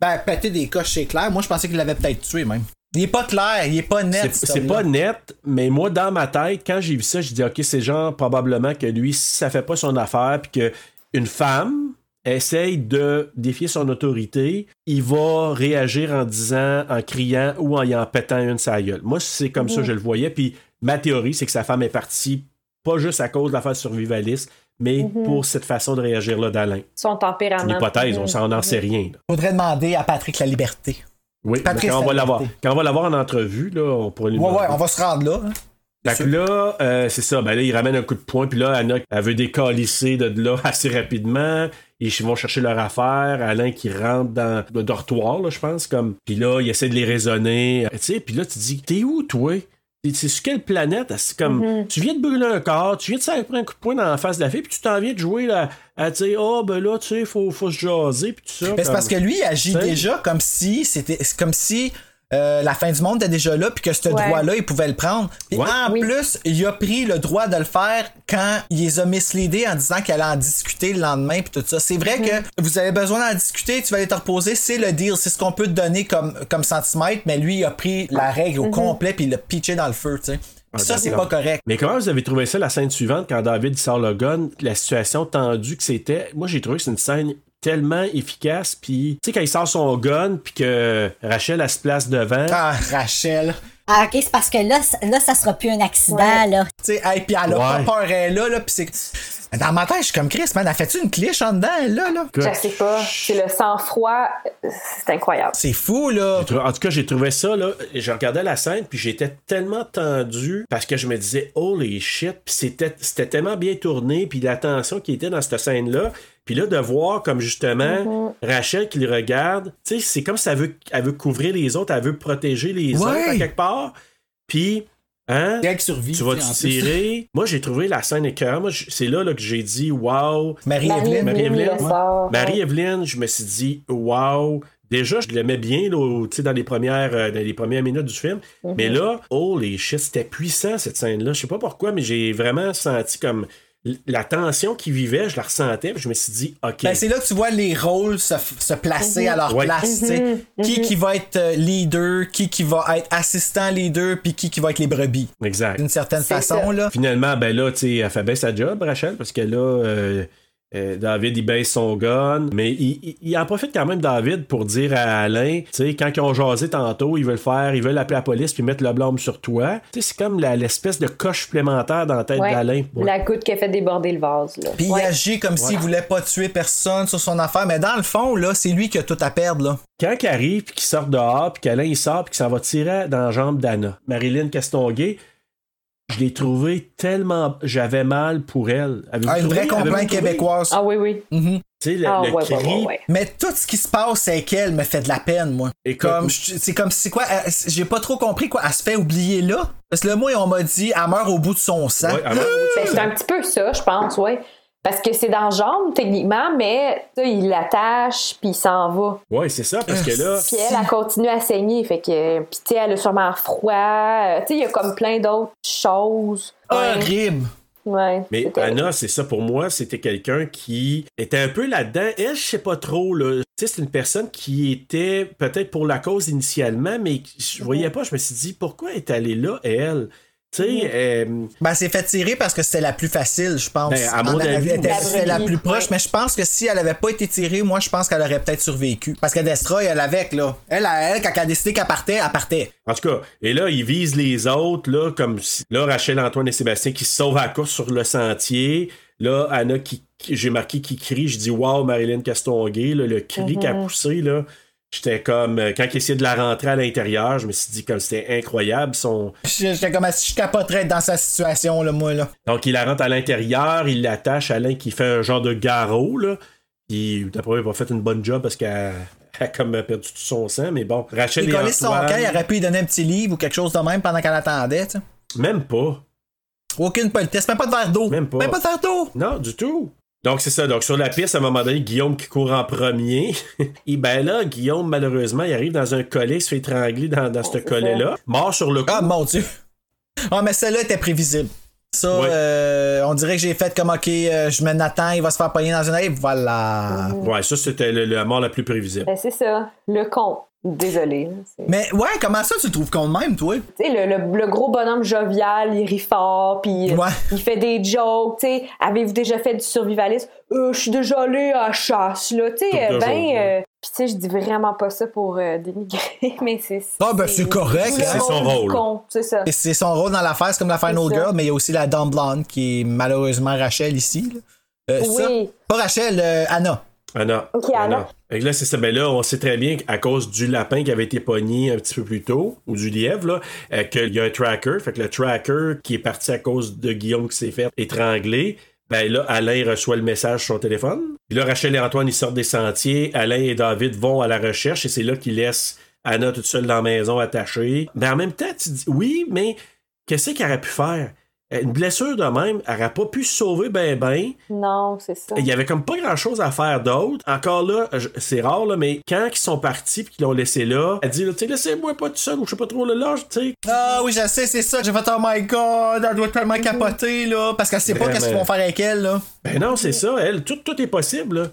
Ben, péter des coches, c'est clair. Moi, je pensais qu'il l'avait peut-être tué, même. Il est pas clair, il est pas net.
C'est
cet
c'est
homme-là.
pas net, mais moi, dans ma tête, quand j'ai vu ça, j'ai dit, OK, c'est genre probablement que lui, si ça fait pas son affaire, puis que une femme essaye de défier son autorité, il va réagir en disant, en criant ou en y en pétant une sa gueule. Moi, c'est comme ça que je le voyais. Puis ma théorie, c'est que sa femme est partie, pas juste à cause de l'affaire survivaliste, mais
Mhm.
pour cette façon de réagir-là d'Alain.
Son
C'est
tempérament. Mhm.
Une hypothèse, on s'en en sait rien. là.
Faudrait demander à Patrick la liberté.
Oui,
Patrice
mais quand on va
Laberté.
l'avoir, quand on va l'avoir en entrevue, là, on pourra lui
Ouais,
demander.
ouais, on va se rendre là. hein.
Fait que là, euh, c'est ça, ben là, il ramène un coup de poing, puis là, Anna, elle veut décalisser de de là assez rapidement. Ils vont chercher leur affaire. Alain qui rentre dans le dortoir, là, je pense, comme. Puis là, il essaie de les raisonner. Euh, Tu sais, puis là, tu dis, t'es où, toi? T'es- C'est sur quelle planète? C'est comme,
Mm-hmm.
tu viens de brûler un corps, tu viens de s'apprendre un coup de poing dans la face de la fille, puis tu t'en viens de jouer là, à dire, oh, ben là, tu sais, faut, faut se jaser, puis tout ça.
Mais Ben, c'est
comme-
parce que lui, il agit
T'sais.
déjà comme si c'était c'est comme si euh, la fin du monde était déjà là, puis que ce
Ouais.
droit-là, il pouvait le prendre. Puis
Ouais.
en
Oui.
plus, il a pris le droit de le faire quand il les a misleadés en disant qu'elle allait en discuter le lendemain, puis tout ça. C'est
Mhm.
vrai que vous avez besoin d'en discuter, tu vas aller te reposer, c'est le deal, c'est ce qu'on peut te donner comme, comme centimètre, mais lui, il a pris la règle
Mhm.
au complet, puis il l'a pitché dans le feu, tu sais. Puis ça, c'est pas
Ah, d'accord.
correct.
Mais comment vous avez trouvé ça la scène suivante quand David sort le gun, la situation tendue que c'était? Moi, j'ai trouvé que c'est une scène tellement efficace. Puis, tu sais, quand il sort son gun, puis que Rachel, elle se place devant.
Ah, Rachel.
Ah, ok, c'est parce que là, ça- là, ça sera plus un accident, là.
Tu sais, hey, puis elle a
Ouais.
pas peur, elle est là, là, puis c'est. Dans ma tête, je suis comme Chris, man, elle fait-tu une cliché en dedans, elle, là, là?
Je sais pas. C'est le sang-froid. C'est incroyable.
C'est fou, là.
Trou- En tout cas, j'ai trouvé ça, là. Je regardais la scène, puis j'étais tellement tendu parce que je me disais, holy shit. Puis c'était, c'était tellement bien tourné, puis la tension qui était dans cette scène-là. Puis là, de voir comme justement Rachel qui le regarde, tu sais, c'est comme si elle veut, elle veut couvrir les autres, elle veut protéger les
Ouais.
autres à quelque part. Puis, hein,
C'est elle qui survit,
tu vas
tu sais,
te
en plus.
tirer. Moi, j'ai trouvé la scène écœurante. Moi, j- C'est là, là que j'ai dit, wow,
Marie-Evelyne.
Marie-Evelyne.
le sort. Ouais.
Marie-Evelyne, je me suis dit, wow. Déjà, je l'aimais bien là, au- tu sais, dans, les premières, euh, dans les premières minutes du film.
Mhm.
Mais là, holy shit, c'était puissant cette scène-là. Je sais pas pourquoi, mais j'ai vraiment senti comme l- la tension qui vivait, je la ressentais. puis je me suis dit, OK.
Ben, c'est là que tu vois les rôles se, se placer à leur
Ouais.
place. tu sais.
Mhm,
Qui qui va être euh, leader, qui qui va être assistant leader, puis qui qui va être les brebis.
exact.
D'une certaine
C'est
façon,
ça.
là.
Finalement, ben là, tu sais, elle fait bien sa job, Rachel, parce que là, euh, euh, David, il baisse son gun. Mais il, il- il en profite quand même, David, pour dire à Alain, tu sais, quand ils ont jasé tantôt, ils veulent faire, ils veulent appeler la police puis mettre le blâme sur toi. Tu sais, c'est comme la- l'espèce de coche supplémentaire dans la tête
Ouais.
d'Alain. Ouais.
La goutte qui a fait déborder le vase. Là.
Puis euh,
Ouais.
il agit comme s'il voulait pas tuer personne sur son affaire, mais dans le fond, là, c'est lui qui a tout à perdre, là.
Quand il arrive, puis qu'il sort dehors, puis qu'Alain, il sort, puis qu'il s'en va tirer dans la jambe d'Anna, Marilyn Castonguay, je l'ai trouvé tellement. J'avais mal pour elle. Avez-vous
Ah,
trouvé?
une vraie
Avez-vous
complainte
trouvé?
québécoise.
Ah oui, oui.
Tu sais, le,
Ah
le
ouais, ouais,
cri,
ouais, ouais.
Mais tout ce qui se passe c'est qu'elle me fait de la peine, moi.
Et
comme
comme-
je- c'est comme si quoi, elle- j'ai pas trop compris quoi, elle se fait oublier là. Parce que le moi, on m'a dit, elle meurt au bout de son sang.
Ouais, avant-
Ben, c'est un petit peu ça, je pense, oui. Parce que c'est dans le jambe, techniquement, mais tu sais, il l'attache, puis il s'en va.
Ouais, c'est ça, parce que là.
Puis elle, elle continue à saigner. Fait que, puis tu sais, elle a sûrement froid. Euh, Tu sais, il y a comme plein d'autres choses. Ouais.
Ah, Horrible.
Ouais,
Ah, Mais
c'était-
Anna, c'est ça pour moi, c'était quelqu'un qui était un peu là-dedans. Elle, je sais pas trop, là. Tu sais, c'est une personne qui était peut-être pour la cause initialement, mais je voyais pas, je me suis dit, pourquoi est allée là, elle? Tu sais, euh,
Ben, elle s'est fait tirer parce que c'était la plus facile, je pense.
Ben, à mon
En- elle
avis,
était-
oui.
c'était la
La
plus
brebis,
proche,
ouais.
mais je pense que si elle avait pas été tirée, moi, je pense qu'elle aurait peut-être survécu. Parce que Destroy, elle avec, là. Elle, elle, elle, quand elle a décidé qu'elle partait, elle partait.
En tout cas, et là, ils visent les autres, là, comme si- là, Rachel, Antoine et Sébastien qui se sauvent à la course sur le sentier. Là, Anna qui, qui- j'ai marqué qui crie, je dis Wow, Marilyn Castonguay, là, le cri qu'elle a poussé, là. J'étais comme euh, quand il essayait de la rentrer à l'intérieur, je me suis dit comme c'était incroyable son.
Je- J'étais comme si je capoterais dans sa situation, là, moi, là.
Donc il la rentre à l'intérieur, il l'attache, Alain qui fait un genre de garrot là. Puis d'après moi, il a pas fait une bonne job parce qu'elle elle a comme perdu tout son sang, mais bon. Rachel
Il
et
collait son
Antoine,
camp, il aurait pu lui donner un petit livre ou quelque chose de même pendant qu'elle attendait, tu sais.
même pas.
Aucune politesse, même pas de verre d'eau.
Même pas.
de verre d'eau.
Non, du tout. Donc, c'est ça. Donc, sur la piste, à un moment donné, Guillaume qui court en premier. Et ben là, Guillaume, malheureusement, il arrive dans un collet, il se fait étrangler dans, dans ce collet-là. Mort sur le coup.
Ah mon dieu. Ah mais celle-là était prévisible. Ça,
Ouais.
euh, on dirait que j'ai fait comme ok, euh, je me n'attends, il va se faire pogner dans une aile. Voilà.
Ouais, ça, c'était le- la mort la plus prévisible.
Ben, c'est ça. Le con. Désolé.
Mais ouais, comment ça tu le trouves compte même, toi?
Tu sais, le, le- le gros bonhomme jovial, il rit fort, puis euh,
Ouais.
il fait des jokes, tu sais. Avez-vous déjà fait du survivalisme? Euh, je suis déjà allé à la chasse, là, tu
Tour
sais.
de
euh, ben,
jour,
euh, puis tu sais, je dis vraiment pas ça pour euh, dénigrer, mais c'est...
Ah, ben, c'est correct,
le
hein.
C'est son
du
rôle.
con, C'est ça.
Et C'est son rôle dans l'affaire, c'est comme la Final
C'est ça.
Girl, mais il y a aussi la Dame Blonde qui est malheureusement Rachel ici. là. Euh, ça,
Oui.
pas Rachel, euh, Anna.
Anna.
Ok, Anna.
Fait que là, c'est ça. Ben là, on sait très bien qu'à cause du lapin qui avait été pogné un petit peu plus tôt, ou du lièvre, là, euh, qu'il y a un tracker. Fait que le tracker qui est parti à cause de Guillaume qui s'est fait étrangler. Ben là, Alain reçoit le message sur son téléphone. Puis là, Rachel et Antoine, ils sortent des sentiers. Alain et David vont à la recherche et c'est là qu'ils laissent Anna Ben, toute seule dans la maison attachée. Mais en même temps, tu dis oui, mais qu'est-ce qu'elle aurait pu faire? Euh, Une blessure de même, elle n'aurait pas pu se sauver ben ben.
Non, c'est ça.
Il y avait comme pas grand chose à faire d'autre. Encore là, je- c'est rare, là, mais quand ils sont partis puis qu'ils l'ont laissé là, elle dit, là, tu sais, laissez-moi pas tout seul ou je sais pas trop le large, tu sais.
Ah oui, je sais, c'est ça. J'ai fait Oh my god, elle doit tellement capoter, là. Parce qu'elle sait pas
Ben,
qu'est-ce qu'ils
ben.
vont faire avec elle, là.
Ben non, c'est ça, elle, tout, tout est possible, là.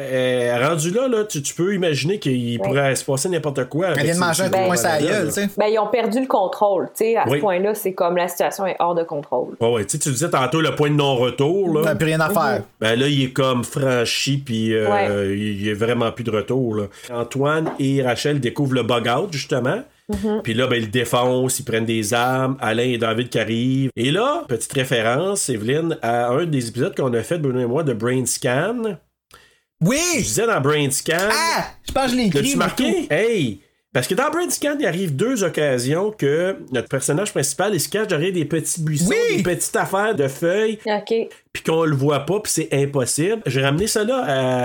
Euh, rendu là, là tu, tu peux imaginer qu'il
Ouais.
pourrait se passer n'importe quoi. avec
Elle vient de
ces-
manger un
ces
coup de poing sur la
malades-là,
gueule,
là.
tu sais.
Ben, ils ont perdu le contrôle. tu sais, à
Oui.
ce point-là, c'est comme la situation est hors de contrôle.
Ouais, ouais, tu sais, tu disais tantôt le point de non-retour,
Elle
là.
a plus rien à faire.
Ben là, il est comme franchi, puis euh,
Ouais.
il n'y a vraiment plus de retour. Là. Antoine et Rachel découvrent le bug-out, justement. Puis là, ben, ils le défoncent, ils prennent des armes, Alain et David qui arrivent. Et là, petite référence, Evelyne, à un des épisodes qu'on a fait, Bruno et moi, de Brain Scan. Je
Oui!
disais dans Brain Scan.
Ah! Je pense que je l'ai écrit.
L'as-tu
mais
marqué? Hey! Parce que dans Brain Scan, il arrive deux occasions que notre personnage principal, il se cache derrière des petits buissons,
Oui!
des petites affaires de feuilles
OK.
puis qu'on le voit pas, puis c'est impossible. J'ai ramené ça là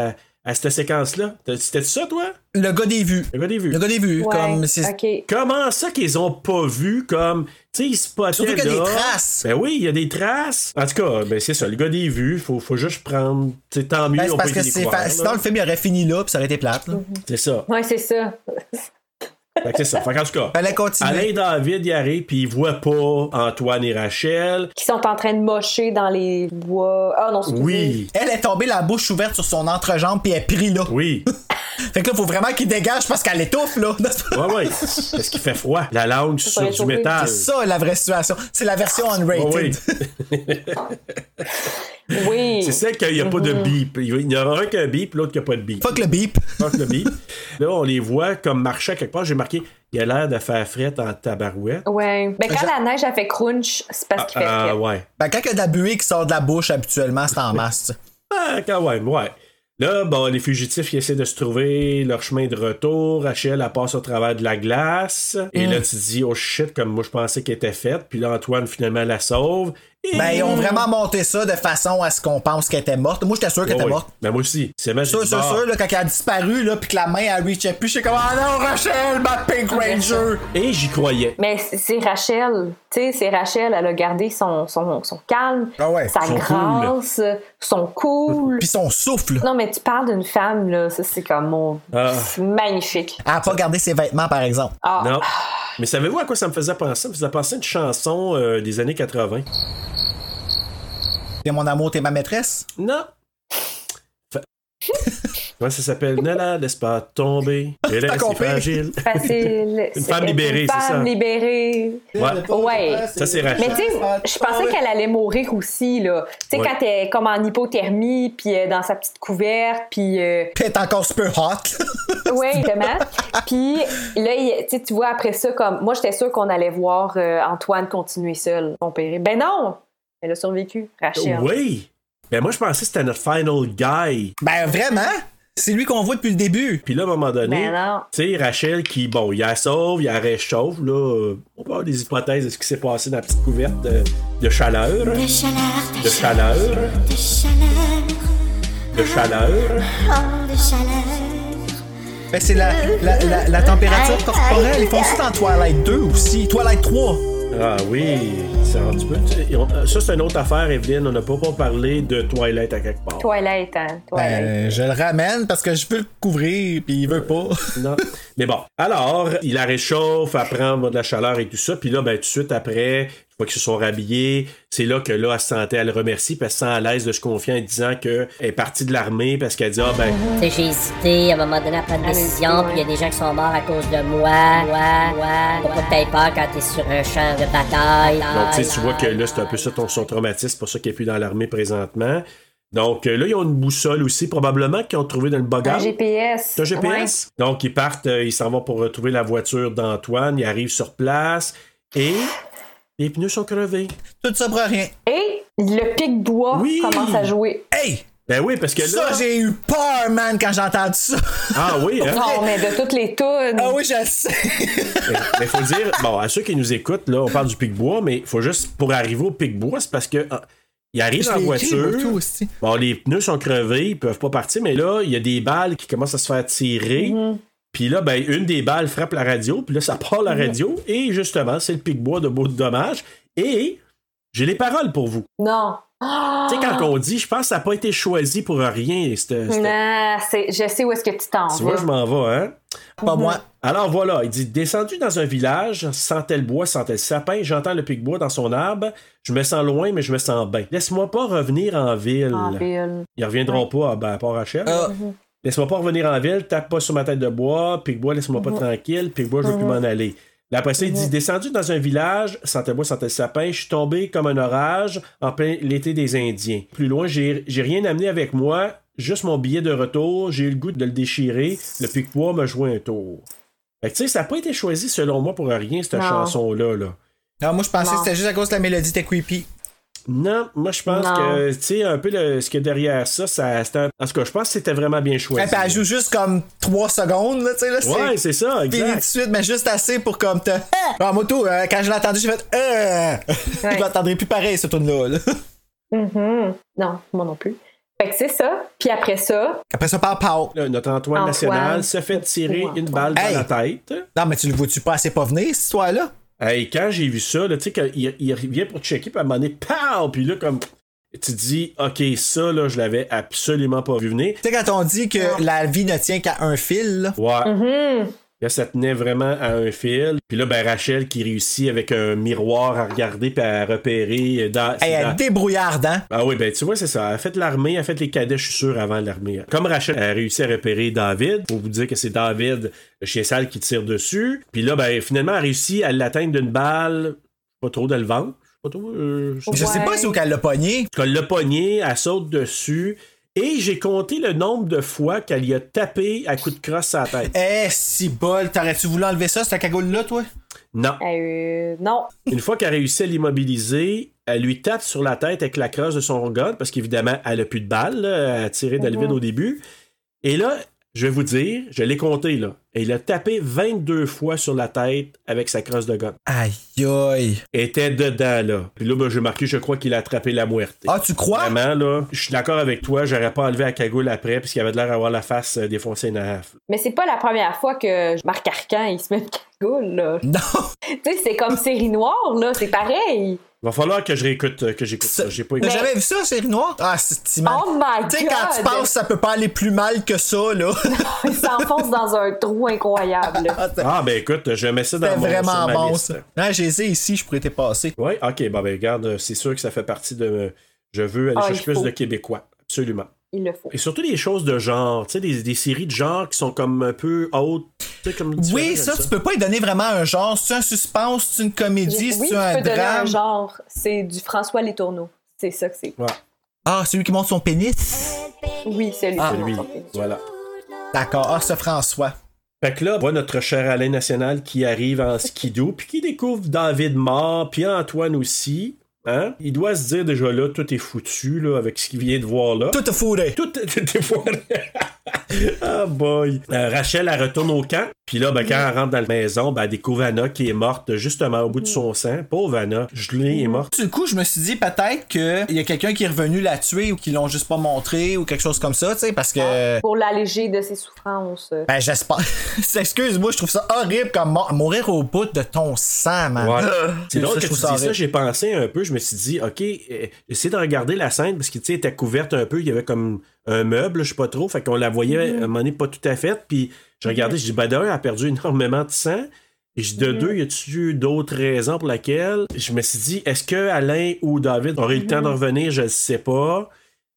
à, à cette séquence-là. T'as- C'était ça, toi?
tout. Le gars des vues.
T'as pas des vues?
Le gars des vues.
Ouais,
Comme c'est.
OK.
Comment ça qu'ils ont pas vu comme. Tu sais, ils se potaient
Surtout qu'il y a
là.
des traces.
Ben oui, il y a des traces. En tout cas, ben c'est ça, le gars des vues, faut, faut juste prendre. Tu sais, tant mieux,
Ben, c'est
on
parce
peut
que
y
c'est
croire,
fa-
là.
sinon le film il aurait fini là, puis ça aurait été plate. Là.
Mhm.
C'est ça.
Ouais, c'est ça.
Fait que c'est ça. Fait qu'en tout cas.
Fallait continuer.
Alain et David y arrive, puis ils voient pas Antoine et Rachel.
Qui sont en train de mocher dans les bois. Ah non, excusez.
Oui,
Elle est tombée la bouche ouverte sur son entrejambe puis elle est prise là.
oui.
Fait que là, faut vraiment qu'il dégage parce qu'elle étouffe là.
Ouais, ouais. Parce qu'il fait froid. La langue sur du
réchauffer.
métal.
C'est ça la vraie situation. C'est la version
Ah,
unrated.
Ouais, ouais.
Oui.
C'est celle qu'il n'y a pas de bip. Il y en a un qui a un bip, l'autre qui n'a pas de bip.
Fuck le beep.
Fuck le bip. Là, on les voit comme marcher à quelque part. J'ai marqué, il a l'air de faire fret en tabarouette.
Ouais. Ben, quand
Je-
la neige, elle fait crunch, c'est parce qu'il fait
Ah,
fret.
ouais.
Ben, quand il y a de la buée qui sort de la bouche habituellement, c'est en masse. tu sais.
Ah, quand même, ouais. Là, bon, les fugitifs, ils essaient de se trouver leur chemin de retour. Rachel, elle passe au travers de la glace. Et là, tu te dis, oh shit, comme moi, je pensais qu'elle était faite. Puis là, Antoine, finalement, la sauve. Et-
Ben, ils ont vraiment monté ça de façon à ce qu'on pense qu'elle était morte. Moi, j'étais sûr qu'elle
Ouais,
était
ouais.
morte.
Ben, moi aussi. C'est magique.
Sûr, sûr,
Bon.
sûr, là, quand elle a disparu, là, pis que la main, elle reachait plus, j'étais comme, ah non, Rachel, ma Pink Ranger!
Et j'y croyais.
Mais c'est c'est Rachel, tu sais, c'est Rachel, elle a gardé son, son, son calme,
Ah ouais,
sa
son
grâce, son cool.
Pis son souffle.
Non, mais tu parles d'une femme, là, ça c'est comme mon.
Ah.
c'est magnifique.
Elle a pas gardé ses vêtements, par exemple.
Ah,
Non. Mais savez-vous à quoi ça me faisait penser? Ça me faisait penser à une chanson euh, des années 80.
T'es mon amour, t'es ma maîtresse.
Non. Fa- Comment ça s'appelle? Ne la laisse pas tomber. Elle est
compris.
fragile.
facile.
Une femme libérée, c'est ça.
Une femme libérée.
Ouais.
Ouais.
Ça, c'est Rachel.
Mais tu sais,
Ah,
je pensais qu'elle allait mourir aussi, là. Tu sais,
Ouais.
quand elle est comme en hypothermie, puis elle est dans sa petite couverte, puis. euh,
Pis elle est encore super hot.
Oui, exactement. Puis là, il- tu sais, tu vois, après ça, comme moi, j'étais sûre qu'on allait voir euh, Antoine continuer seul, son père. Ben non! Elle a survécu, Rachel.
Oui. Ben moi, je pensais que c'était notre final guy.
ben, vraiment? C'est lui qu'on voit depuis le début.
Puis là, à un moment donné,
Ben non.
tu sais, Rachel qui, bon, il la sauve, il la réchauffe. Là, euh, on peut avoir des hypothèses de ce qui s'est passé dans la petite couverte de, de chaleur.
De chaleur, de,
De chaleur.
De chaleur,
De chaleur.
oh, de chaleur.
Ben, c'est la, la, la, la température corporelle. Ils font ça dans Twilight 2 aussi. Twilight 3.
Ah oui. Ça, tu peux- tu- on- ça, c'est une autre affaire, Evelyne. On n'a pas, pas parlé de Twilight à quelque part.
Toilette, hein? Toilette.
Ben, je le ramène parce que je veux le couvrir, pis il veut pas.
Non. Mais bon. Alors, il la réchauffe, elle prend bon, de la chaleur et tout ça. Puis là, ben, tout de suite après, je vois qu'ils se sont rhabillés. C'est là que là, elle se sentait, elle le remercie, puis elle se sent à l'aise de se confier en disant qu'elle est partie de l'armée parce qu'elle dit, ah ben,
Tu sais, j'ai hésité à un moment donné à prendre une
Allez,
décision,
ouais.
puis il y a des gens qui sont morts à cause de moi. Moi, moi. Pourquoi que t'aies peur quand t'es sur un champ de bataille?
donc, tu sais, tu vois que là, c'est un peu ça ton, son traumatisme, c'est pour ça qu'elle est plus dans l'armée présentement. Donc, euh, là, ils ont une boussole aussi, probablement, qu'ils ont trouvé dans le
Un
bagage.
GPS.
C'est un GPS. Donc, ils partent, euh, ils s'en vont pour retrouver la voiture d'Antoine. Ils arrivent sur place et les pneus sont crevés.
Tout ça pour rien.
Ouais. Et le pic bois
Oui.
commence à jouer.
Hey!
Ben oui, parce que là.
Ça, j'ai eu peur, man, quand j'ai entendu ça.
Ah oui, hein?
Non, mais de toutes les tunes.
Ah oui, je le sais.
Mais faut dire, bon, à ceux qui nous écoutent, là, on parle du Pic-Bois, mais faut juste, pour arriver au Pic-Bois, c'est parce que. ah, ils arrivent
Je
en
l'ai
voiture.
écrit, moi, tout aussi.
Bon, les pneus sont crevés, ils peuvent pas partir, mais là, il y a des balles qui commencent à se faire tirer.
Mhm.
Puis là, ben, une des balles frappe
Mhm.
la radio, puis là, ça part la radio. Et justement, c'est le pic-bois de beau de dommage. Et J'ai les paroles pour vous.
Non.
Tu sais, quand on dit, je pense que ça n'a pas été choisi pour rien. c'était- c'était-
Ah. Non, Ah, c'est- je sais où est-ce que tu t'en
Tu vois, je m'en
vas.
vais, hein?
Pas moi.
Alors voilà, il dit descendu dans un village, sentait le bois, sentait le sapin, j'entends le pic-bois dans son arbre, je me sens loin, mais je me sens bien. Laisse-moi pas revenir en ville.
En ville.
Ils reviendront pas à, ben, à Port-Rachel.
Ah.
Laisse-moi pas revenir en ville, tape pas sur ma tête de bois, pic-bois, laisse-moi pas tranquille, pic-bois, je veux plus m'en aller. Là, après ça, il dit descendu dans un village, sentais le bois, sentais le sapin, je suis tombé comme un orage en plein l'été des Indiens. Plus loin, j'ai j'ai rien amené avec moi, juste mon billet de retour, j'ai eu le goût de le déchirer, le pic-bois me jouait un tour. Fait que tu sais, ça n'a pas été choisi selon moi pour rien, cette
Non.
chanson-là. Là.
Non, Ah, moi, je pensais
Non.
que c'était juste à cause de la mélodie, t'es creepy.
Non, moi je pense
Non.
que, tu sais, un peu le- ce qu'il y a derrière ça, ça c'était un- en tout cas, je pense que c'était vraiment bien choisi.
Et Eh, puis elle joue juste comme 3 secondes, là, tu sais, là,
ouais,
c'est
c'est ça,
fini tout de
exact.
suite, mais juste assez pour comme te. En moto, euh, quand je l'ai entendu, j'ai fait. Euh!
Ouais.
Je l'entendrai plus pareil, ce tourne-là. là.
Mhm. Non, moi non plus. Fait que c'est ça. Puis après ça,
Après ça, par Pau.
Là, notre Antoine,
Antoine
National se fait tirer
Antoine.
une balle
Hey!
dans la tête.
Non, mais tu le vois-tu pas assez pas venir, cette histoire-là?
Hey, quand j'ai vu ça, là, tu sais, quand il, il revient pour checker, puis à un moment donné, pow! Puis là, comme, tu te dis, OK, ça, là, je l'avais absolument pas vu venir.
Tu sais, quand on dit que la vie ne tient qu'à un fil, là.
Ouais.
mhm.
Là, ça tenait vraiment à un fil. Puis là, ben, Rachel qui réussit avec un miroir à regarder puis à repérer. euh, Dans,
Hey,
c'est
elle
dans-
est débrouillarde, hein?
Ah oui, ben tu vois, c'est ça. Elle a fait l'armée, elle a fait les cadets, je suis sûr, avant l'armée. Comme Rachel a réussi à repérer David, pour vous dire que c'est David, le chien sale, qui tire dessus. Puis là, ben finalement, elle a réussi à l'atteindre d'une balle, pas trop dans le ventre. je sais Pas trop. euh, je sais pas.
Je sais
Ouais.
pas si où qu'elle l'a pogné.
Qu'elle l'a pogné, elle saute dessus. Et j'ai compté le nombre de fois qu'elle y a tapé à coup de crosse à la tête.
Eh, si bol, t'aurais-tu voulu enlever ça, cette cagoule-là, toi?
Non.
Euh, non.
Une fois qu'elle réussit à l'immobiliser, elle lui tape sur la tête avec la crosse de son gun, parce qu'évidemment, elle a plus de balles, là, elle a tiré dans le
Mhm.
vide au début. Et là, je vais vous dire, je l'ai compté, là. Et il a tapé 22 fois sur la tête avec sa crosse de gun.
Aïe, aïe.
Elle était dedans, là. Puis là, ben, j'ai marqué, je crois qu'il a attrapé la muerte.
Ah, tu crois?
Vraiment, là, je suis d'accord avec toi, j'aurais pas enlevé la cagoule après, puisqu'il avait de l'air d'avoir la face euh, défoncée dans la-
Mais c'est pas la première fois que Marc Arcan, il se met une cagoule, là.
Non!
Tu sais, c'est comme série noire, là. C'est pareil.
Va falloir que je réécoute, euh, que j'écoute ça. J'ai pas
T'as
écouté.
jamais vu ça, série noire? Ah, c'est petit mal.
Oh my
Tu sais, quand tu
God!
penses, ça peut pas aller plus mal que ça, là.
Il s'enfonce dans un trou incroyable. là.
Ah, ben écoute, je mets ça dans
C'était
mon, sur
vraiment
ma
bon,
liste.
ça. Non, j'ai essayé ici, je pourrais t'épasser.
Oui, ok, bon, ben regarde, euh, c'est sûr que ça fait partie de. euh, Je veux aller
Ah,
chercher
il
plus
faut.
de Québécois. Absolument.
Il le faut.
Et surtout des choses de genre, tu sais, des, des séries de genre qui sont comme un peu hautes. tu sais, Comme
Oui,
différentes,
ça, tu peux pas y donner vraiment un genre. C'est un suspense, c'est une comédie,
Oui,
c'est
tu
un
peux donner
drame.
un genre. C'est du François Letourneau. C'est ça que c'est.
Ouais,
Ah, celui qui monte son pénis.
Oui, c'est lui.
Ah,
c'est lui. Voilà.
D'accord. Ah, c'est François.
Fait que là, on voit notre cher Alain National qui arrive en skidoo, puis qui découvre David mort, puis Antoine aussi. Hein? Il doit se dire déjà là, tout est foutu là, avec ce qu'il vient de voir là.
Tout a fourré.
Tout, tout est foiré. Ah boy. Euh, Rachel, elle retourne au camp. Puis là, ben, quand elle rentre dans la maison, ben, elle découvre Anna qui est morte justement au bout de son sang. Pauvre Anna, gelée est morte.
Du coup, je me suis dit peut-être qu'il y a quelqu'un qui est revenu la tuer ou qu'ils l'ont juste pas montré ou quelque chose comme ça, tu sais, parce que.
Pour l'alléger de ses souffrances.
Ben, j'espère. Excuse-moi, je trouve ça horrible comme mort- mourir au bout de ton sang, man.
Ouais. C'est
Ça,
drôle
je
que tu
trouve
dis
ça
ça,
horrible.
j'ai pensé un peu, je me suis dit, ok, euh, j'essaie de regarder la scène parce qu'il était couverte un peu, il y avait comme un meuble, je sais pas trop, fait qu'on la voyait
Mhm.
à un moment donné pas tout à fait, puis je regardais, je dis, ben d'un, elle a perdu énormément de sang, et je dis,
Mhm.
de deux, y a-tu eu d'autres raisons pour lesquelles? Je me suis dit, est-ce que Alain ou David auraient eu le
Mhm.
temps de revenir, je ne sais pas,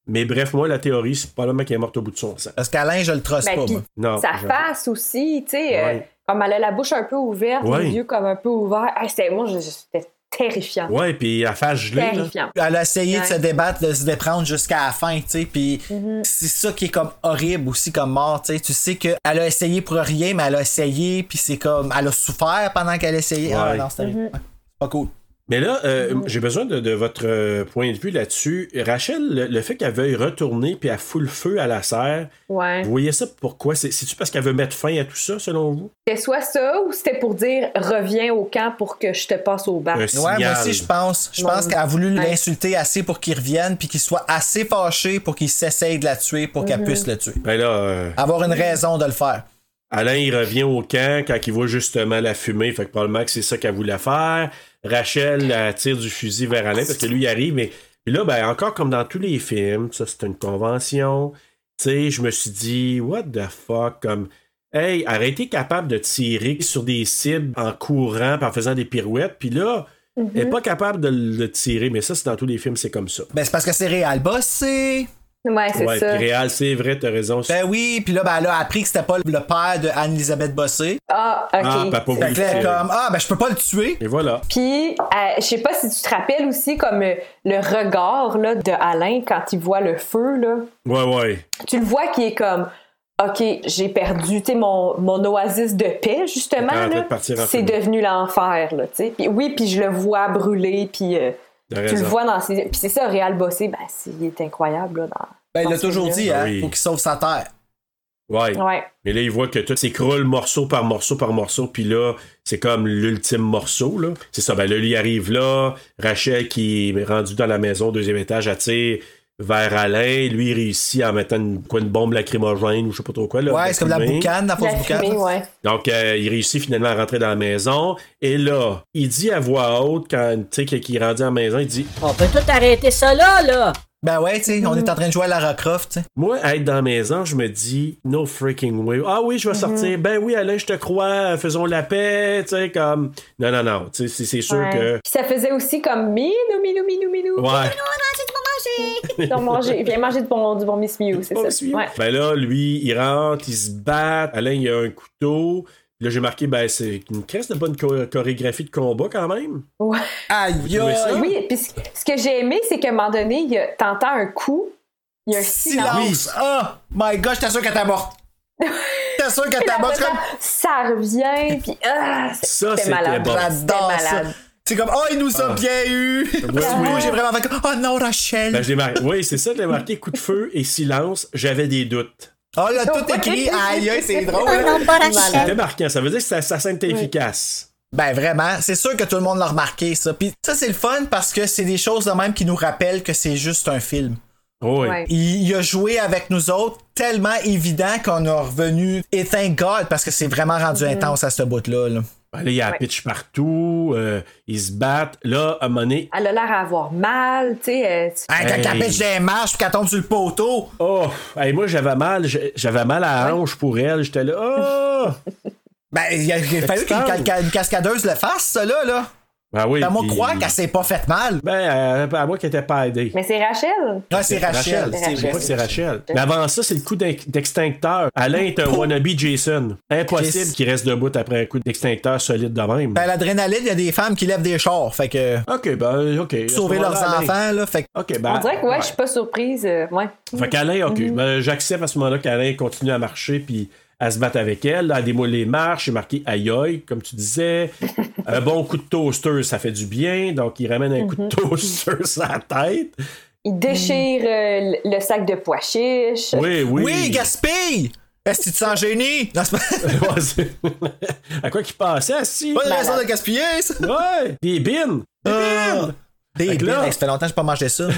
mais bref, moi, la théorie, c'est probablement qu'elle est morte au bout de son sang.
Parce qu'Alain, je le trosse
Ben,
pas,
puis
moi.
Non.
sa
je-
face aussi, tu sais, euh,
Ouais.
comme elle a la bouche un peu ouverte,
Ouais.
les yeux comme un peu ouverts. Hey, c'était- moi, je- je- c'était terrifiant.
Ouais, puis la face gelée,
Ben,
là.
terrifiant.
Elle a essayé de
Ouais. Mm-hmm.
se débattre, de se déprendre jusqu'à la fin, tu sais. Puis c'est ça qui est comme horrible aussi comme mort, tu sais. Tu sais qu'elle a essayé pour rien, mais elle a essayé, puis c'est comme. Elle a souffert pendant qu'elle essayait. Ah
Ouais.
non, c'était
Mm-hmm.
horrible. Ouais. C'est pas cool.
Mais là, euh, j'ai besoin de, de votre euh, point de vue là-dessus. Rachel, le, le fait qu'elle veuille retourner puis elle fout le feu à la serre,
Ouais.
vous voyez ça pourquoi? C'est- C'est-tu parce qu'elle veut mettre fin à tout ça, selon vous?
C'était soit ça ou c'était pour dire reviens au camp pour que je te passe au bac.
Un
Ouais,
signal.
moi aussi, je pense. Je
Ouais.
pense qu'elle a voulu
Ouais.
l'insulter assez pour qu'il revienne, puis qu'il soit assez
Mm-hmm.
fâché pour qu'il s'essaye de la tuer, pour qu'elle puisse le tuer.
Ben là, euh,
Avoir une raison de le faire.
Alain, il revient au camp quand il voit justement la fumée. Fait que probablement que c'est ça qu'elle voulait faire. Rachel elle tire du fusil vers Alain parce que lui, il arrive. Mais puis là, ben, encore comme dans tous les films, ça, c'est une convention. Tu sais, je me suis dit, what the fuck? Comme, hey, arrêtez capable de tirer sur des cibles en courant, en faisant des pirouettes. Puis là,
Mhm.
elle n'est pas capable de le tirer. Mais ça, c'est dans tous les films, c'est comme ça.
Ben, c'est parce que c'est réel bossé.
Ouais,
ouais, puis Réal, c'est vrai, t'as raison.
Ben oui, puis là, ben, elle a appris que c'était pas le père de Anne-Elisabeth Bossé.
Ah, ok.
Ah, ben, pas
Fait que là, elle est
obligé.
comme, ah, ben, je peux pas le tuer.
Et voilà.
Puis, euh, je sais pas si tu te rappelles aussi comme euh, le regard là, de Alain quand il voit le feu. Là.
Ouais, ouais.
Tu le vois qui est comme OK, j'ai perdu tu sais, mon, mon oasis de paix, justement.
T'es en train
là.
de partir en
C'est
fumée.
devenu l'enfer. là, tu sais. Puis Oui, puis je le vois brûler, puis euh,
T'as
tu le
raison.
vois dans ses. Puis c'est ça, Réal Bossé, ben, c'est- il est incroyable. Là, dans...
Ben, il
dans
l'a
ce
toujours
film-là.
dit, hein,
Ah oui.
faut qu'il sauve sa terre.
Ouais.
Ouais.
Mais là, il voit que tout s'écroule morceau par morceau par morceau. Puis là, c'est comme l'ultime morceau. là. C'est ça. Ben là, lui arrive là. Rachel, qui est rendue dans la maison, deuxième étage, attire vers Alain. Lui, il réussit en mettant une, quoi, une bombe lacrymogène ou je sais pas trop quoi. Là,
Ouais, c'est comme la
fumée.
boucane, la fausse
La
boucane.
fumée, ouais.
Donc, euh, il réussit finalement à rentrer dans la maison. Et là, il dit à voix haute, quand tu sais, qu'il est rendu à la maison, il dit
On peut tout arrêter ça là, là!
Ben ouais, tu sais, on est en train de jouer à Lara Croft, tu sais.
Moi, être dans la maison, je me dis, no freaking way. Ah oui,
Mhm.
je vais sortir. Ben oui, Alain, je te crois. Faisons la paix. Tu sais, comme. Non, non, non. Tu sais, c'est- c'est sûr
Ouais.
que.
Puis ça faisait aussi comme Minou, Minou, Minou, Minou.
Ouais.
Viens manger, viens manger du bon, du bon Miss Miou, c'est
Bon,
ça.
monsieur.
Ouais.
Ben là, lui, il rentre, il se bat. Alain, il a un couteau. Là, j'ai marqué, ben, c'est une crèche de bonne cho- chorégraphie de combat quand même.
Ouais.
Aïe,
trouvez ça?
aïe.
Oui, puis ce ce que j'ai aimé, c'est qu'à un moment donné, il y a- t'entends un coup, il y a un silence.
Silence! Ah! my gosh, t'es sûr qu'elle t'a mort! T'es sûr qu'elle
Puis
t'a
là,
mort? C'est
après
comme,
Ça revient, puis ah,
Ça,
c'était
c'était
malade.
bon.
j'adore
C'était
ça!
malade.
C'est comme, oh, il nous a
Ah.
bien eu! Moi, j'ai vraiment fait comme, oh non, Rachel!
Ben, je l'ai marqué. Oui, c'est ça, j'ai marqué coup de feu et silence. J'avais des doutes.
Oh là, tout écrit, aïe, aïe, c'est drôle!
Oh
hein.
non, pas Rachel.
C'était marquant. Ça veut dire que ça, ça scène était efficace.
Ben vraiment, c'est sûr que tout le monde l'a remarqué, ça. Puis ça, c'est le fun parce que c'est des choses de même qui nous rappellent que c'est juste un film.
Oui.
Ouais.
Il, il a joué avec nous autres tellement évident qu'on a revenu et thank God parce que c'est vraiment rendu intense à ce bout-là. là.
Ben là, il y a la pitch partout. euh, ils se battent. Là, à un moment donné,
Elle a l'air à avoir mal, tu sais. euh, tu-
Hein, quand
Hey.
elle pêche des marches puis qu'elle tombe sur le poteau.
Oh, hey, moi j'avais mal, j'ai- j'avais mal à la hanche pour elle, j'étais là, oh!
Ben, il a, il a fallu qu'une
Extase.
ca- une cascadeuse le fasse, ça là. là.
Ah oui.
Ben, moi,
puis-
croire qu'elle s'est pas faite mal.
Ben, euh, à moi qu'elle était pas aidée.
Mais c'est Rachel.
Non, c'est Rachel.
Je sais
vrai.
pas que c'est Rachel. Mais avant ça, c'est le coup d'in- d'extincteur. Alain est un wannabe Jason. Impossible
Yes.
qu'il reste debout après un coup d'extincteur solide de même.
Ben, l'adrénaline, il y a des femmes qui lèvent des chars. Fait que.
ok, ben, ok. À ce
Sauver leurs
moment-là, Alain-
enfants, là. Fait que.
Ok, ben.
On dirait que ouais,
ouais.
je suis pas surprise. euh, ouais.
Fait qu'Alain, ok.
Mhm.
ben, J'accepte à ce moment-là qu'Alain continue à marcher puis à se battre avec elle. Là, elle démoule les marches, j'ai marqué aïe aïe, comme tu disais. un bon coup de toaster, ça fait du bien. Donc, il ramène un coup
Mhm.
de toaster sur la tête.
Il déchire euh, le le sac de pois chiches.
Oui, oui.
Oui, gaspille! Est-ce que tu te sens gêné? Non, c'est pas.
Ouais, c'est- à quoi qu'il passait, assis?
Pas de raison de gaspiller, ça!
Ouais, des bines. Des
Ah.
bines.
Des
Fait que là-
bines, hey, ça fait longtemps que j'ai pas mangé ça.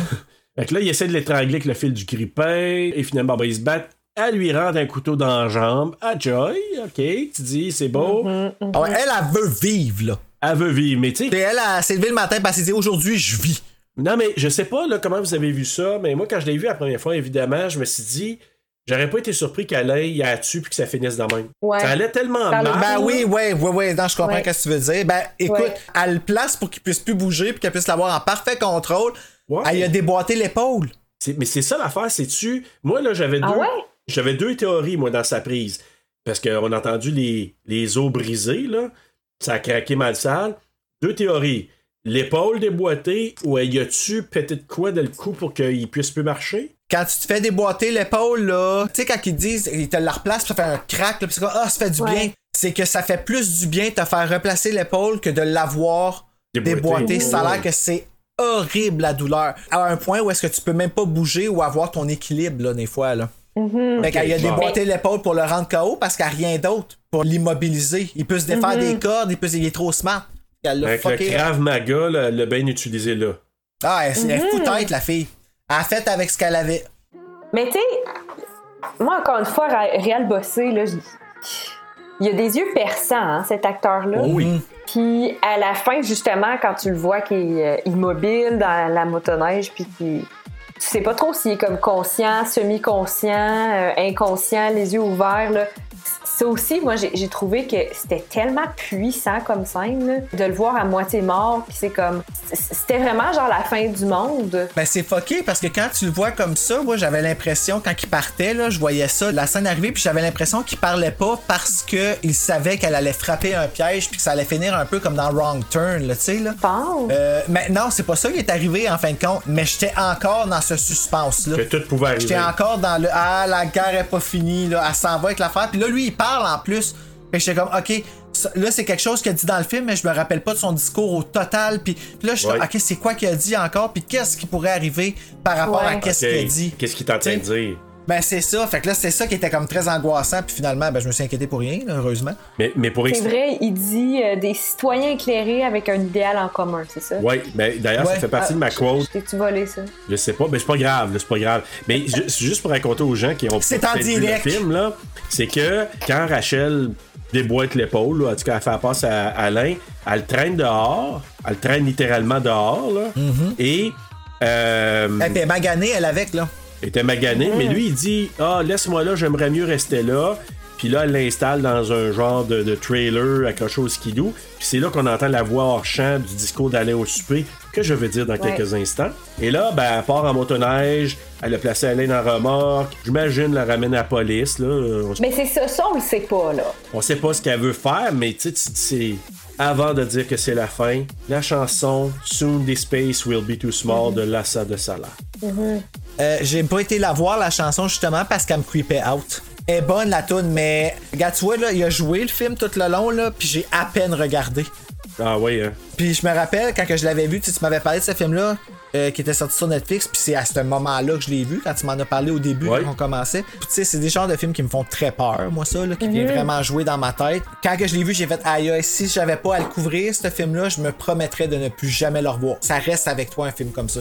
Fait que là, il essaie de l'étrangler avec le fil du grippin. Et finalement, ben, ils se battent. Elle lui rentre un couteau dans la jambe. À Joy, ok, tu dis, c'est beau.
Ah ouais, elle, elle veut vivre, là.
Elle veut vivre, mais tu sais,
Puis elle, elle s'est levée le matin parce qu'elle s'est dit aujourd'hui, je vis.
Non, mais je sais pas là, comment vous avez vu ça, mais moi, quand je l'ai vu la première fois, évidemment, je me suis dit, j'aurais pas été surpris qu'Alain y a dessus puis que ça finisse dans même.
Ouais.
Ça allait tellement
Par le
mal.
Ben
Ah,
oui,
oui.
ouais, ouais, ouais, non, je comprends
Ouais.
quest ce que tu veux dire. Ben écoute,
Ouais.
elle le place pour qu'il puisse plus bouger puis qu'elle puisse l'avoir en parfait contrôle.
Ouais.
Elle Ah, y a déboîté l'épaule.
C'est- Mais c'est ça l'affaire, c'est-tu. Moi, là, j'avais
Ah
deux.
ouais?
J'avais deux théories, moi, dans sa prise. Parce qu'on a entendu les, les os brisés, là. Ça a craqué mal sale. Deux théories. L'épaule déboîtée ou elle y a dessus pété de quoi dans le cou pour qu'il puisse plus marcher?
Quand tu te fais déboîter l'épaule, là, tu sais, quand ils disent, ils te la replacent, puis ça fait un crack, là, puis c'est comme, ah, ça fait du
Ouais.
bien. C'est que ça fait plus du bien de te faire replacer l'épaule que de l'avoir
Déboîté.
déboîté. Ça a
Ouais.
l'air que c'est horrible la douleur. À un point où est-ce que tu peux même pas bouger ou avoir ton équilibre, là, des fois, là. Fait qu'elle a
bon.
déboîté l'épaule pour le rendre KO parce qu'elle a rien d'autre pour l'immobiliser. Il peut se défaire des cordes, il peut se- il est trop smart. Elle l'a
Avec le
fucké.
Krav Maga, là, le bien utilisé là.
Ah, elle, elle est foutante, la fille. Elle a fait avec ce qu'elle avait.
Mais tu sais, moi, encore une fois, Ra- Réal Bossé, là, je- Il a des yeux perçants, hein, cet acteur-là.
Oh
Oh. Mm.
oui.
Puis à la fin, justement, quand tu le vois qu'il est euh, immobile dans la motoneige, puis qu'il. Tu sais pas trop s'il est comme conscient, semi-conscient, euh, inconscient, les yeux ouverts. Là. Ça aussi, moi, j'ai j'ai trouvé que c'était tellement puissant comme scène, là, de le voir à moitié mort, puis c'est comme. C'était vraiment genre la fin du monde.
Ben, c'est fucké parce que quand tu le vois comme ça, moi, j'avais l'impression, quand il partait, là, je voyais ça, la scène arriver, puis j'avais l'impression qu'il parlait pas parce que il savait qu'elle allait frapper un piège, puis que ça allait finir un peu comme dans Wrong Turn, là, tu sais, là. Euh, mais non, c'est pas ça qui est arrivé, en fin de compte, mais j'étais encore dans ce suspense-là.
Que tout pouvait arriver.
J'étais encore dans le Ah, la guerre est pas finie, là, elle s'en va avec l'affaire. Puis là, lui, il parle en plus. Fait que j'étais comme, OK, ça- là, c'est quelque chose qu'il a dit dans le film, mais je me rappelle pas de son discours au total. Puis puis là, je suis comme,
Ouais.
OK, c'est quoi qu'il a dit encore? Puis qu'est-ce qui pourrait arriver par rapport à qu'est-ce
Ok,
qu'il a dit?
Qu'est-ce qu'il est en train de dire?
Ben, c'est ça. Fait que là, c'est ça qui était comme très angoissant. Puis finalement, ben, je me suis inquiété pour rien, là, heureusement.
Mais, mais pour
C'est
expliquer-
vrai, il dit euh, des citoyens éclairés avec un idéal en commun, c'est ça?
Oui, mais d'ailleurs, ça fait partie
ah,
de ma quote.
T'es-tu volé ça?
Je sais pas, mais c'est pas grave, là, c'est pas grave. Mais ju- c'est juste pour raconter aux gens qui ont
C'est en
peut-être vu
direct.
le film, là, c'est que quand Rachel déboîte l'épaule, là, en tout cas, elle fait la passe à Alain, elle le traîne dehors, elle le traîne littéralement dehors, là, et. euh,
Elle était maganée, Eh, elle, avec, là.
elle était maganée,
Mhm.
mais lui, il dit Ah, laisse-moi là, j'aimerais mieux rester là. Puis là, elle l'installe dans un genre de, de trailer accroché au skidoo. Puis c'est là qu'on entend la voix hors champ du discours d'Alain au souper, que je vais dire dans
Ouais.
quelques instants. Et là, ben, elle part en motoneige, elle a placé Alain dans la remorque. J'imagine la ramène à la police. Là. On,
Mais c'est ça, ça, on le sait pas, là.
on sait pas ce qu'elle veut faire, mais tu sais, tu dis, c'est. Avant de dire que c'est la fin, la chanson Soon the Space Will Be Too Small de Lassa de Salah.
Euh, j'ai pas été la voir la chanson justement parce qu'elle me creepait out. Elle est bonne la tune, mais regarde, tu vois, là, il a joué le film tout le long, là, puis j'ai à peine regardé.
Ah oui, hein.
Puis je me rappelle quand que je l'avais vu, tu, sais, tu m'avais parlé de ce film-là, euh, qui était sorti sur Netflix, puis c'est à ce moment-là que je l'ai vu, quand tu m'en as parlé au début, quand on commençait. Puis tu sais, c'est des genres de films qui me font très peur, moi, ça, là, qui vient
Mhm.
vraiment jouer dans ma tête. Quand que je l'ai vu, j'ai fait aïe, aïe, si j'avais pas à le couvrir, ce film-là, je me promettrais de ne plus jamais le revoir. Ça reste avec toi un film comme ça.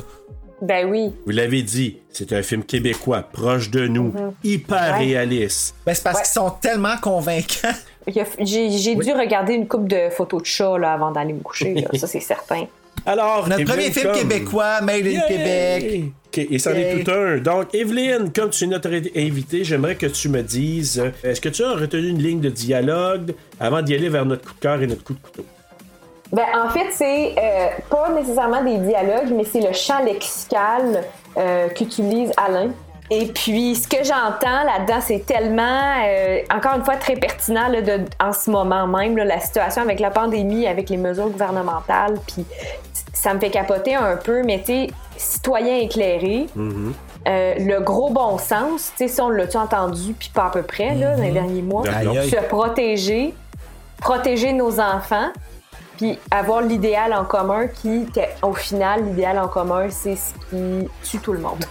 Ben oui.
Vous l'avez dit, c'est un film québécois, proche de nous,
Mhm.
hyper réaliste.
Ben, c'est parce qu'ils sont tellement convaincants.
Il y a- J'ai j'ai
Oui.
dû regarder une coupe de photos de chats là, avant d'aller me coucher, là. ça c'est certain.
Alors,
Notre
Evelyn
premier film
Cohn.
québécois, Made in
Yay!
Québec.
OK, et c'en
Yay.
est tout un. Donc, Evelyne, comme tu es notre invitée, j'aimerais que tu me dises, euh, est-ce que tu as retenu une ligne de dialogue avant d'y aller vers notre coup de cœur et notre coup de couteau?
Ben, en fait, c'est euh, pas nécessairement des dialogues, mais c'est le champ lexical euh, qu'utilise Alain. Et puis, ce que j'entends là-dedans, c'est tellement, euh, encore une fois, très pertinent là, de, en ce moment même, là, la situation avec la pandémie, avec les mesures gouvernementales. Puis, ça me fait capoter un peu, mais tu sais, citoyen éclairé, euh, le gros bon sens, tu sais, ça, on l'a-tu entendu, puis pas à peu près, là, dans les
Mhm.
derniers mois.
Aïe, aïe.
Se protéger, protéger nos enfants, puis avoir l'idéal en commun qui, que- au final, l'idéal en commun, c'est ce qui tue tout le monde.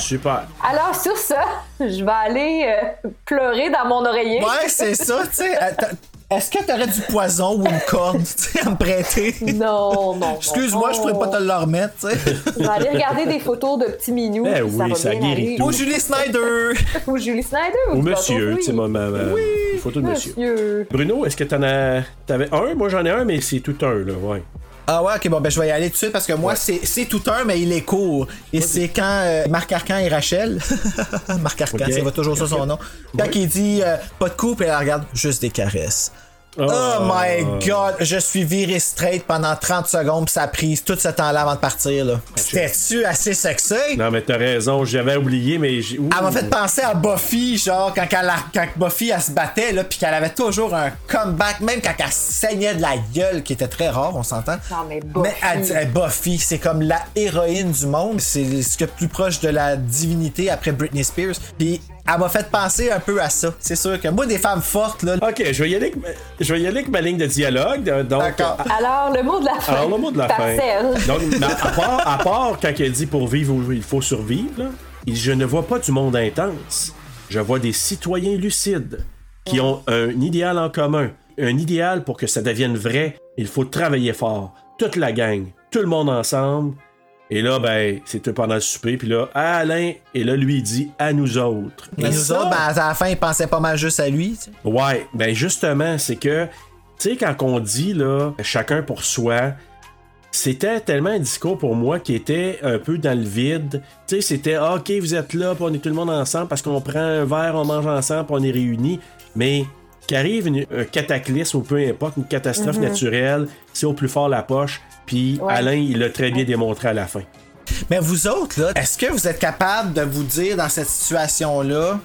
Super.
Alors, sur ça, je vais aller euh, pleurer dans mon oreiller.
Ouais, c'est ça, tu sais. euh, t'as- Est-ce que t'aurais du poison ou une corne, tu sais, à me prêter?
Non, non.
Excuse-moi, je pourrais pas te le remettre, tu sais.
Je vais aller regarder des photos de petits minous.
Ben
puis
oui,
va
ça
bien
guérit
aller.
tout. Ou Julie Snyder.
ou Julie Snyder.
Ou
du
monsieur,
bâton,
tu sais,
oui.
ma, ma- ma-
Oui,
une photo de monsieur.
monsieur.
Bruno, est-ce que t'en as... T'avais un? Moi, j'en ai un, mais c'est tout un, là, ouais.
Ah ouais, ok, bon, ben je vais y aller tout de suite parce que moi, c'est c'est tout un, mais il est court. Et c'est quand euh, Marc Arcan et Rachel. Marc Arcan,
Ok.
ça va toujours ça son nom. Quand il dit euh, pas de coupe, elle regarde juste des caresses. Oh, my god, je suis viré straight pendant 30 secondes, puis ça a pris tout ce temps-là avant de partir. là. C'était-tu assez sexy?
Non, mais t'as raison, j'avais oublié, mais... j'ai- Ouh.
Elle m'a Ah, fait penser à Buffy, genre, quand, elle a- quand Buffy, elle se battait, là, puis qu'elle avait toujours un comeback, même quand elle saignait de la gueule, qui était très rare, on s'entend.
Non, mais
Mais elle dit, hey, Buffy, c'est comme la héroïne du monde. C'est ce que plus proche de la divinité après Britney Spears. Puis elle m'a fait penser un peu à ça. C'est sûr que moi, des femmes fortes, là.
Ok, je vais y aller avec ma, je vais y aller avec ma ligne de dialogue. euh, Donc,
Ah,
Alors, le mot de la fin.
Alors, le mot de la
Parcelle.
fin. Donc, mais à, part, à part quand il dit pour vivre, il faut survivre, là, il dit, je ne vois pas du monde intense. Je vois des citoyens lucides qui ont un idéal en commun. Un idéal pour que ça devienne vrai. Il faut travailler fort. Toute la gang, tout le monde ensemble. Et là, ben, c'est eux pendant le souper. Puis là, Alain, et là, lui, il dit à nous autres.
Mais
Et
nous
ça,
autres, ben, à la fin, ils pensaient pas mal juste à lui. tu sais.
Ouais, ben justement, c'est que, tu sais, quand on dit, là, chacun pour soi, c'était tellement un discours pour moi qui était un peu dans le vide. Tu sais, c'était, Ah, OK, vous êtes là, puis on est tout le monde ensemble parce qu'on prend un verre, on mange ensemble, puis on est réunis. Mais qu'arrive une- un cataclysme ou peu importe, une catastrophe
Mhm.
naturelle, c'est au plus fort la poche. Puis
Ouais.
Alain, il l'a très bien démontré à la fin.
Mais vous autres, là, est-ce que vous êtes capable de vous dire dans cette situation-là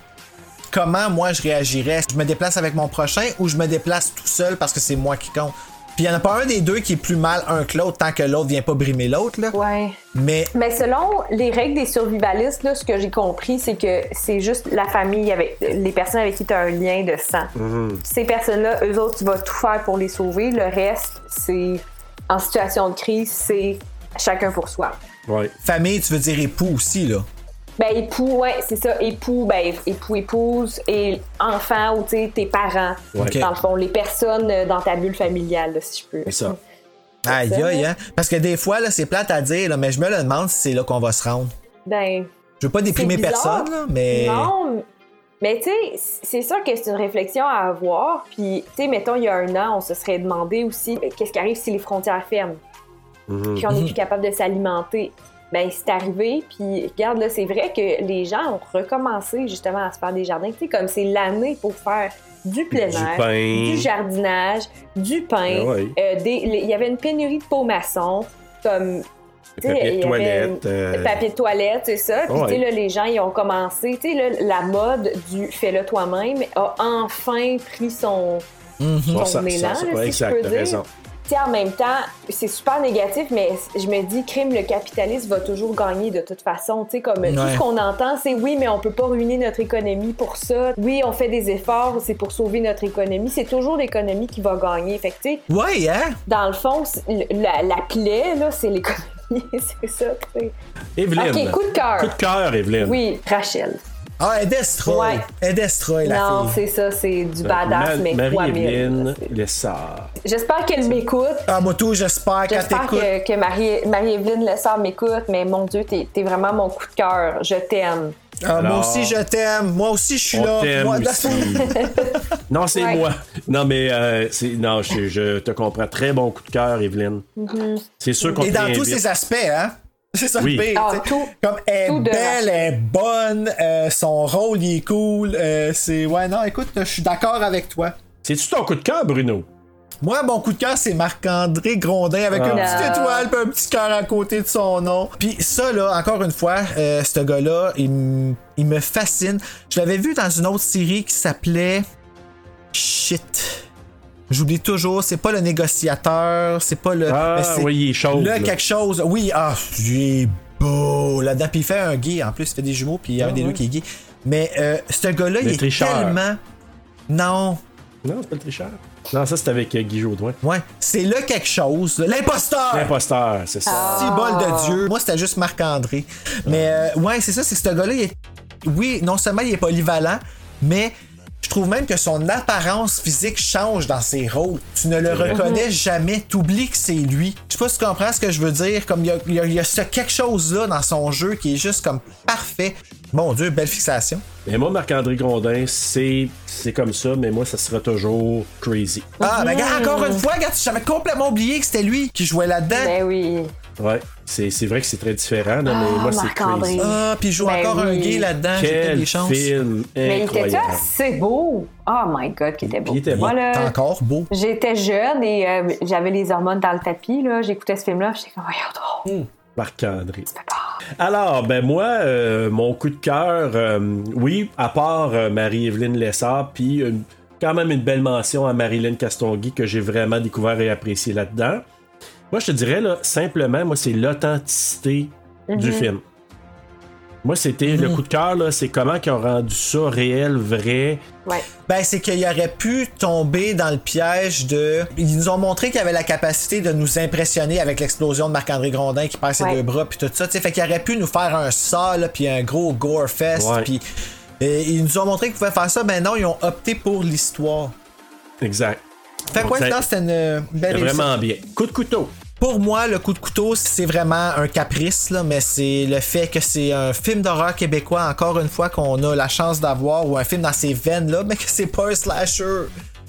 comment moi je réagirais? Est-ce que Je me déplace avec mon prochain ou je me déplace tout seul parce que c'est moi qui compte? Puis il n'y en a pas un des deux qui est plus mal un que l'autre tant que l'autre vient pas brimer l'autre, là.
Ouais.
Mais
Mais selon les règles des survivalistes, là, ce que j'ai compris, c'est que c'est juste la famille, avec les personnes avec qui tu as un lien de sang. Ces personnes-là, eux autres, tu vas tout faire pour les sauver. Le reste, c'est en situation de crise, c'est chacun pour soi.
famille, tu veux dire époux aussi, là.
Ben, époux, ouais, c'est ça. Époux, ben, époux, épouse, et enfant ou tu sais, tes parents.
Ouais. Ok.
Dans le fond, les personnes euh, dans ta bulle familiale, là, si je peux.
ça.
Aïe,
ça.
aïe, hein? Parce que des fois, là, c'est plate à dire, là, mais je me le demande si c'est là qu'on va se rendre.
Ben,
Je veux pas déprimer
C'est bizarre.
personne, là, mais.
Non, mais tu sais, c'est sûr que c'est une réflexion à avoir. Puis, tu sais, mettons, il y a un an, on se serait demandé aussi euh, qu'est-ce qui arrive si les frontières ferment,
Mhm.
puis on n'est plus capable de s'alimenter. Ben, c'est arrivé, puis regarde, là, c'est vrai que les gens ont recommencé justement à se faire des jardins. Tu sais, comme c'est l'année pour faire du plein
Du
air,
pain.
du jardinage, du pain.
Ah ouais.
euh, des- les- il y avait une pénurie de pots maçons, comme. tu sais,
papier de
il y avait
toilette,
une-
euh,
Papier de toilette, c'est ça. Puis,
Ouais.
tu sais, là, les gens, ils ont commencé. Tu sais, là, la mode du fais-le toi-même a enfin pris son, son
Ça, ça,
élan,
ça,
là,
ouais,
si
exact,
je peux
t'as
dire.
raison.
Tu sais, en même temps, c'est super négatif, mais je me dis, crime, le capitaliste va toujours gagner de toute façon. Tu sais, comme tout
Ouais.
ce qu'on entend, c'est oui, mais on peut pas ruiner notre économie pour ça. Oui, on fait des efforts, c'est pour sauver notre économie. C'est toujours l'économie qui va gagner. Fait que, tu sais,
Ouais, hein?
dans le fond, c'est- la, la plaie, là, c'est l'économie. c'est ça, tu sais.
Evelyne.
OK, coup de cœur.
Coup de cœur, Evelyne.
Oui, Rachel.
Ah, elle destroy. Elle destroy, la
non,
fille.
c'est ça, c'est du
Donc,
badass,
Ben, Ma-
mais quoi mille.
Marie-Evelyne Lessard.
J'espère qu'elle m'écoute.
Ah, moi tout, j'espère qu'elle
J'espère
t'écoute.
que, que Marie- Marie-Evelyne Lessard m'écoute, mais mon Dieu, t'es t'es vraiment mon coup de cœur. Je t'aime.
Ah, moi aussi, je t'aime. Moi aussi, je suis
On
là.
t'aime
Moi,
aussi. Non, c'est
Ouais.
moi. Non, mais euh, c'est- non, je, je te comprends. Très bon coup de cœur, Evelyne.
Mhm.
C'est sûr qu'on
Et dans
te
tous
réinvite.
ses aspects, hein? C'est ça
Oui.
le pire.
Ah,
tu sais. Comme elle est
tout de
belle, elle est bonne, euh, son rôle il est cool. euh, c'est. Ouais, non, écoute, je suis d'accord avec toi.
C'est-tu ton coup de cœur, Bruno?
Moi, mon coup de cœur, c'est Marc-André Grondin avec
Ah.
une petite
Non.
étoile puis un petit cœur à côté de son nom. Puis ça, là, encore une fois, euh, ce gars-là, il, m- il me fascine. Je l'avais vu dans une autre série qui s'appelait. Shit. J'oublie toujours, c'est pas le négociateur, c'est pas le.
Ah,
Euh, mais c'est
oui, il est chaud,
Le
là.
quelque chose. Oui, ah, il est beau. Là-dedans, puis il fait un gay. En plus, il fait des jumeaux, puis il y a un
Ah,
des deux
ouais.
qui est gay. Mais euh, ce gars-là,
Le
il est
tricheur.
tellement. Non.
Non, c'est pas le tricheur. Non, ça, c'est avec euh, Guy Jodoin.
Ouais. C'est le quelque chose. là. L'imposteur!
L'imposteur, c'est ça.
Si
Ah.
bol de Dieu. Moi, c'était juste Marc-André. Mais euh, ouais, c'est ça, c'est que ce gars-là, il est... oui, non seulement il est polyvalent, mais je trouve même que son apparence physique change dans ses rôles. Tu ne le
C'est vrai.
reconnais
Mm-hmm.
jamais, t'oublies que c'est lui. Je sais pas si tu comprends ce que je veux dire. Comme il y a, il y a- il y a ce quelque chose-là dans son jeu qui est juste comme parfait. Mon Dieu, belle fixation.
Mais moi, Marc-André Grondin, c'est c'est comme ça, mais moi, ça sera toujours crazy.
Ah,
Mm-hmm.
mais regarde, encore une fois, regarde, j'avais complètement oublié que c'était lui qui jouait là-dedans.
Ben oui.
Ouais, c'est c'est vrai que c'est très différent, là, mais
Ah,
moi, c'est
Marc-André.
crazy.
Ah, puis il joue
Ben
encore un
oui.
gay là-dedans. Ah, J'ai peut-être
Quel
des chances.
film
Mais il était
incroyable.
assez beau. Oh my God, qu'il était beau.
Il était beau.
Moi, là,
T'es encore beau.
J'étais jeune et euh, j'avais les hormones dans le tapis. là. J'écoutais ce film-là. J'étais comme, voyons donc.
Marc-André. Alors, ben moi, euh, mon coup de cœur, euh, oui, à part euh, Marie-Evelyne Lessard, puis une- quand même une belle mention à Marilyn Castonguay que j'ai vraiment découvert et apprécié là-dedans. Moi, je te dirais, là, simplement, moi, c'est l'authenticité du
Mhm.
film. Moi, c'était le coup de cœur, là, c'est comment ils ont rendu ça réel, vrai.
Ben, c'est qu'il aurait pu tomber dans le piège de. Ils nous ont montré qu'il avait la capacité de nous impressionner avec l'explosion de Marc-André Grondin qui perd ses
Ouais.
deux bras puis tout ça. tu sais. fait qu'il aurait pu nous faire un ça, là, puis un gros gore fest.
Ouais.
Puis et ils nous ont montré qu'ils pouvaient faire ça. Ben non, ils ont opté pour l'histoire.
Exact.
Fait quoi,
Donc,
sinon,
ça-
c'était une belle
C'était
réussite.
vraiment bien. Coup de couteau.
Pour moi, le coup de couteau, c'est vraiment un caprice, là, mais c'est le fait que c'est un film d'horreur québécois, encore une fois, qu'on a la chance d'avoir, ou un film dans ces veines-là, mais que c'est pas un slasher.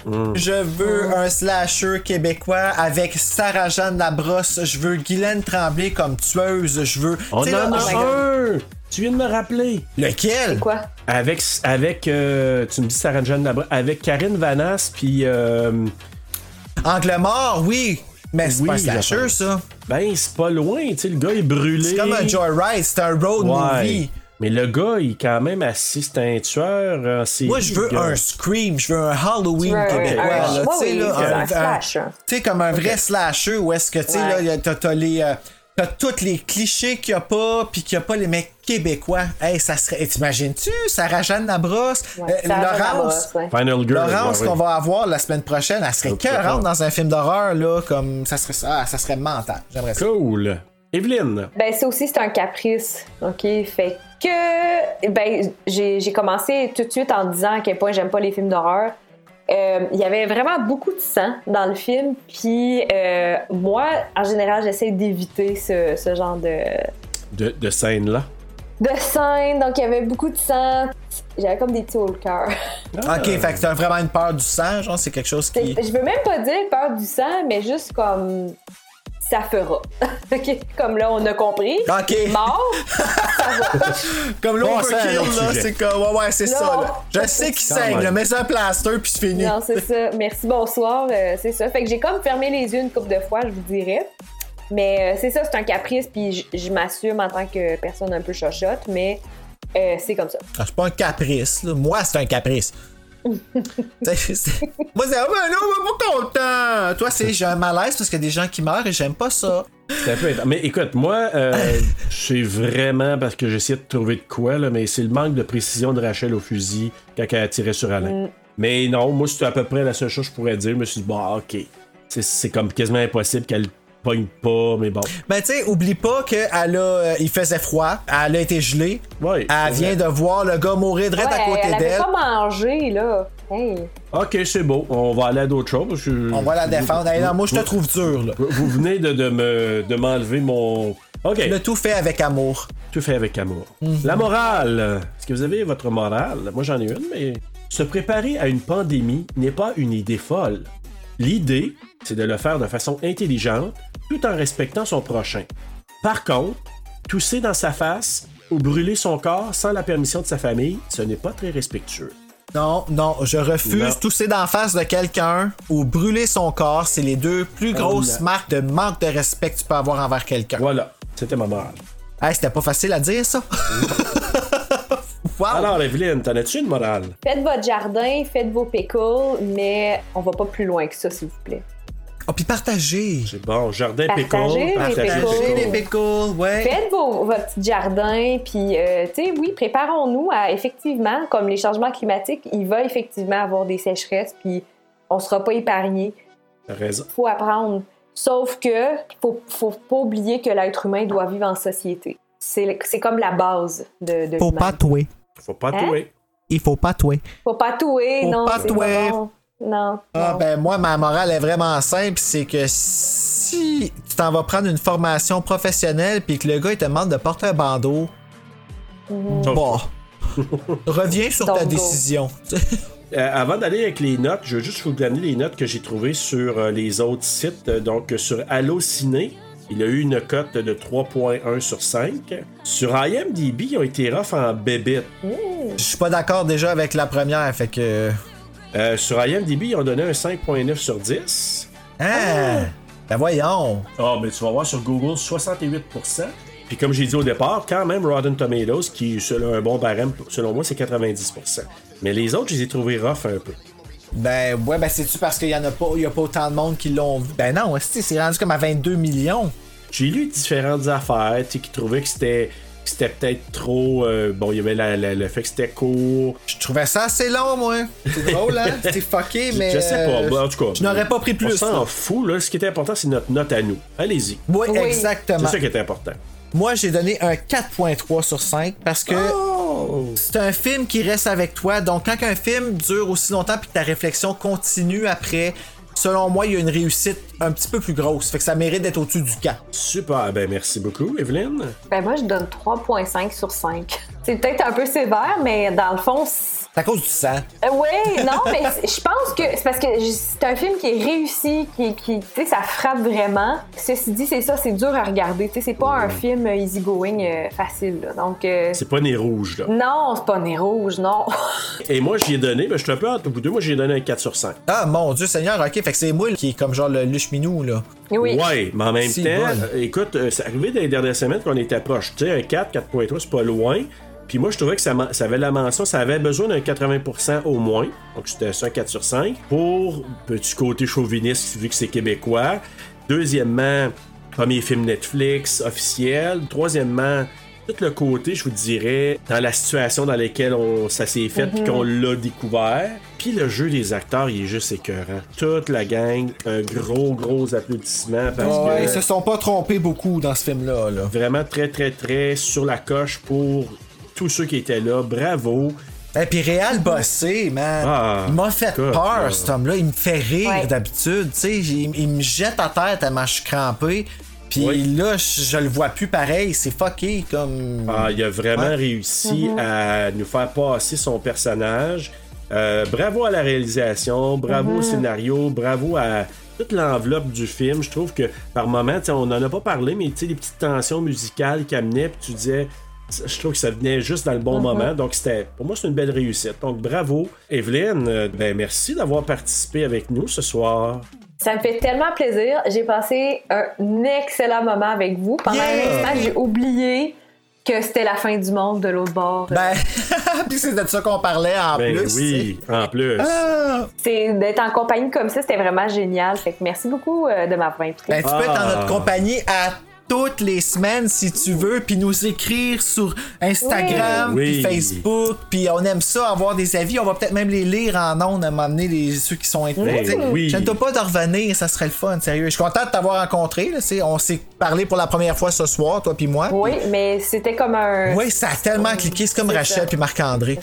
Mm.
Je veux un slasher québécois avec Sarah-Jeanne Labrosse. Je veux Guylaine Tremblay comme tueuse. Je veux.
On
Tu sais, là,
en
oh my God.
a un! Tu viens de me rappeler.
Lequel?
Quoi?
Avec, avec euh, tu me dis Sarah Jeanne Labra, avec Karine Vanas, puis. euh,
Angle mort, oui. Mais c'est
Oui,
pas un slasher,
j'attends.
ça.
ben, c'est pas loin, tu sais, le gars est brûlé.
C'est comme un joyride, c'est un road
Ouais.
movie.
Mais le gars, il est quand même assis, c'est un tueur. euh, c'est-
Moi, je veux
gars.
un Scream, je veux un Halloween
Ouais, ouais,
québécois.
un-
là,
ouais,
tu sais,
oui,
là,
c'est
un-
un
un-
slasher.
Tu sais, comme un vrai slasher où est-ce que, tu sais,
Ouais.
là, y a- t'as t'as les. euh, T'as tous les clichés qu'il n'y a pas, puis qu'il n'y a pas les mecs québécois. Hey, ça serait. et T'imagines-tu? Sarah-Jeanne Labrosse,
Ouais,
euh,
Sarah Jeanne
Laurence.
Labrosse, ouais.
Final Girl.
Laurence
ouais,
qu'on
ouais.
va avoir la semaine prochaine, elle serait
Ok,
cœurante
d'accord.
dans un film d'horreur, là, comme ça serait ça, ça serait mental. J'aimerais ça.
Cool. Evelyne.
Ben, ça aussi, c'est un caprice. OK? Fait que. Ben, j'ai j'ai commencé tout de suite en disant à quel point j'aime pas les films d'horreur. Euh, Il y avait vraiment beaucoup de sang dans le film. Puis, euh, moi, en général, j'essaie d'éviter ce, ce genre de,
De, de scène là.
de scène. Donc, il y avait beaucoup de sang. J'avais comme des petits hauts le cœur.
Ok, fait que t'as vraiment une peur du sang, genre, c'est quelque chose qui.
Je veux même pas dire peur du sang, mais juste comme. Ça fera. OK? Comme là, on a compris.
Ok.
Mort.
Comme
Passons à
l'overkill,
un autre
là,
sujet.
c'est comme. Ouais, ouais, c'est
Non.
ça, là. Je sais qu'il
Quand
saigne,
même.
là, mets ça un plaster, puis c'est fini.
Non, c'est ça. Merci, bonsoir. Euh, c'est ça. Fait que j'ai comme fermé les yeux une couple de fois, je vous dirais. Mais euh, c'est ça, c'est un caprice, puis j- je m'assume en tant que personne un peu chochotte, mais euh, c'est comme ça.
Ah, C'est pas un caprice, là. Moi, c'est un caprice. C'est- c'est- Moi, c'est. Ah, ben là, on est pas content! Toi, c'est. J'ai un malaise parce qu'il y a des gens qui meurent et j'aime pas ça.
Ça peut être- Mais écoute, moi, euh, c'est vraiment parce que j'essayais de trouver de quoi, là, mais c'est le manque de précision de Rachel au fusil quand elle a tiré sur
Mm.
Alain. Mais non, moi, c'est à peu près la seule chose que je pourrais dire. Je me suis dit, bon, ok. C'est- C'est comme quasiment impossible qu'elle pogne pas, mais bon.
Ben, tu sais, oublie pas qu'elle a. euh, il faisait froid, elle a été gelée.
Ouais, c'est
elle vient de voir le gars mourir direct
Ouais,
à côté
elle avait
d'elle.
pas mangé, là. Hey.
Ok, c'est beau. On va aller à d'autres choses. parce que-
On va la défendre. Hey, non, moi, je te
Vous-
trouve dur, là.
Vous, vous venez de, de me- de m'enlever mon. Ok,
Le tout fait avec amour.
tout fait avec amour. La morale. Est-ce que vous avez votre morale? Moi, j'en ai une, mais. Se préparer à une pandémie n'est pas une idée folle. L'idée, c'est de le faire de façon intelligente, tout en respectant son prochain. Par contre, tousser dans sa face ou brûler son corps sans la permission de sa famille, ce n'est pas très respectueux.
Non, non, je refuse
Non.
tousser d'en face de quelqu'un ou brûler son corps. C'est les deux plus grosses
non.
marques de manque de respect que tu peux avoir envers quelqu'un.
Voilà, c'était ma morale.
Hey, c'était pas facile à dire, ça. wow.
Alors, Evelyne, t'en as-tu une morale?
Faites votre jardin, faites vos pickles, mais on va pas plus loin que ça, s'il vous plaît.
Oh, puis partager.
C'est bon, jardin
Partagez les
pécon,
pécons.
partagez
Partagez
les
les
pécons.
pickles, ouais.
Faites vos, votre petit jardin, puis, euh, tu sais, oui, préparons-nous à, effectivement, comme les changements climatiques, il va effectivement avoir des sécheresses, puis on sera pas épargné.
T'as raison.
faut apprendre. Sauf que faut, faut pas oublier que l'être humain doit vivre en société. C'est c'est comme la base de, de
Faut
l'humain.
patouer.
Faut pas
Hein?
touer.
Il faut patouer.
Faut pas touer,
Faut
non.
pas
c'est
touer.
pas bon. Non.
Ah
non.
ben moi ma morale est vraiment simple, c'est que si tu t'en vas prendre une formation professionnelle puis que le gars il te demande de porter un bandeau, bon, reviens sur ta
Don't go.
décision.
Euh, avant d'aller avec les notes, je veux juste vous donner les notes que j'ai trouvées sur euh, les autres sites. Euh, Donc, euh, sur Allociné, il a eu une cote de 3.1 sur 5. Sur IMDb, ils ont été rough en bébite.
Je suis pas d'accord déjà avec la première, fait que
Euh, sur IMDb, ils ont donné un 5.9 sur 10.
hein, ben voyons.
Ah, mais tu vas voir sur Google 68%. Puis comme j'ai dit au départ, quand même Rotten Tomatoes, qui selon un bon barème, selon moi, c'est 90%. Mais les autres, je les ai trouvés rough un peu.
Ben ouais ben c'est tu parce qu'il y en a pas, il y a pas autant de monde qui l'ont vu. Ben non, esti, c'est rendu comme à 22 millions.
J'ai lu différentes affaires, tu sais, qui trouvaient que c'était que c'était peut-être trop. euh, bon, il y avait la- la- le fait que c'était court.
Je trouvais ça assez long moi. C'est drôle hein, c'est fucké
Je-
mais
je sais pas,
euh,
bon, en tout cas.
je n'aurais pas pris
On
plus.
s'en fout, là. Ce qui était important, c'est notre note à nous. Allez-y.
Oui,
Oui.
C'est
exactement.
ça qui était important.
Moi, j'ai donné un 4.3 sur 5 parce que
Oh!
c'est un film qui reste avec toi. Donc, quand un film dure aussi longtemps puis que ta réflexion continue après, selon moi, il y a une réussite un petit peu plus grosse. Fait que ça mérite d'être au-dessus du camp.
Super, ben merci beaucoup, Evelyne.
Ben moi, je donne 3,5 sur 5. C'est peut-être un peu sévère, mais dans le fond, c'est-
C'est à cause du sang.
Euh, oui, non, mais c- je pense que c'est parce que j- c'est un film qui est réussi, qui, qui tu sais, ça frappe vraiment. Ceci dit, c'est ça, c'est dur à regarder. Tu sais, c'est pas un film euh, easygoing euh, facile. là. Donc, euh,
C'est pas né rouge, là.
non, c'est pas Nez Rouge, non.
Et moi, j'y ai donné, ben, je suis un peu entre vous deux, moi, j'ai donné un 4 sur 5.
Ah mon Dieu Seigneur, ok, fait que c'est moi qui est comme genre le, le cheminou, là.
oui.
Ouais, mais en même
Si,
temps,
bonne.
euh, écoute, euh, c'est arrivé dans les dernières semaines qu'on était proche. Tu sais, un 4, 4.3, c'est pas loin. Puis moi, je trouvais que ça, man- ça avait la mention, ça avait besoin d'un 80% au moins. Donc, c'était ça, un 4 sur 5. Pour petit côté chauviniste, vu que c'est québécois. Deuxièmement, premier film Netflix officiel. Troisièmement, tout le côté, je vous dirais, dans la situation dans laquelle on, ça s'est fait, puis qu'on l'a découvert. Puis le jeu des acteurs, il est juste écœurant. Toute la gang, un gros, gros applaudissement parce
Ouais,
que
ils se sont pas trompés beaucoup dans ce film-là, là.
vraiment très, très, très sur la coche pour tous ceux qui étaient là. Bravo.
Et Ben, puis Réal bossé, man.
Ah,
il m'a fait
God,
peur,
là.
cet homme-là. Il me fait rire
Ouais.
d'habitude. Tu sais, il, il me jette à terre tellement je suis crampé. Puis
Oui.
là, je, je le vois plus pareil. C'est fucké comme.
Ah, il a vraiment
Ouais. Mhm.
réussi à nous faire passer son personnage. Euh, bravo à la réalisation, bravo
Mhm.
au scénario, bravo à toute l'enveloppe du film. Je trouve que par moments, tu sais, on n'en a pas parlé, mais tu sais, les petites tensions musicales qu'il amenait, puis tu disais, je trouve que ça venait juste dans le
Mhm.
bon moment. Donc, c'était pour moi, c'est une belle réussite. Donc, bravo. Evelyne, euh, ben, merci d'avoir participé avec nous ce soir.
Ça me fait tellement plaisir. J'ai passé un excellent moment avec vous. Pendant
Yeah!
un instant, j'ai oublié que c'était la fin du monde de l'autre bord.
Ben, puis c'est de ça qu'on parlait en
Ben
plus.
oui, en plus.
tu sais. Ah!
C'est d'être en compagnie comme ça, c'était vraiment génial. Fait que merci beaucoup euh, de m'avoir invité.
Ben, tu peux être
Ah.
en notre compagnie à toutes les semaines si tu veux, puis nous écrire sur Instagram,
Oui.
puis Facebook, puis on aime ça, avoir des avis. On va peut-être même les lire en ondes à m'amener les, ceux qui sont
Ben
intéressés.
oui.
Je ne dois pas de revenir, ça serait le fun, sérieux. Je suis content de t'avoir rencontré. là, c'est- on s'est parlé pour la première fois ce soir, toi puis moi.
Oui, mais c'était comme un.
Oui, ça a tellement cliqué, c'est comme
C'est
Rachel
ça.
puis Marc-André.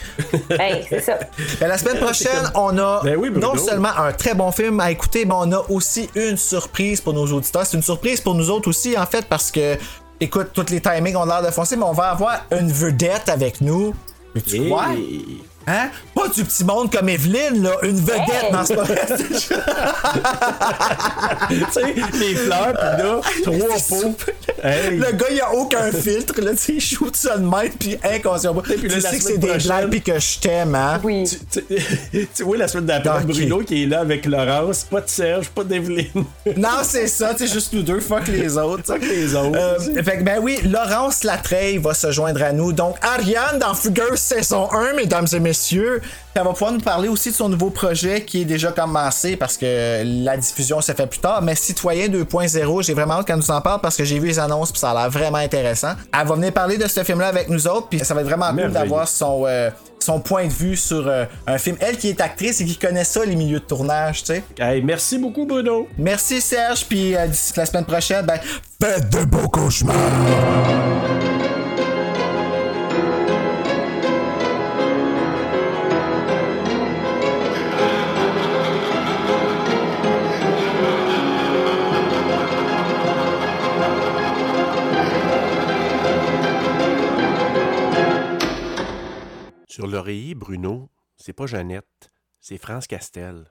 Hey, c'est ça.
Ben, la semaine prochaine, on a
Ben oui, Bruno.
non seulement un très bon film à écouter, mais on a aussi une surprise pour nos auditeurs. C'est une surprise pour nous autres aussi, en fait, parce que, écoute, toutes les timings ont l'air de foncer, mais on va avoir une vedette avec nous. Mais tu
Et-
crois? Hein? Pas du petit monde comme Evelyne, là. Une vedette
Hey!
dans ce
tu sais, les fleurs, puis là, trois pots. Hey.
Le gars, il a aucun filtre, là. Tu sais, il shoot ça de même, puis inconsciemment.
puis là, la
tu sais que c'est
semaine
des
prochaine-
blagues, puis que je t'aime, hein?
Oui.
Tu- tu tu vois, la semaine d'après,
Ok.
Bruno qui est là avec Laurence, pas de Serge, pas d'Evelyne.
Non, c'est ça, c'est juste nous deux, fuck les autres.
Fuck les autres.
Euh, fait que, ben oui, Laurence Latreille va se joindre à nous. Donc, Ariane dans Fugueuse saison 1, mesdames et messieurs. Elle va pouvoir nous parler aussi de son nouveau projet qui est déjà commencé parce que la diffusion se fait plus tard. Mais Citoyen 2.0, j'ai vraiment hâte qu'elle nous en parle parce que j'ai vu les annonces puis ça a l'air vraiment intéressant. Elle va venir parler de ce film-là avec nous autres puis ça va être vraiment cool
Merveilleux.
d'avoir son, euh, son point de vue sur euh, un film. Elle qui est actrice et qui connaît ça, les milieux de tournage, tu sais.
Hey, merci beaucoup, Bruno.
Merci Serge, puis euh, d'ici la semaine prochaine, ben, faites de beaux cauchemars!
Sur l'oreiller, Bruno, c'est pas Jeannette, c'est France Castel.